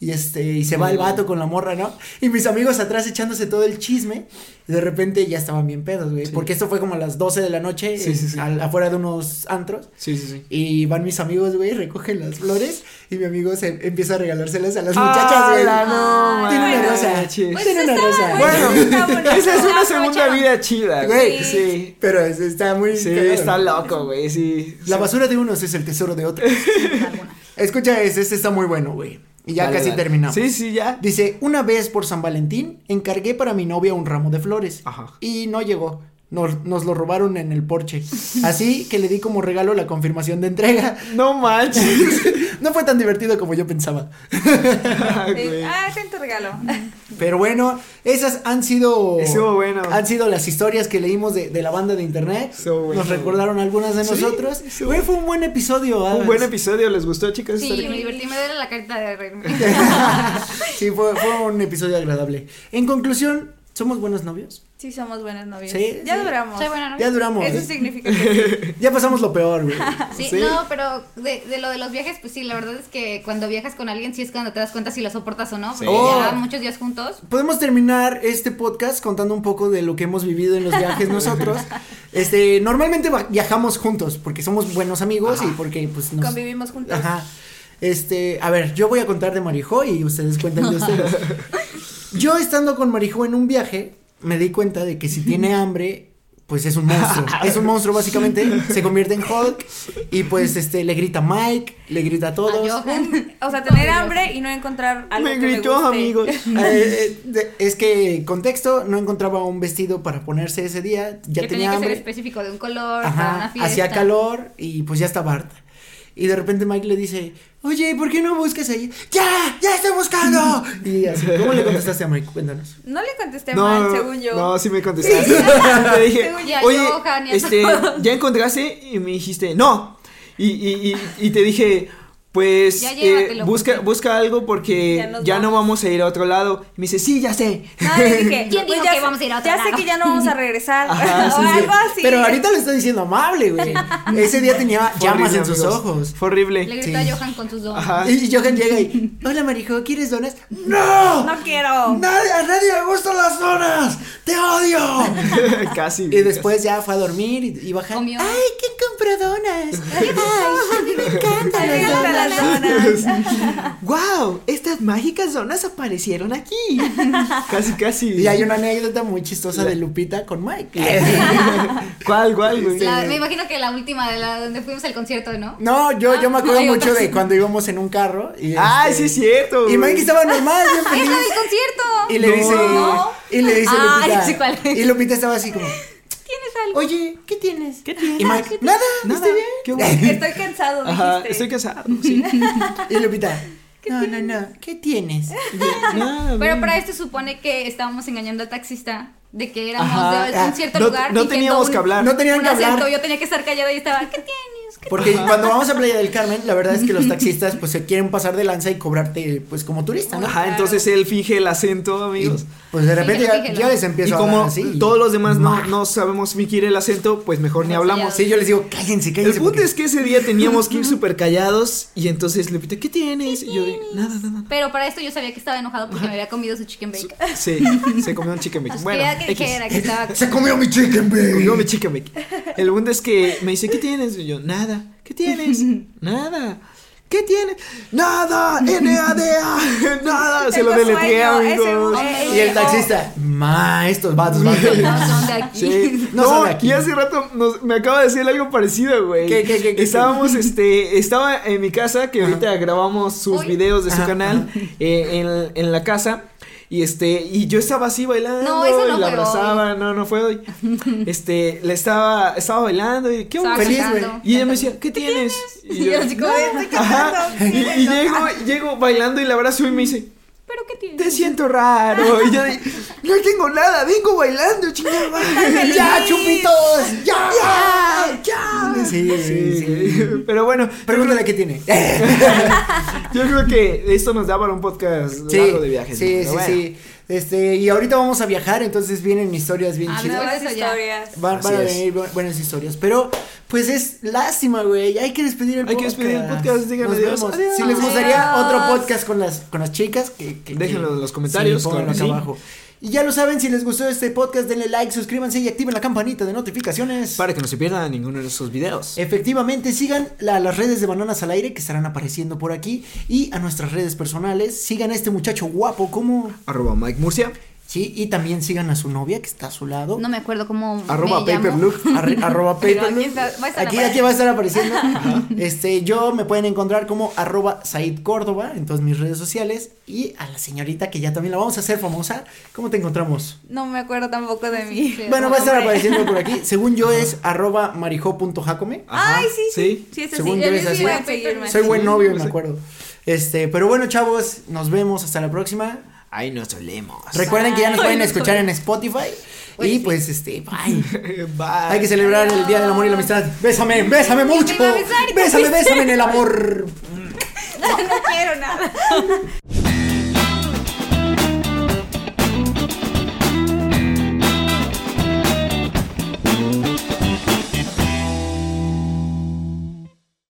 [SPEAKER 1] Y este, y se va el vato con la morra, ¿no? Y mis amigos atrás echándose todo el chisme. Y de repente ya estaban bien pedos, güey. Porque esto fue como a las 12 de la noche,
[SPEAKER 2] Sí,
[SPEAKER 1] eh,
[SPEAKER 2] sí, sí.
[SPEAKER 1] al- afuera de unos antros.
[SPEAKER 2] Sí, sí, sí.
[SPEAKER 1] Y van mis amigos, güey, recogen las flores. Y mi amigo se empieza a regalárselas a las
[SPEAKER 2] Ah,
[SPEAKER 1] muchachas, güey.
[SPEAKER 2] la no,
[SPEAKER 1] Tiene una rosa.
[SPEAKER 2] manches.
[SPEAKER 1] Tiene una rosa.
[SPEAKER 2] Bueno,
[SPEAKER 3] Está bonito.
[SPEAKER 2] esa es una
[SPEAKER 4] Aprovechaban.
[SPEAKER 2] segunda vida chida, güey.
[SPEAKER 1] Güey,
[SPEAKER 2] Sí.
[SPEAKER 1] Pero es- está muy.
[SPEAKER 2] Sí,
[SPEAKER 1] cagado.
[SPEAKER 2] está loco, güey. Sí.
[SPEAKER 1] La basura de unos es el tesoro de otros. Escucha, este, este está muy bueno, güey. Y ya
[SPEAKER 2] Dale,
[SPEAKER 1] casi
[SPEAKER 2] dale.
[SPEAKER 1] terminamos.
[SPEAKER 2] Sí, sí, ya.
[SPEAKER 1] Dice, una vez por San Valentín encargué para mi novia un ramo de flores.
[SPEAKER 2] Ajá.
[SPEAKER 1] Y no llegó. Nos, nos lo robaron en el porche. Así que le di como regalo la confirmación de entrega.
[SPEAKER 2] No manches.
[SPEAKER 1] No fue tan divertido como yo pensaba.
[SPEAKER 2] güey.
[SPEAKER 3] Ah, ten tu regalo.
[SPEAKER 1] Pero bueno, esas han sido.
[SPEAKER 2] Estuvo bueno.
[SPEAKER 1] Han sido las historias que leímos de, de la banda de internet.
[SPEAKER 2] Estuvo bueno.
[SPEAKER 1] Nos recordaron algunas de
[SPEAKER 2] Sí,
[SPEAKER 1] nosotros.
[SPEAKER 2] estuvo
[SPEAKER 1] Güey, fue un buen episodio.
[SPEAKER 2] Un
[SPEAKER 1] Alex.
[SPEAKER 3] ah.
[SPEAKER 2] buen episodio, ¿les gustó, chicas?
[SPEAKER 4] Sí,
[SPEAKER 2] Estar
[SPEAKER 4] me
[SPEAKER 2] aquí.
[SPEAKER 4] divertí, me duele la carita de reírme.
[SPEAKER 1] sí, fue, fue un episodio agradable. En conclusión, ¿somos buenos novios?
[SPEAKER 3] Sí, somos buenos novios.
[SPEAKER 1] Sí,
[SPEAKER 3] ya
[SPEAKER 1] sí.
[SPEAKER 3] duramos.
[SPEAKER 4] Soy buena novia.
[SPEAKER 1] Ya duramos.
[SPEAKER 3] Eso significa que sí.
[SPEAKER 1] Ya pasamos lo peor, güey.
[SPEAKER 4] Sí,
[SPEAKER 2] Sí.
[SPEAKER 4] no, pero de, de lo de los viajes, pues sí, la verdad es que cuando viajas con alguien, sí es cuando te das cuenta si lo soportas o no,
[SPEAKER 1] Sí.
[SPEAKER 4] porque ya
[SPEAKER 1] Oh.
[SPEAKER 4] muchos días juntos.
[SPEAKER 1] Podemos terminar este podcast contando un poco de lo que hemos vivido en los viajes nosotros. Este, normalmente va- viajamos juntos porque somos buenos amigos y porque pues nos
[SPEAKER 3] convivimos juntos.
[SPEAKER 1] Ajá. Este, a ver, yo voy a contar de Marijo y ustedes cuentan de ustedes. Yo estando con Marijo en un viaje, me di cuenta de que si tiene hambre, pues es un monstruo. Es un monstruo básicamente, se convierte en Hulk y pues este le grita Mike, le grita a todos.
[SPEAKER 4] A Johan.
[SPEAKER 3] O sea, tener hambre y no encontrar algo
[SPEAKER 2] Me
[SPEAKER 3] que
[SPEAKER 2] gritó,
[SPEAKER 3] guste.
[SPEAKER 2] amigos.
[SPEAKER 1] Eh, de- es que contexto, no encontraba un vestido para ponerse ese día, ya tenía,
[SPEAKER 4] que tenía que
[SPEAKER 1] hambre.
[SPEAKER 4] ser específico de un color, para una
[SPEAKER 1] Ajá,
[SPEAKER 4] fiesta.
[SPEAKER 1] hacía calor y pues ya estaba harta. Y de repente Mike le dice, oye, ¿por qué no buscas ahí? ¡Ya! ¡Ya estoy buscando! Y así, ¿cómo le contestaste a Mike? Cuéntanos.
[SPEAKER 3] No le contesté
[SPEAKER 2] No,
[SPEAKER 3] mal,
[SPEAKER 2] no,
[SPEAKER 3] según yo.
[SPEAKER 2] No, sí me contestaste. Te dije,
[SPEAKER 4] Según ya,
[SPEAKER 2] oye,
[SPEAKER 4] Johan, ya
[SPEAKER 2] este,
[SPEAKER 4] está".
[SPEAKER 2] ya encontraste y me dijiste, no. Y, y, y, y te dije, pues,
[SPEAKER 4] Ya llévatelo,
[SPEAKER 2] busca,
[SPEAKER 4] porque-
[SPEAKER 2] busca algo porque ya,
[SPEAKER 3] Ya nos
[SPEAKER 2] no vamos a ir a otro lado. Y me dice, sí, ya sé.
[SPEAKER 3] No, le dije,
[SPEAKER 4] ¿Quién
[SPEAKER 3] pues
[SPEAKER 4] dijo
[SPEAKER 3] ya
[SPEAKER 4] que
[SPEAKER 3] sé-
[SPEAKER 4] vamos a ir a otro
[SPEAKER 3] Ya sé
[SPEAKER 4] lado?
[SPEAKER 3] que ya no vamos a regresar.
[SPEAKER 2] Ajá, sí,
[SPEAKER 3] o
[SPEAKER 2] sí.
[SPEAKER 3] algo así.
[SPEAKER 1] Pero ahorita le está diciendo amable, güey. Ese día tenía
[SPEAKER 2] Fue
[SPEAKER 1] llamas
[SPEAKER 2] horrible,
[SPEAKER 1] en sus
[SPEAKER 2] amigos.
[SPEAKER 1] ojos.
[SPEAKER 2] Fue horrible.
[SPEAKER 4] Le gritó
[SPEAKER 1] Sí.
[SPEAKER 4] a Johan con sus dos.
[SPEAKER 2] Ajá.
[SPEAKER 1] Y Johan llega y, hola Marijo, ¿quieres donas? ¡No!
[SPEAKER 3] No quiero.
[SPEAKER 1] Nadie, a nadie le gustan las donas. ¡Te odio!
[SPEAKER 2] Casi.
[SPEAKER 1] Y después ya fue a dormir y, y baja.
[SPEAKER 4] Comió.
[SPEAKER 1] ¡Ay, qué compro donas. Ay, a mí me encantan
[SPEAKER 3] Me
[SPEAKER 1] las
[SPEAKER 3] encantan
[SPEAKER 1] donas.
[SPEAKER 3] las donas.
[SPEAKER 2] ¡Wow! Estas mágicas zonas aparecieron aquí. casi, casi.
[SPEAKER 1] Y hay una anécdota muy chistosa de Lupita con Mike.
[SPEAKER 2] ¿Cuál, cuál, güey?
[SPEAKER 4] La-
[SPEAKER 1] Este,
[SPEAKER 4] me imagino que la última de la donde fuimos al concierto, ¿no?
[SPEAKER 1] No, yo, yo me acuerdo
[SPEAKER 4] Hay otra
[SPEAKER 1] mucho de
[SPEAKER 4] sí.
[SPEAKER 1] cuando íbamos en un carro. Y
[SPEAKER 2] ¡Ay,
[SPEAKER 1] este,
[SPEAKER 2] sí es cierto!
[SPEAKER 1] Y Mike
[SPEAKER 2] güey.
[SPEAKER 1] estaba normal, bien
[SPEAKER 4] ¡Es la
[SPEAKER 1] feliz.
[SPEAKER 4] del concierto!
[SPEAKER 1] Y le
[SPEAKER 2] No.
[SPEAKER 1] dice.
[SPEAKER 4] ¿No?
[SPEAKER 1] Y le dice
[SPEAKER 4] Ah,
[SPEAKER 1] Lupita.
[SPEAKER 4] ya sé cuál es.
[SPEAKER 1] Y Lupita estaba así como.
[SPEAKER 4] ¿Tienes algo?
[SPEAKER 1] Oye, ¿qué tienes? ¿Qué tienes? Y Mike, nada,
[SPEAKER 2] Nada,
[SPEAKER 1] estoy bien.
[SPEAKER 2] qué bueno.
[SPEAKER 3] Estoy cansado,
[SPEAKER 2] Ajá,
[SPEAKER 3] dijiste.
[SPEAKER 2] estoy casado. Sí.
[SPEAKER 1] Y Lupita, no, no, no, ¿qué tienes?
[SPEAKER 2] Nada,
[SPEAKER 4] Pero
[SPEAKER 2] güey.
[SPEAKER 4] para esto supone que estábamos engañando al taxista de que éramos
[SPEAKER 2] Ajá.
[SPEAKER 1] ah,
[SPEAKER 4] de un cierto
[SPEAKER 2] No-
[SPEAKER 4] lugar.
[SPEAKER 2] no
[SPEAKER 4] fingiendo
[SPEAKER 2] teníamos
[SPEAKER 4] un-
[SPEAKER 2] que hablar.
[SPEAKER 1] No tenían
[SPEAKER 4] un
[SPEAKER 1] que
[SPEAKER 4] acento,
[SPEAKER 1] hablar.
[SPEAKER 4] yo tenía que estar callada y estaba, ¿qué tienes? ¿Qué
[SPEAKER 1] Porque cuando vamos a Playa del Carmen, la verdad es que los taxistas pues se quieren pasar de lanza y cobrarte pues como turista, ¿no?
[SPEAKER 2] Ajá, entonces él finge el acento,
[SPEAKER 1] Y,
[SPEAKER 2] amigos.
[SPEAKER 1] pues de repente
[SPEAKER 4] Fíjalo,
[SPEAKER 1] ya,
[SPEAKER 4] fíjalo.
[SPEAKER 1] ya les empiezo
[SPEAKER 2] Y
[SPEAKER 1] a
[SPEAKER 2] como
[SPEAKER 1] hablar así.
[SPEAKER 2] todos los demás no, no sabemos fingir el acento, pues mejor ni
[SPEAKER 4] Mejor
[SPEAKER 2] hablamos.
[SPEAKER 4] callados.
[SPEAKER 1] Sí, yo les digo, cállense,
[SPEAKER 2] El
[SPEAKER 1] cállense.
[SPEAKER 2] punto
[SPEAKER 1] porque-
[SPEAKER 2] es que ese día teníamos que ir súper callados y entonces le pité, ¿qué tienes? Y yo, nada, nada.
[SPEAKER 4] tienes?". Pero para esto yo sabía que estaba enojado porque me había comido su chicken bake.
[SPEAKER 2] nada. Sí, se comió un chicken bake. Bueno,
[SPEAKER 4] Pues Quería que
[SPEAKER 2] X.
[SPEAKER 4] dijera que estaba...
[SPEAKER 1] Se comió mi chicken, baby.
[SPEAKER 2] Comió mi chicken bake. El punto es que me dice, ¿qué tienes? Y yo, nada. ¿Qué tienes? Nada. ¿Qué tienes? Nada. N-A-D-A. Nada. Se
[SPEAKER 3] Tengo
[SPEAKER 2] lo deletré,
[SPEAKER 3] sueño,
[SPEAKER 2] amigos.
[SPEAKER 3] ese-
[SPEAKER 1] Y el taxista, ma, estos vatos,
[SPEAKER 4] No
[SPEAKER 1] vatos.
[SPEAKER 4] oh. son de aquí.
[SPEAKER 2] Sí.
[SPEAKER 1] No
[SPEAKER 2] No,
[SPEAKER 1] son de aquí.
[SPEAKER 2] y hace rato nos- me acaba de decir algo parecido, güey.
[SPEAKER 1] ¿Qué, qué, qué, qué?
[SPEAKER 2] Estábamos, este, estaba en mi casa, que ahorita grabamos sus
[SPEAKER 4] Uy.
[SPEAKER 2] videos de su
[SPEAKER 1] Ajá,
[SPEAKER 2] canal, eh, en, en la casa. Y este, y yo estaba así bailando,
[SPEAKER 4] No, eso no
[SPEAKER 2] y la
[SPEAKER 4] fue hoy.
[SPEAKER 2] abrazaba, no, no fue hoy. Este, le estaba, estaba bailando y qué
[SPEAKER 4] Estaba
[SPEAKER 2] onda?
[SPEAKER 1] feliz,
[SPEAKER 4] cantando.
[SPEAKER 1] güey.
[SPEAKER 2] Y ella me decía, ¿qué tienes?
[SPEAKER 4] Y yo así como,
[SPEAKER 2] "Nada".
[SPEAKER 4] "Estoy
[SPEAKER 2] Ajá.
[SPEAKER 3] cantando,
[SPEAKER 2] Y,
[SPEAKER 3] ¿qué
[SPEAKER 2] y llego, llego bailando y la abrazo y me dice,
[SPEAKER 4] ¿Pero qué tienes?
[SPEAKER 2] te siento raro. Y yo de, no tengo nada, vengo bailando, chingada. madre".
[SPEAKER 1] ¡Ya, chupitos! ¡Ya!
[SPEAKER 2] ¡Ya! ¡Ya!
[SPEAKER 1] Sí, sí, sí.
[SPEAKER 2] Pero bueno,
[SPEAKER 1] Pregúntale qué tiene.
[SPEAKER 2] yo creo que esto nos da para un podcast
[SPEAKER 1] Sí,
[SPEAKER 2] largo de viajes.
[SPEAKER 1] sí, sí,
[SPEAKER 2] ¿no? Pero bueno.
[SPEAKER 1] sí. Este, y ahorita vamos a viajar, entonces vienen historias bien
[SPEAKER 4] Ah,
[SPEAKER 1] chidas.
[SPEAKER 4] no,
[SPEAKER 3] Nuevas
[SPEAKER 4] Eso ya.
[SPEAKER 3] historias.
[SPEAKER 1] Van,
[SPEAKER 2] Así
[SPEAKER 1] van a
[SPEAKER 2] es.
[SPEAKER 1] venir bu- buenas historias. Pero, pues es lástima, güey. Hay que despedir el
[SPEAKER 2] Hay que
[SPEAKER 1] podcast.
[SPEAKER 2] despedir el podcast, digan
[SPEAKER 1] Nos
[SPEAKER 2] adiós,
[SPEAKER 1] vemos.
[SPEAKER 2] adiós.
[SPEAKER 1] Si les gustaría
[SPEAKER 4] Adiós.
[SPEAKER 1] otro podcast con las, con las chicas, que, que-
[SPEAKER 2] Déjenlo
[SPEAKER 1] que-
[SPEAKER 2] en los comentarios,
[SPEAKER 1] sí, pónganlo
[SPEAKER 2] claro que
[SPEAKER 1] acá
[SPEAKER 2] sí.
[SPEAKER 1] abajo. Y ya lo saben, si les gustó este podcast, denle like, suscríbanse y activen la campanita de notificaciones.
[SPEAKER 2] Para que no se pierda ninguno de esos videos.
[SPEAKER 1] Eh. Efectivamente, sigan la- las redes de Bananas al Aire que estarán apareciendo por aquí y a nuestras redes personales. Sigan a este muchacho guapo como...
[SPEAKER 2] Arroba Mike Murcia.
[SPEAKER 1] Sí, y también sigan a su novia que está a su lado.
[SPEAKER 4] No me acuerdo cómo
[SPEAKER 2] Arroba
[SPEAKER 4] me llamo.
[SPEAKER 2] Paperlook.
[SPEAKER 1] Arre- arroba
[SPEAKER 4] Pero
[SPEAKER 1] Paperloop.
[SPEAKER 4] aquí está- va a estar
[SPEAKER 1] aquí,
[SPEAKER 4] apare-
[SPEAKER 1] aquí va a estar apareciendo. Este, yo me pueden encontrar como arroba Said Córdoba en todas mis redes sociales. Y a la señorita que ya también la vamos a hacer famosa. ¿Cómo te encontramos?
[SPEAKER 3] No me acuerdo tampoco de mí.
[SPEAKER 4] sí.
[SPEAKER 1] Bueno, va a estar
[SPEAKER 3] Hombre.
[SPEAKER 1] apareciendo por aquí. Según yo es arroba marijo.jacome.
[SPEAKER 2] Ajá,
[SPEAKER 3] Ay, sí, sí.
[SPEAKER 2] Sí.
[SPEAKER 3] Sí, es así.
[SPEAKER 1] Según yo es así.
[SPEAKER 3] Pueden seguirme.
[SPEAKER 1] Soy buen
[SPEAKER 2] sí,
[SPEAKER 1] novio, me
[SPEAKER 2] sí.
[SPEAKER 1] acuerdo. Este, pero bueno, chavos, nos vemos hasta la próxima.
[SPEAKER 2] Ahí nos olemos.
[SPEAKER 1] Recuerden que ya nos
[SPEAKER 4] Bye.
[SPEAKER 1] pueden escuchar en Spotify. Y pues este, bye.
[SPEAKER 2] Bye.
[SPEAKER 1] Hay que celebrar el Día del Amor y la Amistad. Bésame, bésame mucho.
[SPEAKER 4] iba a besar y te
[SPEAKER 1] Bésame, bésame en el amor.
[SPEAKER 3] No quiero nada.